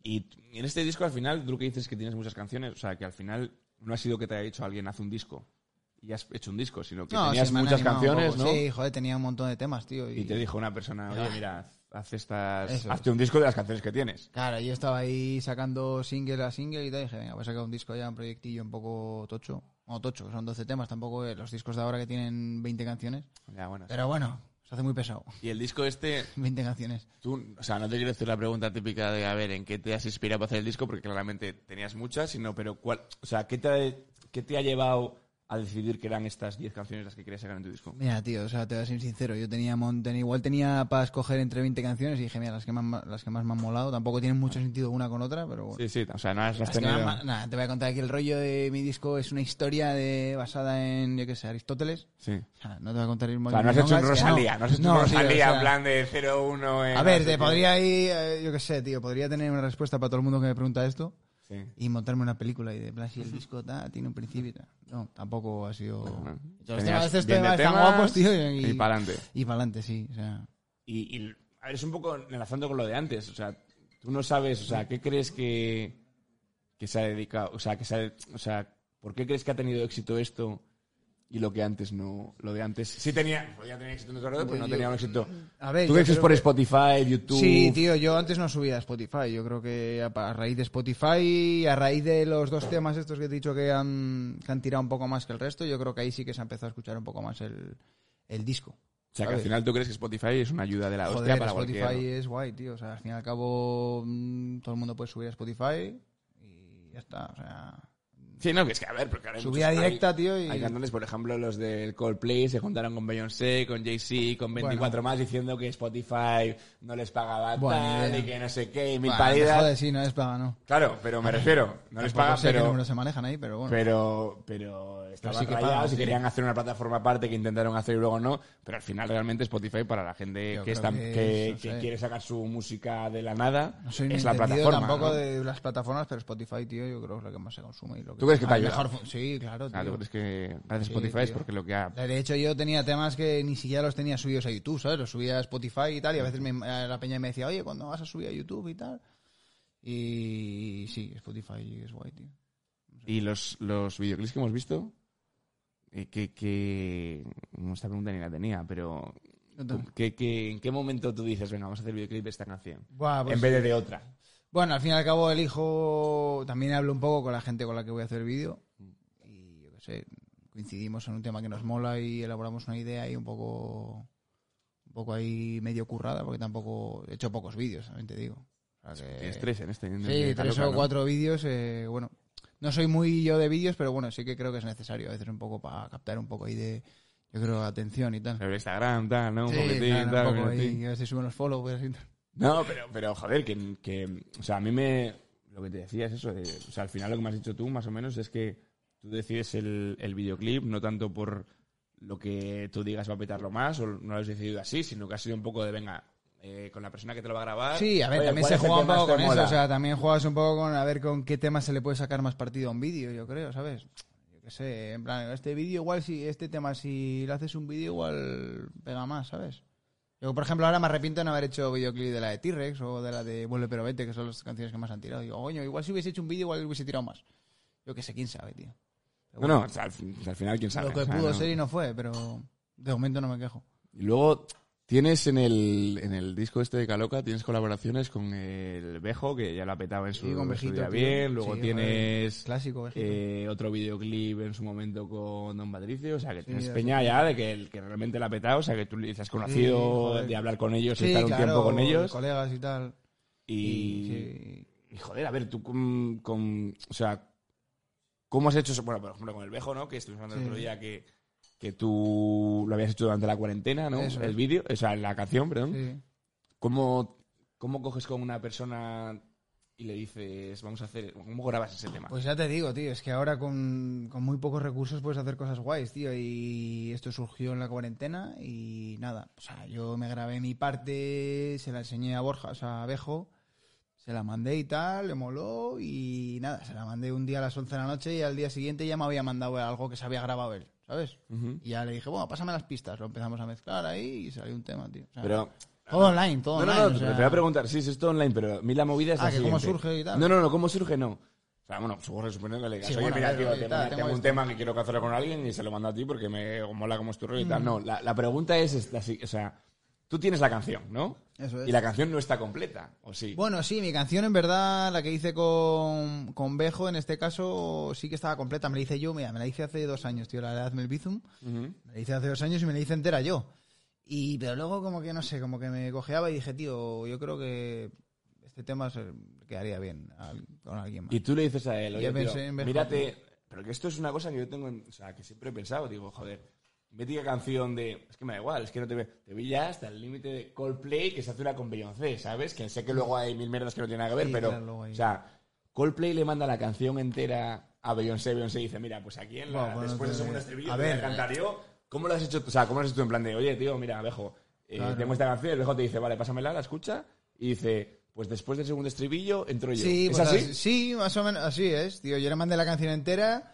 [SPEAKER 1] Y t- en este disco al final, tú lo que dices es que tienes muchas canciones, o sea, que al final no ha sido que te haya dicho alguien, haz un disco, y has hecho un disco, sino que tenías
[SPEAKER 6] sí, me han
[SPEAKER 1] muchas
[SPEAKER 6] animado un
[SPEAKER 1] canciones,
[SPEAKER 6] poco.
[SPEAKER 1] ¿no?
[SPEAKER 6] Sí, joder, tenía un montón de temas, tío.
[SPEAKER 1] Y te dijo una persona, oye, mira, haz- haz estas,
[SPEAKER 6] Eso
[SPEAKER 1] hazte un disco de las canciones que tienes.
[SPEAKER 6] Claro, yo estaba ahí sacando single a single y tal, y dije, venga, voy a sacar un disco ya, un proyectillo un poco tocho. No, tocho, son 12 temas, tampoco eh, los discos de ahora que tienen 20 canciones.
[SPEAKER 1] Ya, bueno.
[SPEAKER 6] Pero bueno, se hace muy pesado,
[SPEAKER 8] Y el disco este,
[SPEAKER 6] 20 canciones.
[SPEAKER 8] tú, o sea, no te quiero hacer la pregunta típica de, a ver, ¿en qué te has inspirado para hacer el disco? Porque claramente tenías muchas, sino, pero ¿cuál?
[SPEAKER 1] O sea, ¿qué te, ha- ¿qué te ha llevado a decidir que eran estas 10 canciones las que querías sacar en tu disco?
[SPEAKER 6] Mira, tío, o sea, te voy a ser sincero, yo tenía, mon- ten- igual tenía para escoger entre 20 canciones y dije, mira, las que más, las que más me han molado, tampoco tienen mucho sentido una con otra, pero bueno.
[SPEAKER 1] Sí, sí, o sea, no has, no has
[SPEAKER 6] Es que
[SPEAKER 1] tenido...
[SPEAKER 6] nada, nada, te voy a contar que el rollo de mi disco es una historia de, basada en, yo qué sé, Aristóteles.
[SPEAKER 1] Sí.
[SPEAKER 6] O sea, no te voy a contar el
[SPEAKER 1] O sea, no has hecho un
[SPEAKER 6] milongas, que no.
[SPEAKER 1] Rosalía, no has hecho
[SPEAKER 6] No,
[SPEAKER 1] un
[SPEAKER 6] tío,
[SPEAKER 1] Rosalía
[SPEAKER 6] o sea,
[SPEAKER 1] en plan de 0-1... en-
[SPEAKER 6] A ver,
[SPEAKER 1] no
[SPEAKER 6] te
[SPEAKER 1] sé qué.
[SPEAKER 6] podría ir, eh, yo qué sé, tío, podría tener una respuesta para todo el mundo que me pregunta esto
[SPEAKER 1] Sí.
[SPEAKER 6] y montarme una película y de Blas y el disco ta, tiene un principio y tal. No, tampoco ha sido. Yo, hostia,
[SPEAKER 1] Tenías
[SPEAKER 6] a veces
[SPEAKER 1] bien de
[SPEAKER 6] temas están
[SPEAKER 1] temas
[SPEAKER 6] guapos, tío, y,
[SPEAKER 1] y pa'lante.
[SPEAKER 6] Y para adelante, sí. O sea,
[SPEAKER 1] Y, y, a ver, es un poco enlazando con lo de antes. O sea, tú no sabes, o sea, ¿qué crees que, que se ha dedicado? O sea, que se ha- o sea, ¿por qué crees que ha tenido éxito esto y lo que antes no? Lo de antes sí tenía, podía tener éxito en otro lado, pero no tenía un éxito.
[SPEAKER 6] a ver,
[SPEAKER 1] ¿Tú
[SPEAKER 6] yo
[SPEAKER 1] crees que es
[SPEAKER 6] creo
[SPEAKER 1] por
[SPEAKER 6] que-
[SPEAKER 1] Spotify, YouTube?
[SPEAKER 6] Sí, tío, yo antes no subía a Spotify. Yo creo que a, pa- a raíz de Spotify, a raíz de los dos temas estos que te he dicho que han, que han tirado un poco más que el resto, yo creo que ahí sí que se ha empezado a escuchar un poco más el, el disco.
[SPEAKER 1] O sea, que al final tú crees que Spotify es una ayuda de la hostia
[SPEAKER 6] Joder,
[SPEAKER 1] para
[SPEAKER 6] Spotify
[SPEAKER 1] cualquier...
[SPEAKER 6] es guay, tío. O sea, al fin y al cabo, mm, todo el mundo puede subir a Spotify y ya está. O sea,
[SPEAKER 1] Sí, no, que es que a ver, porque ahora hay
[SPEAKER 6] subida
[SPEAKER 1] muchos-
[SPEAKER 6] directa,
[SPEAKER 1] hay-
[SPEAKER 6] tío. Y...
[SPEAKER 1] Hay cantantes, por ejemplo, los del Coldplay se juntaron con Beyoncé, con Jay-Z, con 24 más, diciendo que Spotify no les pagaba
[SPEAKER 6] Buena
[SPEAKER 1] tal
[SPEAKER 6] idea.
[SPEAKER 1] y que no sé qué, y mil
[SPEAKER 6] Bueno,
[SPEAKER 1] palidas.
[SPEAKER 6] joder, sí, no les paga, no.
[SPEAKER 1] Claro, pero me refiero, no les
[SPEAKER 6] Tampoco
[SPEAKER 1] pagan,
[SPEAKER 6] sé qué
[SPEAKER 1] pero,
[SPEAKER 6] números se manejan ahí, pero bueno.
[SPEAKER 1] pero, pero estaban
[SPEAKER 6] sí que
[SPEAKER 1] rayados
[SPEAKER 6] pagan,
[SPEAKER 1] y
[SPEAKER 6] sí.
[SPEAKER 1] querían hacer una plataforma aparte que intentaron hacer y luego no, pero al final realmente Spotify para la gente
[SPEAKER 6] Yo
[SPEAKER 1] que,
[SPEAKER 6] creo
[SPEAKER 1] está,
[SPEAKER 6] que
[SPEAKER 1] que,
[SPEAKER 6] eso,
[SPEAKER 1] que
[SPEAKER 6] sí.
[SPEAKER 1] quiere sacar su música de la nada,
[SPEAKER 6] no soy un
[SPEAKER 1] es la
[SPEAKER 6] entendido
[SPEAKER 1] plataforma.
[SPEAKER 6] tampoco
[SPEAKER 1] ¿no?
[SPEAKER 6] de las plataformas, pero Spotify, tío, yo creo que es lo que más se consume y lo que
[SPEAKER 1] ¿Tú crees que te
[SPEAKER 6] A lo
[SPEAKER 1] ayuda?
[SPEAKER 6] mejor fu- sí, claro.
[SPEAKER 8] O sea,
[SPEAKER 6] tío.
[SPEAKER 8] ¿tú crees que gracias a
[SPEAKER 6] Sí,
[SPEAKER 8] Spotify es
[SPEAKER 6] tío.
[SPEAKER 8] porque lo que ha...
[SPEAKER 6] De hecho, yo tenía temas que ni siquiera los tenía subidos a YouTube, ¿sabes? Los subía a Spotify y tal, y a veces me- eh, la peña me decía, oye, ¿cuándo vas a subir a YouTube y tal? Y sí, Spotify es guay, tío.
[SPEAKER 8] Y los, los videoclips que hemos visto, eh, que, que... no, Esta pregunta ni la tenía, pero...
[SPEAKER 6] No tengo-
[SPEAKER 8] que- que- ¿En qué momento tú dices, venga, vamos a hacer videoclip de esta canción?
[SPEAKER 6] Buah, pues-
[SPEAKER 1] En vez de de otra.
[SPEAKER 6] Bueno, al fin y al cabo elijo, también hablo un poco con la gente con la que voy a hacer vídeo y yo qué sé, coincidimos en un tema que nos mola y elaboramos una idea ahí un poco, un poco ahí medio currada porque tampoco he hecho pocos vídeos, también te digo. O sea que-
[SPEAKER 8] Tienes tres en este. en
[SPEAKER 6] Sí,
[SPEAKER 8] esta
[SPEAKER 6] tres
[SPEAKER 8] loca,
[SPEAKER 6] o
[SPEAKER 8] ¿no?
[SPEAKER 6] cuatro vídeos, eh, bueno, no soy muy yo de vídeos, pero bueno, sí que creo que es necesario a veces un poco para captar un poco ahí de, yo creo, atención y tal.
[SPEAKER 8] Pero Instagram, tal, ¿no? Un
[SPEAKER 6] Sí,
[SPEAKER 8] poquitín,
[SPEAKER 6] claro,
[SPEAKER 8] tal.
[SPEAKER 6] un poco
[SPEAKER 8] un
[SPEAKER 6] ahí,
[SPEAKER 8] poquitín.
[SPEAKER 6] a veces suben los followers y tal.
[SPEAKER 1] No, pero, pero joder, que, que- O sea, a mí me. Lo que te decía es eso. de- o sea, al final lo que me has dicho tú, más o menos, es que tú decides el, el videoclip, no tanto por lo que tú digas va a petarlo más, o no lo has decidido así, sino que ha sido un poco de venga. eh, con la persona que te lo va a grabar.
[SPEAKER 6] Sí, a ver,
[SPEAKER 1] oye,
[SPEAKER 6] también
[SPEAKER 1] ¿cuál
[SPEAKER 6] se
[SPEAKER 1] es el
[SPEAKER 6] juega
[SPEAKER 1] que
[SPEAKER 6] un poco
[SPEAKER 1] más te
[SPEAKER 6] con eso.
[SPEAKER 1] mola?
[SPEAKER 6] O sea, también juegas un poco con a ver con qué tema se le puede sacar más partido a un vídeo, yo creo, ¿sabes? Yo qué sé, en plan, este vídeo igual, si este tema, si le haces un vídeo, igual pega más, ¿sabes? Yo, por ejemplo, ahora me arrepiento de no haber hecho videoclip de la de T-Rex o de la de Vuelve pero vete, que son las canciones que más han tirado. Digo, coño, igual si hubiese hecho un vídeo, igual hubiese tirado más. Yo qué sé, quién sabe, tío. Pero
[SPEAKER 1] No, no, o sea, al, fin- al final, quién sabe.
[SPEAKER 6] lo que
[SPEAKER 1] o sea,
[SPEAKER 6] pudo
[SPEAKER 1] no.
[SPEAKER 6] ser y no fue, pero de momento no me quejo.
[SPEAKER 8] Y luego tienes en el, en el disco este de Caloca, tienes colaboraciones con el Bejo, que ya la petaba en su,
[SPEAKER 6] Sí, con
[SPEAKER 8] su
[SPEAKER 6] Vejito,
[SPEAKER 8] día
[SPEAKER 6] tío.
[SPEAKER 8] bien. Luego
[SPEAKER 6] Sí,
[SPEAKER 8] tienes
[SPEAKER 6] clásico, Vejito.
[SPEAKER 8] eh, otro videoclip en su momento con Don Patricio. O sea, que tienes
[SPEAKER 6] ya
[SPEAKER 1] Peña ya de que, el- que realmente la ha petado, o sea, que tú les has conocido,
[SPEAKER 6] joder.
[SPEAKER 1] de hablar con ellos,
[SPEAKER 6] Sí,
[SPEAKER 1] y estar un
[SPEAKER 6] claro,
[SPEAKER 1] tiempo con ellos.
[SPEAKER 6] colegas y tal.
[SPEAKER 1] y,
[SPEAKER 6] sí.
[SPEAKER 1] Y joder, a ver, tú con, con- O sea, ¿cómo has hecho eso? Bueno, por ejemplo, con el Bejo, ¿no? Que estuvimos hablando el
[SPEAKER 6] Sí.
[SPEAKER 1] otro día que, que tú lo habías hecho durante la cuarentena, ¿no?
[SPEAKER 6] Eso
[SPEAKER 1] el
[SPEAKER 6] es.
[SPEAKER 1] vídeo, o sea, la canción, perdón.
[SPEAKER 6] Sí.
[SPEAKER 1] ¿Cómo, ¿Cómo coges con una persona y le dices, vamos a hacer. ¿Cómo grabas ese tema?
[SPEAKER 6] Pues ya te digo, tío, es que ahora con, con muy pocos recursos puedes hacer cosas guays, tío. Y esto surgió en la cuarentena y nada. O sea, yo me grabé mi parte, se la enseñé a Borja, o sea, a Bejo, se la mandé y tal, le moló y nada, se la mandé un día a las 11 de la noche y al día siguiente ya me había mandado algo que se había grabado él, ¿sabes? Y ya le dije, bueno, pásame las pistas, lo empezamos a mezclar ahí y salió un tema, tío. O sea,
[SPEAKER 1] pero.
[SPEAKER 6] todo online, todo
[SPEAKER 1] No, no,
[SPEAKER 6] online.
[SPEAKER 1] no,
[SPEAKER 6] o sea,
[SPEAKER 1] te voy a preguntar, sí, sí, esto online, pero a mí la movida es
[SPEAKER 6] Ah,
[SPEAKER 1] la
[SPEAKER 6] que cómo
[SPEAKER 1] siguiente.
[SPEAKER 6] surge y tal.
[SPEAKER 1] No, no, no, cómo surge no. O sea, bueno, supongo suponiendo que le digas,
[SPEAKER 6] Sí,
[SPEAKER 1] oye,
[SPEAKER 6] bueno, a
[SPEAKER 1] mira,
[SPEAKER 6] ver,
[SPEAKER 1] tío,
[SPEAKER 6] oye,
[SPEAKER 1] te-
[SPEAKER 6] tal,
[SPEAKER 1] tengo,
[SPEAKER 6] tengo este.
[SPEAKER 1] un
[SPEAKER 6] esto.
[SPEAKER 1] tema que quiero hacerlo con alguien y se lo mando a ti porque me mola como es tu rollo y
[SPEAKER 6] Mm.
[SPEAKER 1] tal. No, la, la pregunta es esta, sí, o sea, tú tienes la canción, ¿no?
[SPEAKER 6] Eso es.
[SPEAKER 1] Y la canción no está completa, ¿o sí?
[SPEAKER 6] Bueno, sí, mi canción en verdad, la que hice con, con Bejo, en este caso, sí que estaba completa. Me la hice yo, mira, me la hice hace dos años, tío, la de Hazme el Bizum. Me la hice hace dos años y me la hice entera yo. Y, pero luego como que, no sé, como que me cojeaba y dije, tío, yo creo que este tema se quedaría bien al- con alguien más.
[SPEAKER 1] Y tú le dices a él,
[SPEAKER 6] Ya
[SPEAKER 1] oye, tío,
[SPEAKER 6] pensé en Bejo,
[SPEAKER 1] mírate, pero que esto es una cosa que yo tengo, en- o sea, que siempre he pensado, digo, joder, mítica canción de, es que me da igual, es que no te ve, te vi ya hasta el límite de Coldplay que se hace una con Beyoncé, ¿sabes? Que sé que luego hay mil mierdas que no tienen nada que ver,
[SPEAKER 6] Sí,
[SPEAKER 1] pero,
[SPEAKER 6] claro, luego hay-
[SPEAKER 1] o sea, Coldplay le manda la canción entera a Beyoncé, Beyoncé dice, mira, pues aquí en la,
[SPEAKER 6] Bueno, pues no
[SPEAKER 1] después
[SPEAKER 6] te-
[SPEAKER 1] del segundo estribillo,
[SPEAKER 6] a
[SPEAKER 1] te
[SPEAKER 6] ver, eh.
[SPEAKER 1] la cantar yo, ¿cómo lo has hecho? tú? O sea, ¿cómo lo has hecho tú en plan de, oye, tío, mira, Bejo, eh,
[SPEAKER 6] Claro.
[SPEAKER 1] tengo esta canción, el Bejo te dice, vale, pásamela, la escucha, y dice... Pues después del segundo estribillo entro yo.
[SPEAKER 6] Sí,
[SPEAKER 1] ¿Es
[SPEAKER 6] pues
[SPEAKER 1] así?
[SPEAKER 6] as- sí, más o menos así es. Tío, yo le mandé la canción entera.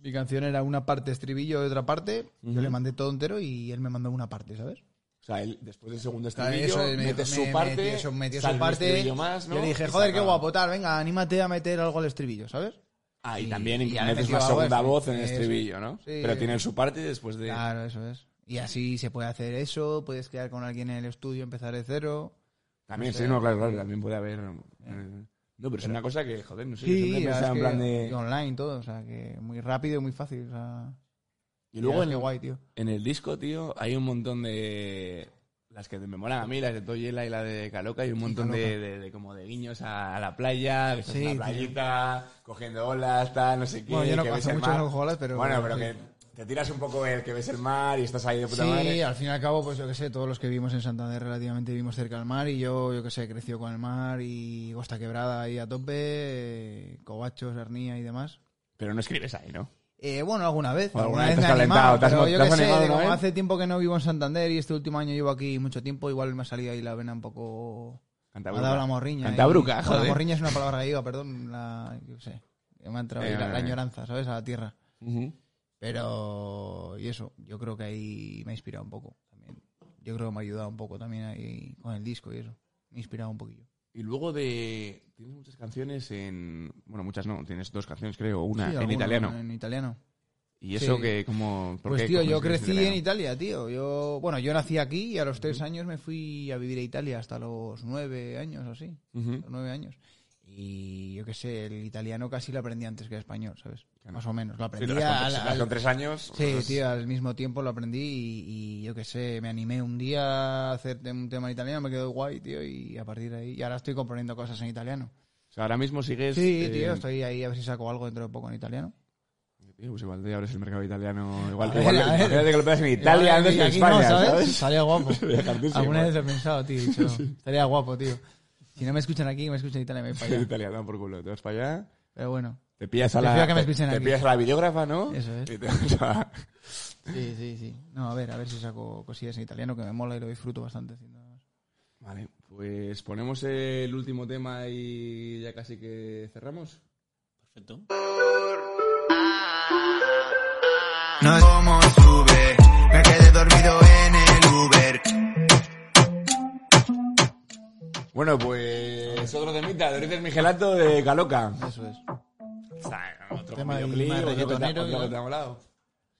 [SPEAKER 6] Mi canción era una parte estribillo y otra parte. Yo le mandé todo entero y él me mandó una parte, ¿sabes?
[SPEAKER 1] O sea, él después del segundo
[SPEAKER 6] Claro,
[SPEAKER 1] estribillo,
[SPEAKER 6] eso, me-
[SPEAKER 1] mete
[SPEAKER 6] me-
[SPEAKER 1] su
[SPEAKER 6] me-
[SPEAKER 1] parte,
[SPEAKER 6] metió eso, metió
[SPEAKER 1] sale
[SPEAKER 6] su
[SPEAKER 1] un
[SPEAKER 6] parte.
[SPEAKER 1] estribillo más, ¿no?
[SPEAKER 6] Yo le
[SPEAKER 1] Y
[SPEAKER 6] dije,
[SPEAKER 1] se
[SPEAKER 6] joder, qué
[SPEAKER 1] acaba.
[SPEAKER 6] guapo, tal, venga, anímate a meter algo al estribillo, ¿sabes?
[SPEAKER 1] Ah, y,
[SPEAKER 6] Y-
[SPEAKER 1] también
[SPEAKER 6] y ya le
[SPEAKER 1] metes
[SPEAKER 6] metió
[SPEAKER 1] una
[SPEAKER 6] algo
[SPEAKER 1] segunda
[SPEAKER 6] así.
[SPEAKER 1] voz en el
[SPEAKER 6] Eso.
[SPEAKER 1] estribillo, ¿no?
[SPEAKER 6] Sí.
[SPEAKER 1] Pero tiene su parte después de...
[SPEAKER 6] Claro, eso es. Y así se puede hacer eso, puedes quedar con alguien en el estudio, empezar de cero.
[SPEAKER 1] También,
[SPEAKER 6] no sé.
[SPEAKER 1] sí, no, claro, claro, también puede haber... eh, No, pero es una cosa que, joder, no sé, yo siempre
[SPEAKER 6] la
[SPEAKER 1] pensaba
[SPEAKER 6] verdad
[SPEAKER 1] en
[SPEAKER 6] es
[SPEAKER 1] plan
[SPEAKER 6] que-
[SPEAKER 1] de...
[SPEAKER 6] y online todo, o sea, que muy rápido y muy fácil. O sea,
[SPEAKER 1] Y luego en,
[SPEAKER 6] qué guay, tío.
[SPEAKER 1] en el disco, tío, hay un montón de... Las que me molan a mí, las de Toyela y la de Caloca, hay un montón de, de- de como de guiños a, a la playa, que estás
[SPEAKER 6] Sí,
[SPEAKER 1] en
[SPEAKER 6] tío.
[SPEAKER 1] la playita, cogiendo olas, tal, no sé qué.
[SPEAKER 6] Bueno, yo no
[SPEAKER 1] que ves
[SPEAKER 6] hace
[SPEAKER 1] el
[SPEAKER 6] mucho
[SPEAKER 1] mar.
[SPEAKER 6] no cojo olas, pero-
[SPEAKER 1] Bueno, pero
[SPEAKER 6] sí.
[SPEAKER 1] que te tiras un poco el que ves el mar y estás ahí de puta
[SPEAKER 6] sí,
[SPEAKER 1] madre.
[SPEAKER 6] al fin y al cabo, pues yo que sé, todos los que vivimos en Santander relativamente vivimos cerca del mar y yo, yo que sé, creció con el mar y Costa Quebrada ahí a tope, eh, Cobachos, Hernía y demás.
[SPEAKER 1] Pero no escribes ahí, ¿no?
[SPEAKER 6] Eh, bueno, alguna vez.
[SPEAKER 1] Bueno,
[SPEAKER 6] alguna
[SPEAKER 1] alguna
[SPEAKER 6] vez
[SPEAKER 1] vez
[SPEAKER 6] me
[SPEAKER 1] te has
[SPEAKER 6] he animado,
[SPEAKER 1] calentado, te has
[SPEAKER 6] pero
[SPEAKER 1] mo- te
[SPEAKER 6] yo que
[SPEAKER 1] has
[SPEAKER 6] sé,
[SPEAKER 1] animado eh?
[SPEAKER 6] de
[SPEAKER 1] una
[SPEAKER 6] como
[SPEAKER 1] vez.
[SPEAKER 6] hace tiempo que no vivo en Santander y este último año llevo aquí mucho tiempo, igual me ha salido ahí la vena un poco... Me ha
[SPEAKER 1] Cantabruca.
[SPEAKER 6] dado la morriña. ahí.
[SPEAKER 1] Cantabruca,
[SPEAKER 6] Bueno,
[SPEAKER 1] joder.
[SPEAKER 6] La morriña es una palabra gallega, perdón, la... yo qué sé. que me ha entrado
[SPEAKER 1] Eh,
[SPEAKER 6] ahí la,
[SPEAKER 1] eh,
[SPEAKER 6] la
[SPEAKER 1] eh.
[SPEAKER 6] añoranza, ¿sabes? A la tierra. Pero, y eso, yo creo que ahí me ha inspirado un poco también. Yo creo que me ha ayudado un poco también ahí con el disco y eso. Me ha inspirado un poquillo.
[SPEAKER 1] Y luego de... Tienes muchas canciones en... Bueno, muchas no. Tienes dos canciones, creo. Una Ah,
[SPEAKER 6] Sí,
[SPEAKER 1] en
[SPEAKER 6] alguno
[SPEAKER 1] italiano.
[SPEAKER 6] En italiano.
[SPEAKER 1] Y eso
[SPEAKER 6] Sí.
[SPEAKER 1] que como... ¿por
[SPEAKER 6] Pues
[SPEAKER 1] qué
[SPEAKER 6] tío, yo
[SPEAKER 1] cojones
[SPEAKER 6] crecí
[SPEAKER 1] tienes
[SPEAKER 6] en
[SPEAKER 1] italiano?
[SPEAKER 6] Italia, tío. Yo, bueno, yo nací aquí y a los tres años me fui a vivir a Italia hasta los nueve años o así.
[SPEAKER 1] Ujú.
[SPEAKER 6] los nueve años. Y yo qué sé, el italiano casi lo aprendí antes que el español, ¿sabes? Más o menos. Lo
[SPEAKER 1] Sí,
[SPEAKER 6] aprendí
[SPEAKER 1] te vas con
[SPEAKER 6] al-
[SPEAKER 1] tres-
[SPEAKER 6] al-
[SPEAKER 1] vas con tres años.
[SPEAKER 6] Sí,
[SPEAKER 1] pues,
[SPEAKER 6] tío, al mismo tiempo lo aprendí y, y yo qué sé, me animé un día a hacer un tema en italiano, me quedó guay, tío, y a partir de ahí. Y ahora estoy componiendo cosas en italiano.
[SPEAKER 1] O sea, ahora mismo sigues...
[SPEAKER 6] Sí,
[SPEAKER 1] eh,
[SPEAKER 6] tío, estoy ahí a ver si saco algo dentro de poco en italiano.
[SPEAKER 1] tío, pues igual te abres el mercado italiano... Igual,
[SPEAKER 6] A ver,
[SPEAKER 1] igual,
[SPEAKER 6] a ver.
[SPEAKER 1] imagínate que lo pegas en Italia antes que en
[SPEAKER 6] Aquí no,
[SPEAKER 1] España, ¿sabes?
[SPEAKER 6] Estaría guapo.
[SPEAKER 1] Cartísimo.
[SPEAKER 6] Alguna vez he pensado, tío, he dicho, estaría guapo, tío. Si no me escuchan aquí, me escuchan en Italia, me voy para
[SPEAKER 1] En
[SPEAKER 6] allá.
[SPEAKER 1] italiano, por culo. Te vas para allá...
[SPEAKER 6] Pero bueno,
[SPEAKER 1] Te pillas a
[SPEAKER 6] Prefiero
[SPEAKER 1] la,
[SPEAKER 6] que me
[SPEAKER 1] te,
[SPEAKER 6] escuchen
[SPEAKER 1] te
[SPEAKER 6] aquí.
[SPEAKER 1] pillas a la videógrafa, ¿no?
[SPEAKER 6] Eso es.
[SPEAKER 1] Y te vas a-
[SPEAKER 6] sí, sí, sí. No, a ver, a ver si saco cosillas en italiano, que me mola y lo disfruto bastante. haciendo.
[SPEAKER 1] Vale, pues ponemos el último tema y ya casi que cerramos.
[SPEAKER 3] Perfecto.
[SPEAKER 4] No es como sube, me quedé dormido en el Uber.
[SPEAKER 1] Bueno, pues otro temita, Doritos Migelato de Caloca.
[SPEAKER 6] Eso es.
[SPEAKER 1] Otro
[SPEAKER 6] Tema ahí
[SPEAKER 1] videoclip,
[SPEAKER 6] más
[SPEAKER 1] otro que te-
[SPEAKER 6] reggaetonero,
[SPEAKER 1] otro que
[SPEAKER 6] ¿no?
[SPEAKER 1] te ha molado.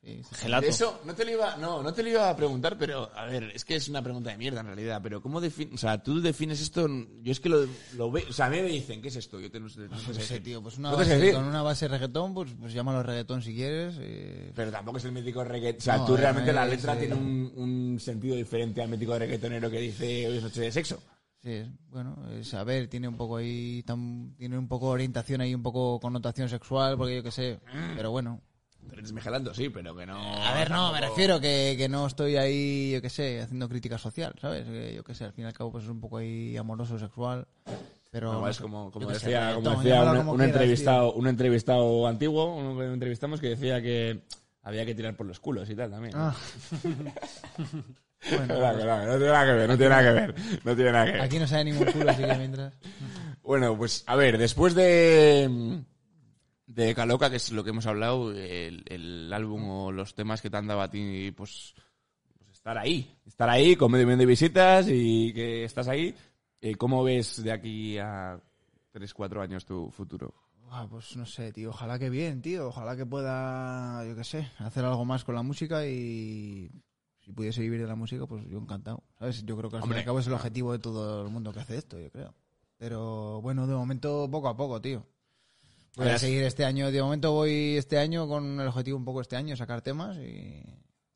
[SPEAKER 6] Sí, sí.
[SPEAKER 3] Gelato.
[SPEAKER 1] De eso, no te lo iba, no, no te lo iba a preguntar, pero a ver, es que es una pregunta de mierda en realidad, pero ¿cómo defines, o sea, tú defines esto, en- yo es que lo, lo veo, o sea, a mí me dicen, ¿qué es esto? Yo te, no sé- no sé
[SPEAKER 6] Pues ese
[SPEAKER 1] decir.
[SPEAKER 6] tío, pues una
[SPEAKER 1] No te sé
[SPEAKER 6] base-
[SPEAKER 1] decir.
[SPEAKER 6] con una base reggaetón, pues, pues llámalo reggaetón si quieres. eh,
[SPEAKER 1] Pero tampoco es el mítico reggaeton. O sea,
[SPEAKER 6] No,
[SPEAKER 1] tú
[SPEAKER 6] eh,
[SPEAKER 1] realmente
[SPEAKER 6] no
[SPEAKER 1] la
[SPEAKER 6] es,
[SPEAKER 1] letra
[SPEAKER 6] eh,
[SPEAKER 1] tiene un, un sentido diferente al mítico reggaetonero que dice hoy es noche de sexo.
[SPEAKER 6] sí, es- bueno, es, a ver, tiene un poco ahí, tam- tiene un poco orientación ahí, un poco connotación sexual, porque yo qué sé, pero bueno.
[SPEAKER 1] Doritos Migelato, sí, pero que no.
[SPEAKER 6] A ver, no, me refiero que, que no estoy ahí, yo qué sé, haciendo crítica social, ¿sabes? Que yo qué sé, al fin y al cabo pues es un poco ahí amoroso, sexual, pero...
[SPEAKER 1] No,
[SPEAKER 6] no
[SPEAKER 1] es
[SPEAKER 6] sé,
[SPEAKER 1] como, como
[SPEAKER 6] yo qué sé,
[SPEAKER 1] decía, como
[SPEAKER 6] reggaetón,
[SPEAKER 1] decía
[SPEAKER 6] llámalo
[SPEAKER 1] un,
[SPEAKER 6] como
[SPEAKER 1] un
[SPEAKER 6] quieras,
[SPEAKER 1] entrevistado, un entrevistado antiguo, uno que entrevistamos que decía que había que tirar por los culos y tal también.
[SPEAKER 6] Ah. pues.
[SPEAKER 1] No tiene nada que ver, no tiene nada que ver, no tiene nada que ver. No tiene nada que
[SPEAKER 6] tío.
[SPEAKER 1] ver.
[SPEAKER 6] Aquí no sale ningún culo, así que mientras...
[SPEAKER 1] Bueno, pues a ver, después de de Caloca, que es lo que hemos hablado, el, el álbum o los temas que te han dado a ti, pues, pues estar ahí, estar ahí con medio millón de visitas y que estás ahí. eh, ¿Cómo ves de aquí a 3, 4 años tu futuro?
[SPEAKER 6] Ah, pues no sé, tío. Ojalá que bien, tío. Ojalá que pueda, yo qué sé, hacer algo más con la música y si pudiese vivir de la música, pues yo encantado. ¿Sabes? Yo creo que al fin y
[SPEAKER 1] Hombre.
[SPEAKER 6] al cabo es el objetivo de todo el mundo que hace esto, yo creo. Pero bueno, de momento poco a poco, tío. Voy a
[SPEAKER 1] Verás.
[SPEAKER 6] seguir este año. De momento voy este año con el objetivo un poco este año, sacar temas y...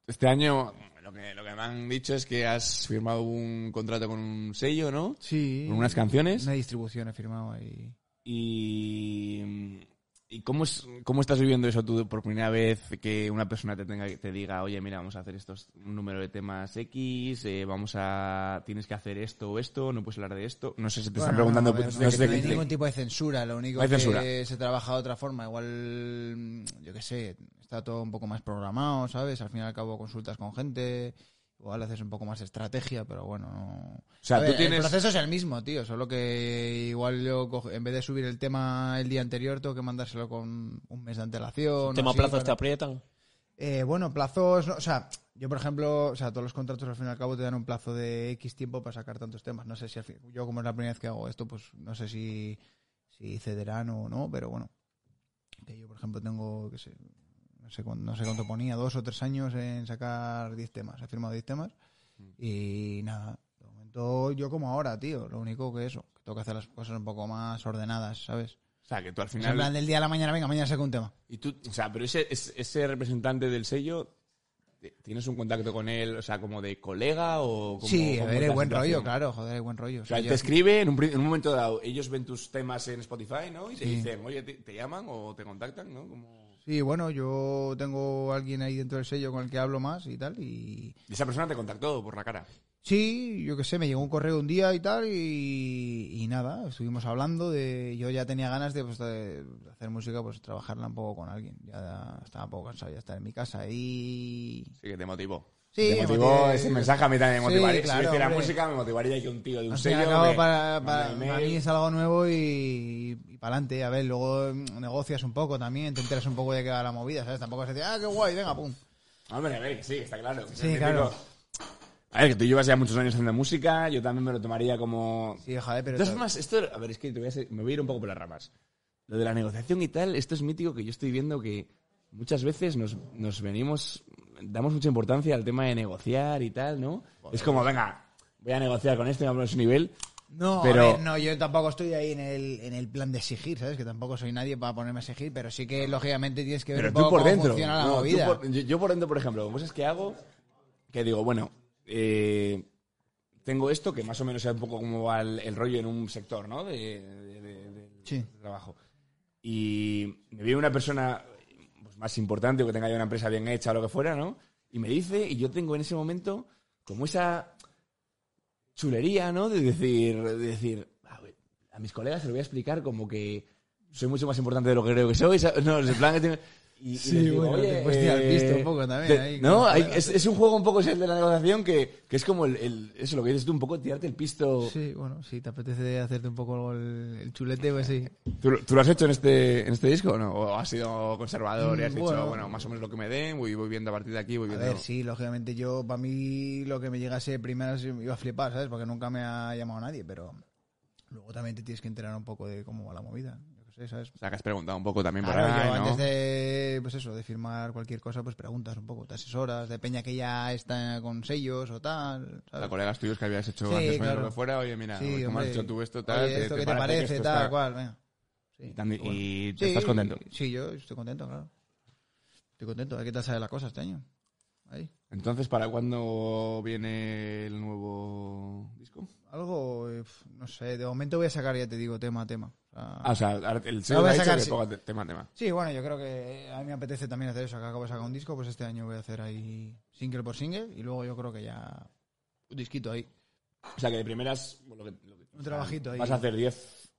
[SPEAKER 1] Este año lo que, lo que me han dicho es que has firmado un contrato con un sello, ¿no?
[SPEAKER 6] Sí.
[SPEAKER 1] Con unas canciones.
[SPEAKER 6] Una distribución he firmado ahí.
[SPEAKER 1] Y, ¿y cómo, es, cómo estás viviendo eso tú por primera vez que una persona te tenga te diga, oye, mira, vamos a hacer estos un número de temas X, eh, vamos a tienes que hacer esto o esto, no puedes hablar de esto. No sé si te
[SPEAKER 6] Bueno,
[SPEAKER 1] están
[SPEAKER 6] no,
[SPEAKER 1] preguntando,
[SPEAKER 6] a ver,
[SPEAKER 1] pues,
[SPEAKER 6] no,
[SPEAKER 1] no sé
[SPEAKER 6] no hay
[SPEAKER 1] qué-
[SPEAKER 6] ningún tipo de censura, lo único
[SPEAKER 1] No hay
[SPEAKER 6] que
[SPEAKER 1] censura.
[SPEAKER 6] se trabaja de otra forma. Igual, mm, yo qué sé, está todo un poco más programado, ¿sabes? Al fin y al cabo consultas con gente, igual haces un poco más estrategia, pero bueno, no...
[SPEAKER 1] O sea,
[SPEAKER 6] A
[SPEAKER 1] tú
[SPEAKER 6] ver,
[SPEAKER 1] tienes-
[SPEAKER 6] El proceso es el mismo, tío, solo que igual yo, cojo- en vez de subir el tema el día anterior, tengo que mandárselo con un mes de antelación. o
[SPEAKER 3] Tema
[SPEAKER 6] así,
[SPEAKER 3] plazos te
[SPEAKER 6] para-
[SPEAKER 3] aprietan.
[SPEAKER 6] eh, bueno, plazos, no, o sea, yo por ejemplo, o sea, todos los contratos al fin y al cabo te dan un plazo de X tiempo para sacar tantos temas. No sé si al fin- yo como es la primera vez que hago esto, pues no sé si, si cederán o no, pero bueno. Que yo por ejemplo tengo, qué sé, no sé, cuán- no sé cuánto ponía, dos o tres años en sacar 10 temas. He firmado 10 temas
[SPEAKER 1] Mm.
[SPEAKER 6] y nada. De momento yo como ahora, tío, lo único que eso, que tengo que hacer las cosas un poco más ordenadas, ¿sabes?
[SPEAKER 1] O sea, que tú al
[SPEAKER 6] O sea, en plan
[SPEAKER 1] final
[SPEAKER 6] del día a la mañana, venga, mañana saco un tema.
[SPEAKER 1] y tú, o sea, pero ese ese- ese representante del sello eh, ¿Tienes un contacto con él, o sea, como de colega o como
[SPEAKER 6] Sí, a ver, el buen rollo,
[SPEAKER 1] claro.
[SPEAKER 6] claro, joder, el buen rollo.
[SPEAKER 1] O sea, él
[SPEAKER 6] yo-
[SPEAKER 1] te escribe en un, pri- en un momento dado, ellos ven tus temas en Spotify, ¿no? Y te
[SPEAKER 6] Sí.
[SPEAKER 1] dicen, oye, te, te llaman o te contactan, ¿no? Como...
[SPEAKER 6] Sí, bueno, yo tengo alguien ahí dentro del sello con el que hablo más y tal. Y
[SPEAKER 1] Y esa persona te contactó por la cara.
[SPEAKER 6] sí, yo qué sé, me llegó un correo un día y tal. Y, y nada, estuvimos hablando de. Yo ya tenía ganas de, pues, de hacer música, pues trabajarla un poco con alguien. Ya estaba un poco cansado ya de estar en mi casa ahí.
[SPEAKER 1] Sí, que te motivó.
[SPEAKER 6] Sí,
[SPEAKER 1] Te
[SPEAKER 6] me
[SPEAKER 1] motivó,
[SPEAKER 6] motivé.
[SPEAKER 1] ese mensaje a mí también me
[SPEAKER 6] Sí,
[SPEAKER 1] motivaría. si
[SPEAKER 6] claro,
[SPEAKER 1] yo hiciera
[SPEAKER 6] hombre.
[SPEAKER 1] música, me motivaría que un tío de un
[SPEAKER 6] Al fin y
[SPEAKER 1] sello.
[SPEAKER 6] al cabo,
[SPEAKER 1] me
[SPEAKER 6] para,
[SPEAKER 1] manda
[SPEAKER 6] para-
[SPEAKER 1] email.
[SPEAKER 6] para mí es algo nuevo y, para adelante. A ver, luego mm, negocias un poco también, te enteras un poco de qué va la movida, ¿sabes? Tampoco se dice, ah, qué guay, venga, pum.
[SPEAKER 1] Hombre, a ver, que sí, está claro. que es
[SPEAKER 6] Sí,
[SPEAKER 1] el típico-
[SPEAKER 6] claro.
[SPEAKER 1] A ver, que tú llevas ya muchos años haciendo música, yo también me lo tomaría como...
[SPEAKER 6] Sí, joder, pero...
[SPEAKER 1] De todas
[SPEAKER 6] todo-
[SPEAKER 1] formas, esto, a ver, es que te voy a ser- me voy a ir un poco por las ramas. Lo de la negociación y tal, esto es mítico que yo estoy viendo que muchas veces nos, nos venimos, damos mucha importancia al tema de negociar y tal, ¿no? es como, venga, voy a negociar con este, vamos a su nivel.
[SPEAKER 6] No, a
[SPEAKER 1] Pero-
[SPEAKER 6] ver, no, yo tampoco estoy ahí en el, en el plan de exigir, ¿sabes? Que tampoco soy nadie para ponerme a exigir, pero sí que lógicamente tienes que ver
[SPEAKER 1] Pero
[SPEAKER 6] un
[SPEAKER 1] tú
[SPEAKER 6] poco
[SPEAKER 1] por
[SPEAKER 6] cómo
[SPEAKER 1] dentro.
[SPEAKER 6] funciona la
[SPEAKER 1] No, tú
[SPEAKER 6] movida.
[SPEAKER 1] por- yo, yo por dentro, por ejemplo, cosas que hago que digo, bueno, eh, tengo esto que más o menos sea un poco como va el, el rollo en un sector, ¿no? De, de- de- de-
[SPEAKER 6] Sí.
[SPEAKER 1] de trabajo. Y me viene una persona pues, más importante o que tenga ya una empresa bien hecha o lo que fuera, ¿no? Y me dice, y yo tengo en ese momento como esa chulería, ¿no? De decir, de decir a, ver, a mis colegas se lo voy a explicar como que soy mucho más importante de lo que creo que soy. ¿sabes? No, en plan que tengo- y, y
[SPEAKER 6] Sí,
[SPEAKER 1] les digo,
[SPEAKER 6] bueno, te
[SPEAKER 1] "Oye,
[SPEAKER 6] puedes tirar
[SPEAKER 1] eh,
[SPEAKER 6] pisto un poco también
[SPEAKER 1] te-
[SPEAKER 6] ahí con
[SPEAKER 1] no,
[SPEAKER 6] los
[SPEAKER 1] hay-
[SPEAKER 6] colegas".
[SPEAKER 1] es, es un juego un poco ese el de la negociación que, que es como el, el- eso lo que dices tú, un poco tirarte el pisto.
[SPEAKER 6] Sí, bueno, si te apetece hacerte un poco el, el chulete, pues sí.
[SPEAKER 1] ¿Tú, lo- tú lo has hecho en este, en este disco o no? ¿O has sido conservador y has
[SPEAKER 6] Mm,
[SPEAKER 1] dicho,
[SPEAKER 6] bueno.
[SPEAKER 1] bueno, más o menos lo que me den, voy, voy viendo a partir de aquí, voy
[SPEAKER 6] A
[SPEAKER 1] viendo...
[SPEAKER 6] ver, sí, lógicamente yo, para mí, lo que me llegase primero sí me iba a flipar, ¿sabes? Porque nunca me ha llamado nadie, pero luego también te tienes que enterar un poco de cómo va la movida. Yo qué sé, ¿sabes?
[SPEAKER 8] O sea, que has preguntado un poco también
[SPEAKER 6] Claro,
[SPEAKER 8] por ahí,
[SPEAKER 6] yo
[SPEAKER 8] ¿no?
[SPEAKER 6] antes de, pues eso, de firmar cualquier cosa, pues preguntas un poco, te asesoras, de peña que ya está con sellos o tal,
[SPEAKER 8] A
[SPEAKER 6] ¿sabes?
[SPEAKER 8] colegas tuyos que habías hecho
[SPEAKER 6] Sí,
[SPEAKER 8] antes o
[SPEAKER 6] claro.
[SPEAKER 8] lo que fuera, oye, mira,
[SPEAKER 6] Sí,
[SPEAKER 8] ¿cómo
[SPEAKER 6] hombre.
[SPEAKER 8] has hecho tú esto, tal?
[SPEAKER 6] Oye, esto que te
[SPEAKER 8] que
[SPEAKER 6] parece,
[SPEAKER 8] esto
[SPEAKER 6] tal,
[SPEAKER 8] está-
[SPEAKER 6] cual, venga.
[SPEAKER 8] Y también-
[SPEAKER 6] Bueno.
[SPEAKER 8] Y te
[SPEAKER 6] Sí,
[SPEAKER 8] estás contento.
[SPEAKER 6] Sí, yo estoy contento, claro. Estoy contento, ¿qué tal sale la cosa este año? Ahí.
[SPEAKER 8] Entonces, ¿para cuándo viene el nuevo disco?
[SPEAKER 6] Algo, eh, pf, no sé, de momento voy a sacar, ya te digo, tema a tema. O sea,
[SPEAKER 1] Ah, o sea, ahora el
[SPEAKER 6] Lo
[SPEAKER 1] sello
[SPEAKER 6] voy
[SPEAKER 1] ha
[SPEAKER 6] a
[SPEAKER 1] dicho
[SPEAKER 6] sacar,
[SPEAKER 1] que
[SPEAKER 6] sí.
[SPEAKER 1] ponga te- tema, tema.
[SPEAKER 6] Sí, bueno, yo creo que eh, a mí me apetece también hacer eso, que acabo de sacar un disco, pues este año voy a hacer ahí single por single y luego yo creo que ya un disquito ahí.
[SPEAKER 1] O sea, que de primeras... bueno, lo que- lo que-
[SPEAKER 6] Un trabajito ahí.
[SPEAKER 1] Vas a hacer 10...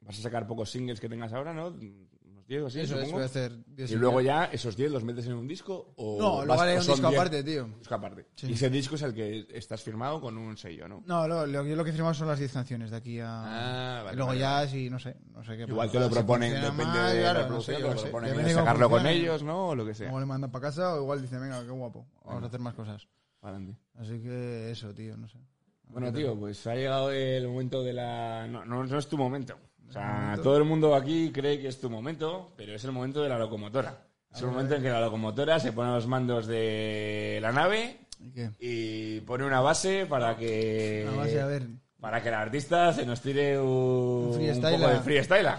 [SPEAKER 1] Vas a sacar pocos singles que tengas ahora, ¿no? Unos 10 o así,
[SPEAKER 6] Eso es,
[SPEAKER 1] supongo.
[SPEAKER 6] voy a hacer diez
[SPEAKER 1] y luego
[SPEAKER 6] singles.
[SPEAKER 1] ya esos 10 los metes en un disco o...
[SPEAKER 6] No,
[SPEAKER 1] vas-
[SPEAKER 6] luego haré
[SPEAKER 1] o
[SPEAKER 6] un
[SPEAKER 1] son
[SPEAKER 6] disco
[SPEAKER 1] 10.
[SPEAKER 6] aparte, tío.
[SPEAKER 1] Disco aparte.
[SPEAKER 6] Sí.
[SPEAKER 1] Y ese disco es el que estás firmado con un sello, ¿no?
[SPEAKER 6] No, lo, lo- yo lo que he firmado son las 10 canciones de aquí
[SPEAKER 1] Ah,
[SPEAKER 6] a...
[SPEAKER 1] vale,
[SPEAKER 6] y luego
[SPEAKER 1] vale,
[SPEAKER 6] ya, si no sé, no sé qué
[SPEAKER 1] Igual
[SPEAKER 6] pasa.
[SPEAKER 1] te lo
[SPEAKER 6] Si
[SPEAKER 1] proponen,
[SPEAKER 6] funciona
[SPEAKER 1] depende
[SPEAKER 6] mal,
[SPEAKER 1] de la
[SPEAKER 6] claro, no sé,
[SPEAKER 1] producción,
[SPEAKER 6] yo
[SPEAKER 1] te
[SPEAKER 6] qué
[SPEAKER 1] lo
[SPEAKER 6] sé.
[SPEAKER 1] proponen
[SPEAKER 6] Depende de cómo
[SPEAKER 1] sacarlo con
[SPEAKER 6] funcione.
[SPEAKER 1] ellos, ¿no? O lo que sea.
[SPEAKER 6] O le mandan para casa o igual dicen, venga, qué guapo, vamos a hacer más cosas.
[SPEAKER 1] Adelante.
[SPEAKER 6] Así que eso, tío, no sé.
[SPEAKER 1] Bueno, tío, pues ha llegado el momento de la... No, no, no es tu momento. O sea, todo el mundo aquí cree que es tu momento, pero es el momento de la locomotora. Es el momento en que la locomotora se pone a los mandos de la nave
[SPEAKER 6] ¿Y qué?
[SPEAKER 1] y pone una base para que...
[SPEAKER 6] Una base, a ver.
[SPEAKER 1] Para que el artista se nos tire un, un
[SPEAKER 6] freestyler.
[SPEAKER 1] poco de freestyler.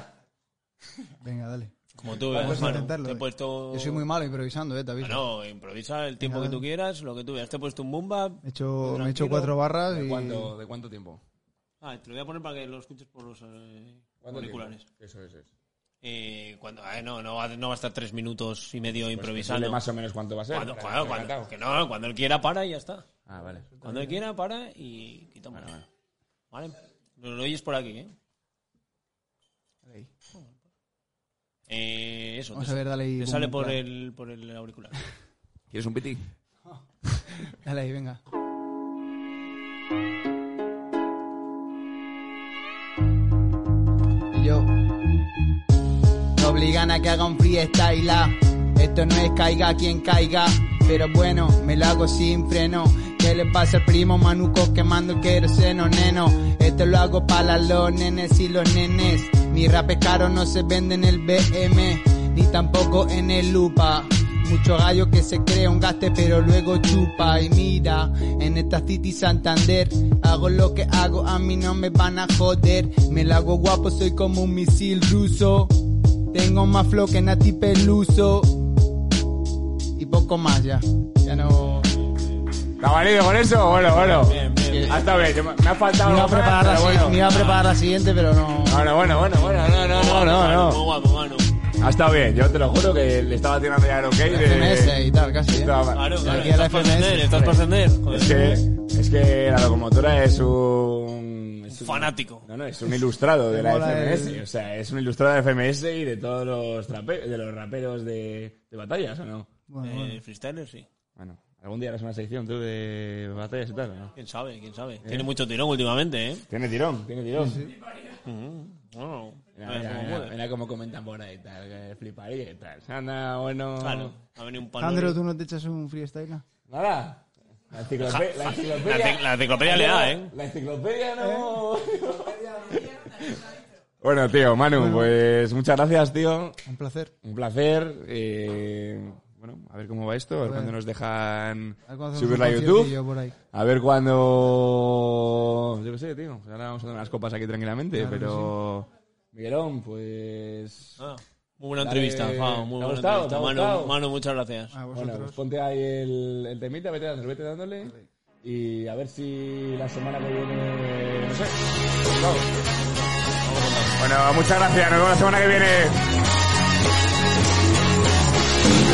[SPEAKER 6] Venga, dale.
[SPEAKER 3] Como tú,
[SPEAKER 6] Vamos a
[SPEAKER 3] hermano.
[SPEAKER 6] intentarlo.
[SPEAKER 3] Te he
[SPEAKER 6] eh.
[SPEAKER 3] puesto...
[SPEAKER 6] Yo soy muy malo improvisando, eh, te aviso.
[SPEAKER 3] No, improvisa el tiempo
[SPEAKER 6] Venga,
[SPEAKER 3] que tú
[SPEAKER 6] dale.
[SPEAKER 3] quieras, lo que tú veas. Te he puesto un bomba.
[SPEAKER 6] Me he hecho, me he
[SPEAKER 3] Tranquilo.
[SPEAKER 6] hecho cuatro barras
[SPEAKER 1] ¿De
[SPEAKER 6] y...
[SPEAKER 1] cuánto, ¿De cuánto tiempo?
[SPEAKER 3] Ah, te lo voy a poner para que lo escuches por los eh,
[SPEAKER 1] ¿Cuánto
[SPEAKER 3] auriculares.
[SPEAKER 1] tiempo? Eso es. eso.
[SPEAKER 3] Eh, cuando, ah, no, no va, no va a estar tres minutos y medio
[SPEAKER 6] Pues
[SPEAKER 3] improvisando.
[SPEAKER 1] Dile más o menos cuánto va a ser.
[SPEAKER 3] cuando,
[SPEAKER 1] Claro,
[SPEAKER 3] claro, cuando-
[SPEAKER 1] encantado.
[SPEAKER 3] que no, cuando él quiera para y ya está.
[SPEAKER 1] Ah, vale.
[SPEAKER 3] Cuando él quiera para y quitamos. Vale, Lo, lo oyes por aquí, ¿eh? Eh, eso.
[SPEAKER 6] Vamos
[SPEAKER 3] te
[SPEAKER 6] a ver, dale ahí,
[SPEAKER 3] Te
[SPEAKER 6] boom,
[SPEAKER 3] sale por
[SPEAKER 6] claro.
[SPEAKER 3] el, por el auricular.
[SPEAKER 8] ¿Quieres un piti?
[SPEAKER 6] Dale ahí, venga. Y yo.
[SPEAKER 9] Me obligan a que haga un freestyle. ah. Esto no es caiga quien caiga, pero bueno, me lo hago sin freno. ¿Qué le pasa al primo Manuco quemando el queroseno, neno? Esto lo hago para los nenes y los nenes. Mi rap es caro, no se vende en el BM, ni tampoco en el Lupa. Mucho gallo que se crea un gaste pero luego chupa y mira en esta City Santander hago lo que hago a mí no me van a joder me la hago guapo soy como un misil ruso tengo más flow que Nati Peluso y poco más ya ya no
[SPEAKER 1] ¿Está valido con eso? Bueno, bueno. Ha estado bien. yo me- Me ha faltado
[SPEAKER 6] Me iba, a
[SPEAKER 1] algo más,
[SPEAKER 6] preparar la,
[SPEAKER 1] pero
[SPEAKER 6] si-
[SPEAKER 1] bueno.
[SPEAKER 6] me iba a preparar la siguiente, pero no.
[SPEAKER 1] Bueno, bueno, bueno, bueno, no, no, no, no,
[SPEAKER 3] Muy
[SPEAKER 1] no.
[SPEAKER 3] guapo, mano.
[SPEAKER 1] Ha estado bien, yo te lo juro que le estaba tirando ya el ok
[SPEAKER 6] FMS
[SPEAKER 1] de...
[SPEAKER 6] y tal, casi. ¿eh?
[SPEAKER 1] Estaba mal.
[SPEAKER 3] Claro, claro.
[SPEAKER 6] aquí a la
[SPEAKER 3] Estás para ascender,
[SPEAKER 6] FMS,
[SPEAKER 3] estás para ascender. Joder.
[SPEAKER 1] Es que, es que la locomotora es un... es un-
[SPEAKER 3] Fanático.
[SPEAKER 1] No, no, es un ilustrado de la
[SPEAKER 6] Mola
[SPEAKER 1] FMS.
[SPEAKER 6] el-
[SPEAKER 1] O sea, es un ilustrado de FMS y de todos los, trape- de los raperos de, de batallas, ¿o no?
[SPEAKER 6] Bueno,
[SPEAKER 3] Eh,
[SPEAKER 6] bueno.
[SPEAKER 3] freestyler, sí.
[SPEAKER 1] Bueno, ha Algún día harás una sección tú de batallas y tal, ¿no?
[SPEAKER 3] ¿Quién sabe? ¿Quién sabe?
[SPEAKER 1] Eh.
[SPEAKER 3] Tiene mucho tirón últimamente, ¿eh?
[SPEAKER 1] Tiene tirón, tiene tirón.
[SPEAKER 3] Oh. Bueno,
[SPEAKER 1] Mira,
[SPEAKER 3] a ver
[SPEAKER 1] mira,
[SPEAKER 3] cómo
[SPEAKER 1] mira,
[SPEAKER 3] puede.
[SPEAKER 1] mira cómo comentan por ahí, tal, que fliparía y tal. Anda, bueno.
[SPEAKER 3] Claro, ha venido un palo.
[SPEAKER 6] Sandro, ¿tú no te echas un freestyle?
[SPEAKER 1] Nada. La enciclopedia. La
[SPEAKER 3] La,
[SPEAKER 1] enciclopedia,
[SPEAKER 3] te- la enciclopedia le da, ¿eh?
[SPEAKER 1] la enciclopedia
[SPEAKER 6] ¿Eh?
[SPEAKER 1] no. bueno, tío, Manu, pues muchas gracias, tío.
[SPEAKER 6] Un placer.
[SPEAKER 1] Un placer. eh, bueno, a ver cómo va esto, a ver
[SPEAKER 6] Bueno.
[SPEAKER 1] cuándo nos dejan
[SPEAKER 6] A ver cuándo hacemos
[SPEAKER 1] subirla a
[SPEAKER 6] un
[SPEAKER 1] YouTube.
[SPEAKER 6] conciertillo por ahí.
[SPEAKER 1] A ver cuándo. Yo qué sé, tío. pues ahora vamos a tomar unas copas aquí tranquilamente,
[SPEAKER 6] Claro que
[SPEAKER 1] pero. Miguelón, pues.
[SPEAKER 3] Ah, muy buena
[SPEAKER 1] Dale.
[SPEAKER 3] entrevista, Fao, muy
[SPEAKER 1] ¿Te ha
[SPEAKER 3] buena
[SPEAKER 1] gustado?
[SPEAKER 3] entrevista.
[SPEAKER 1] ¿Te ha
[SPEAKER 3] Manu,
[SPEAKER 1] gustado?
[SPEAKER 3] Manu, muchas gracias.
[SPEAKER 6] A
[SPEAKER 1] Bueno,
[SPEAKER 6] vosotros.
[SPEAKER 1] pues ponte ahí el, el temita, vete dándole, vete dándole. Y a ver si la semana que viene. No sé. Bueno, muchas gracias. Nos vemos la semana que viene.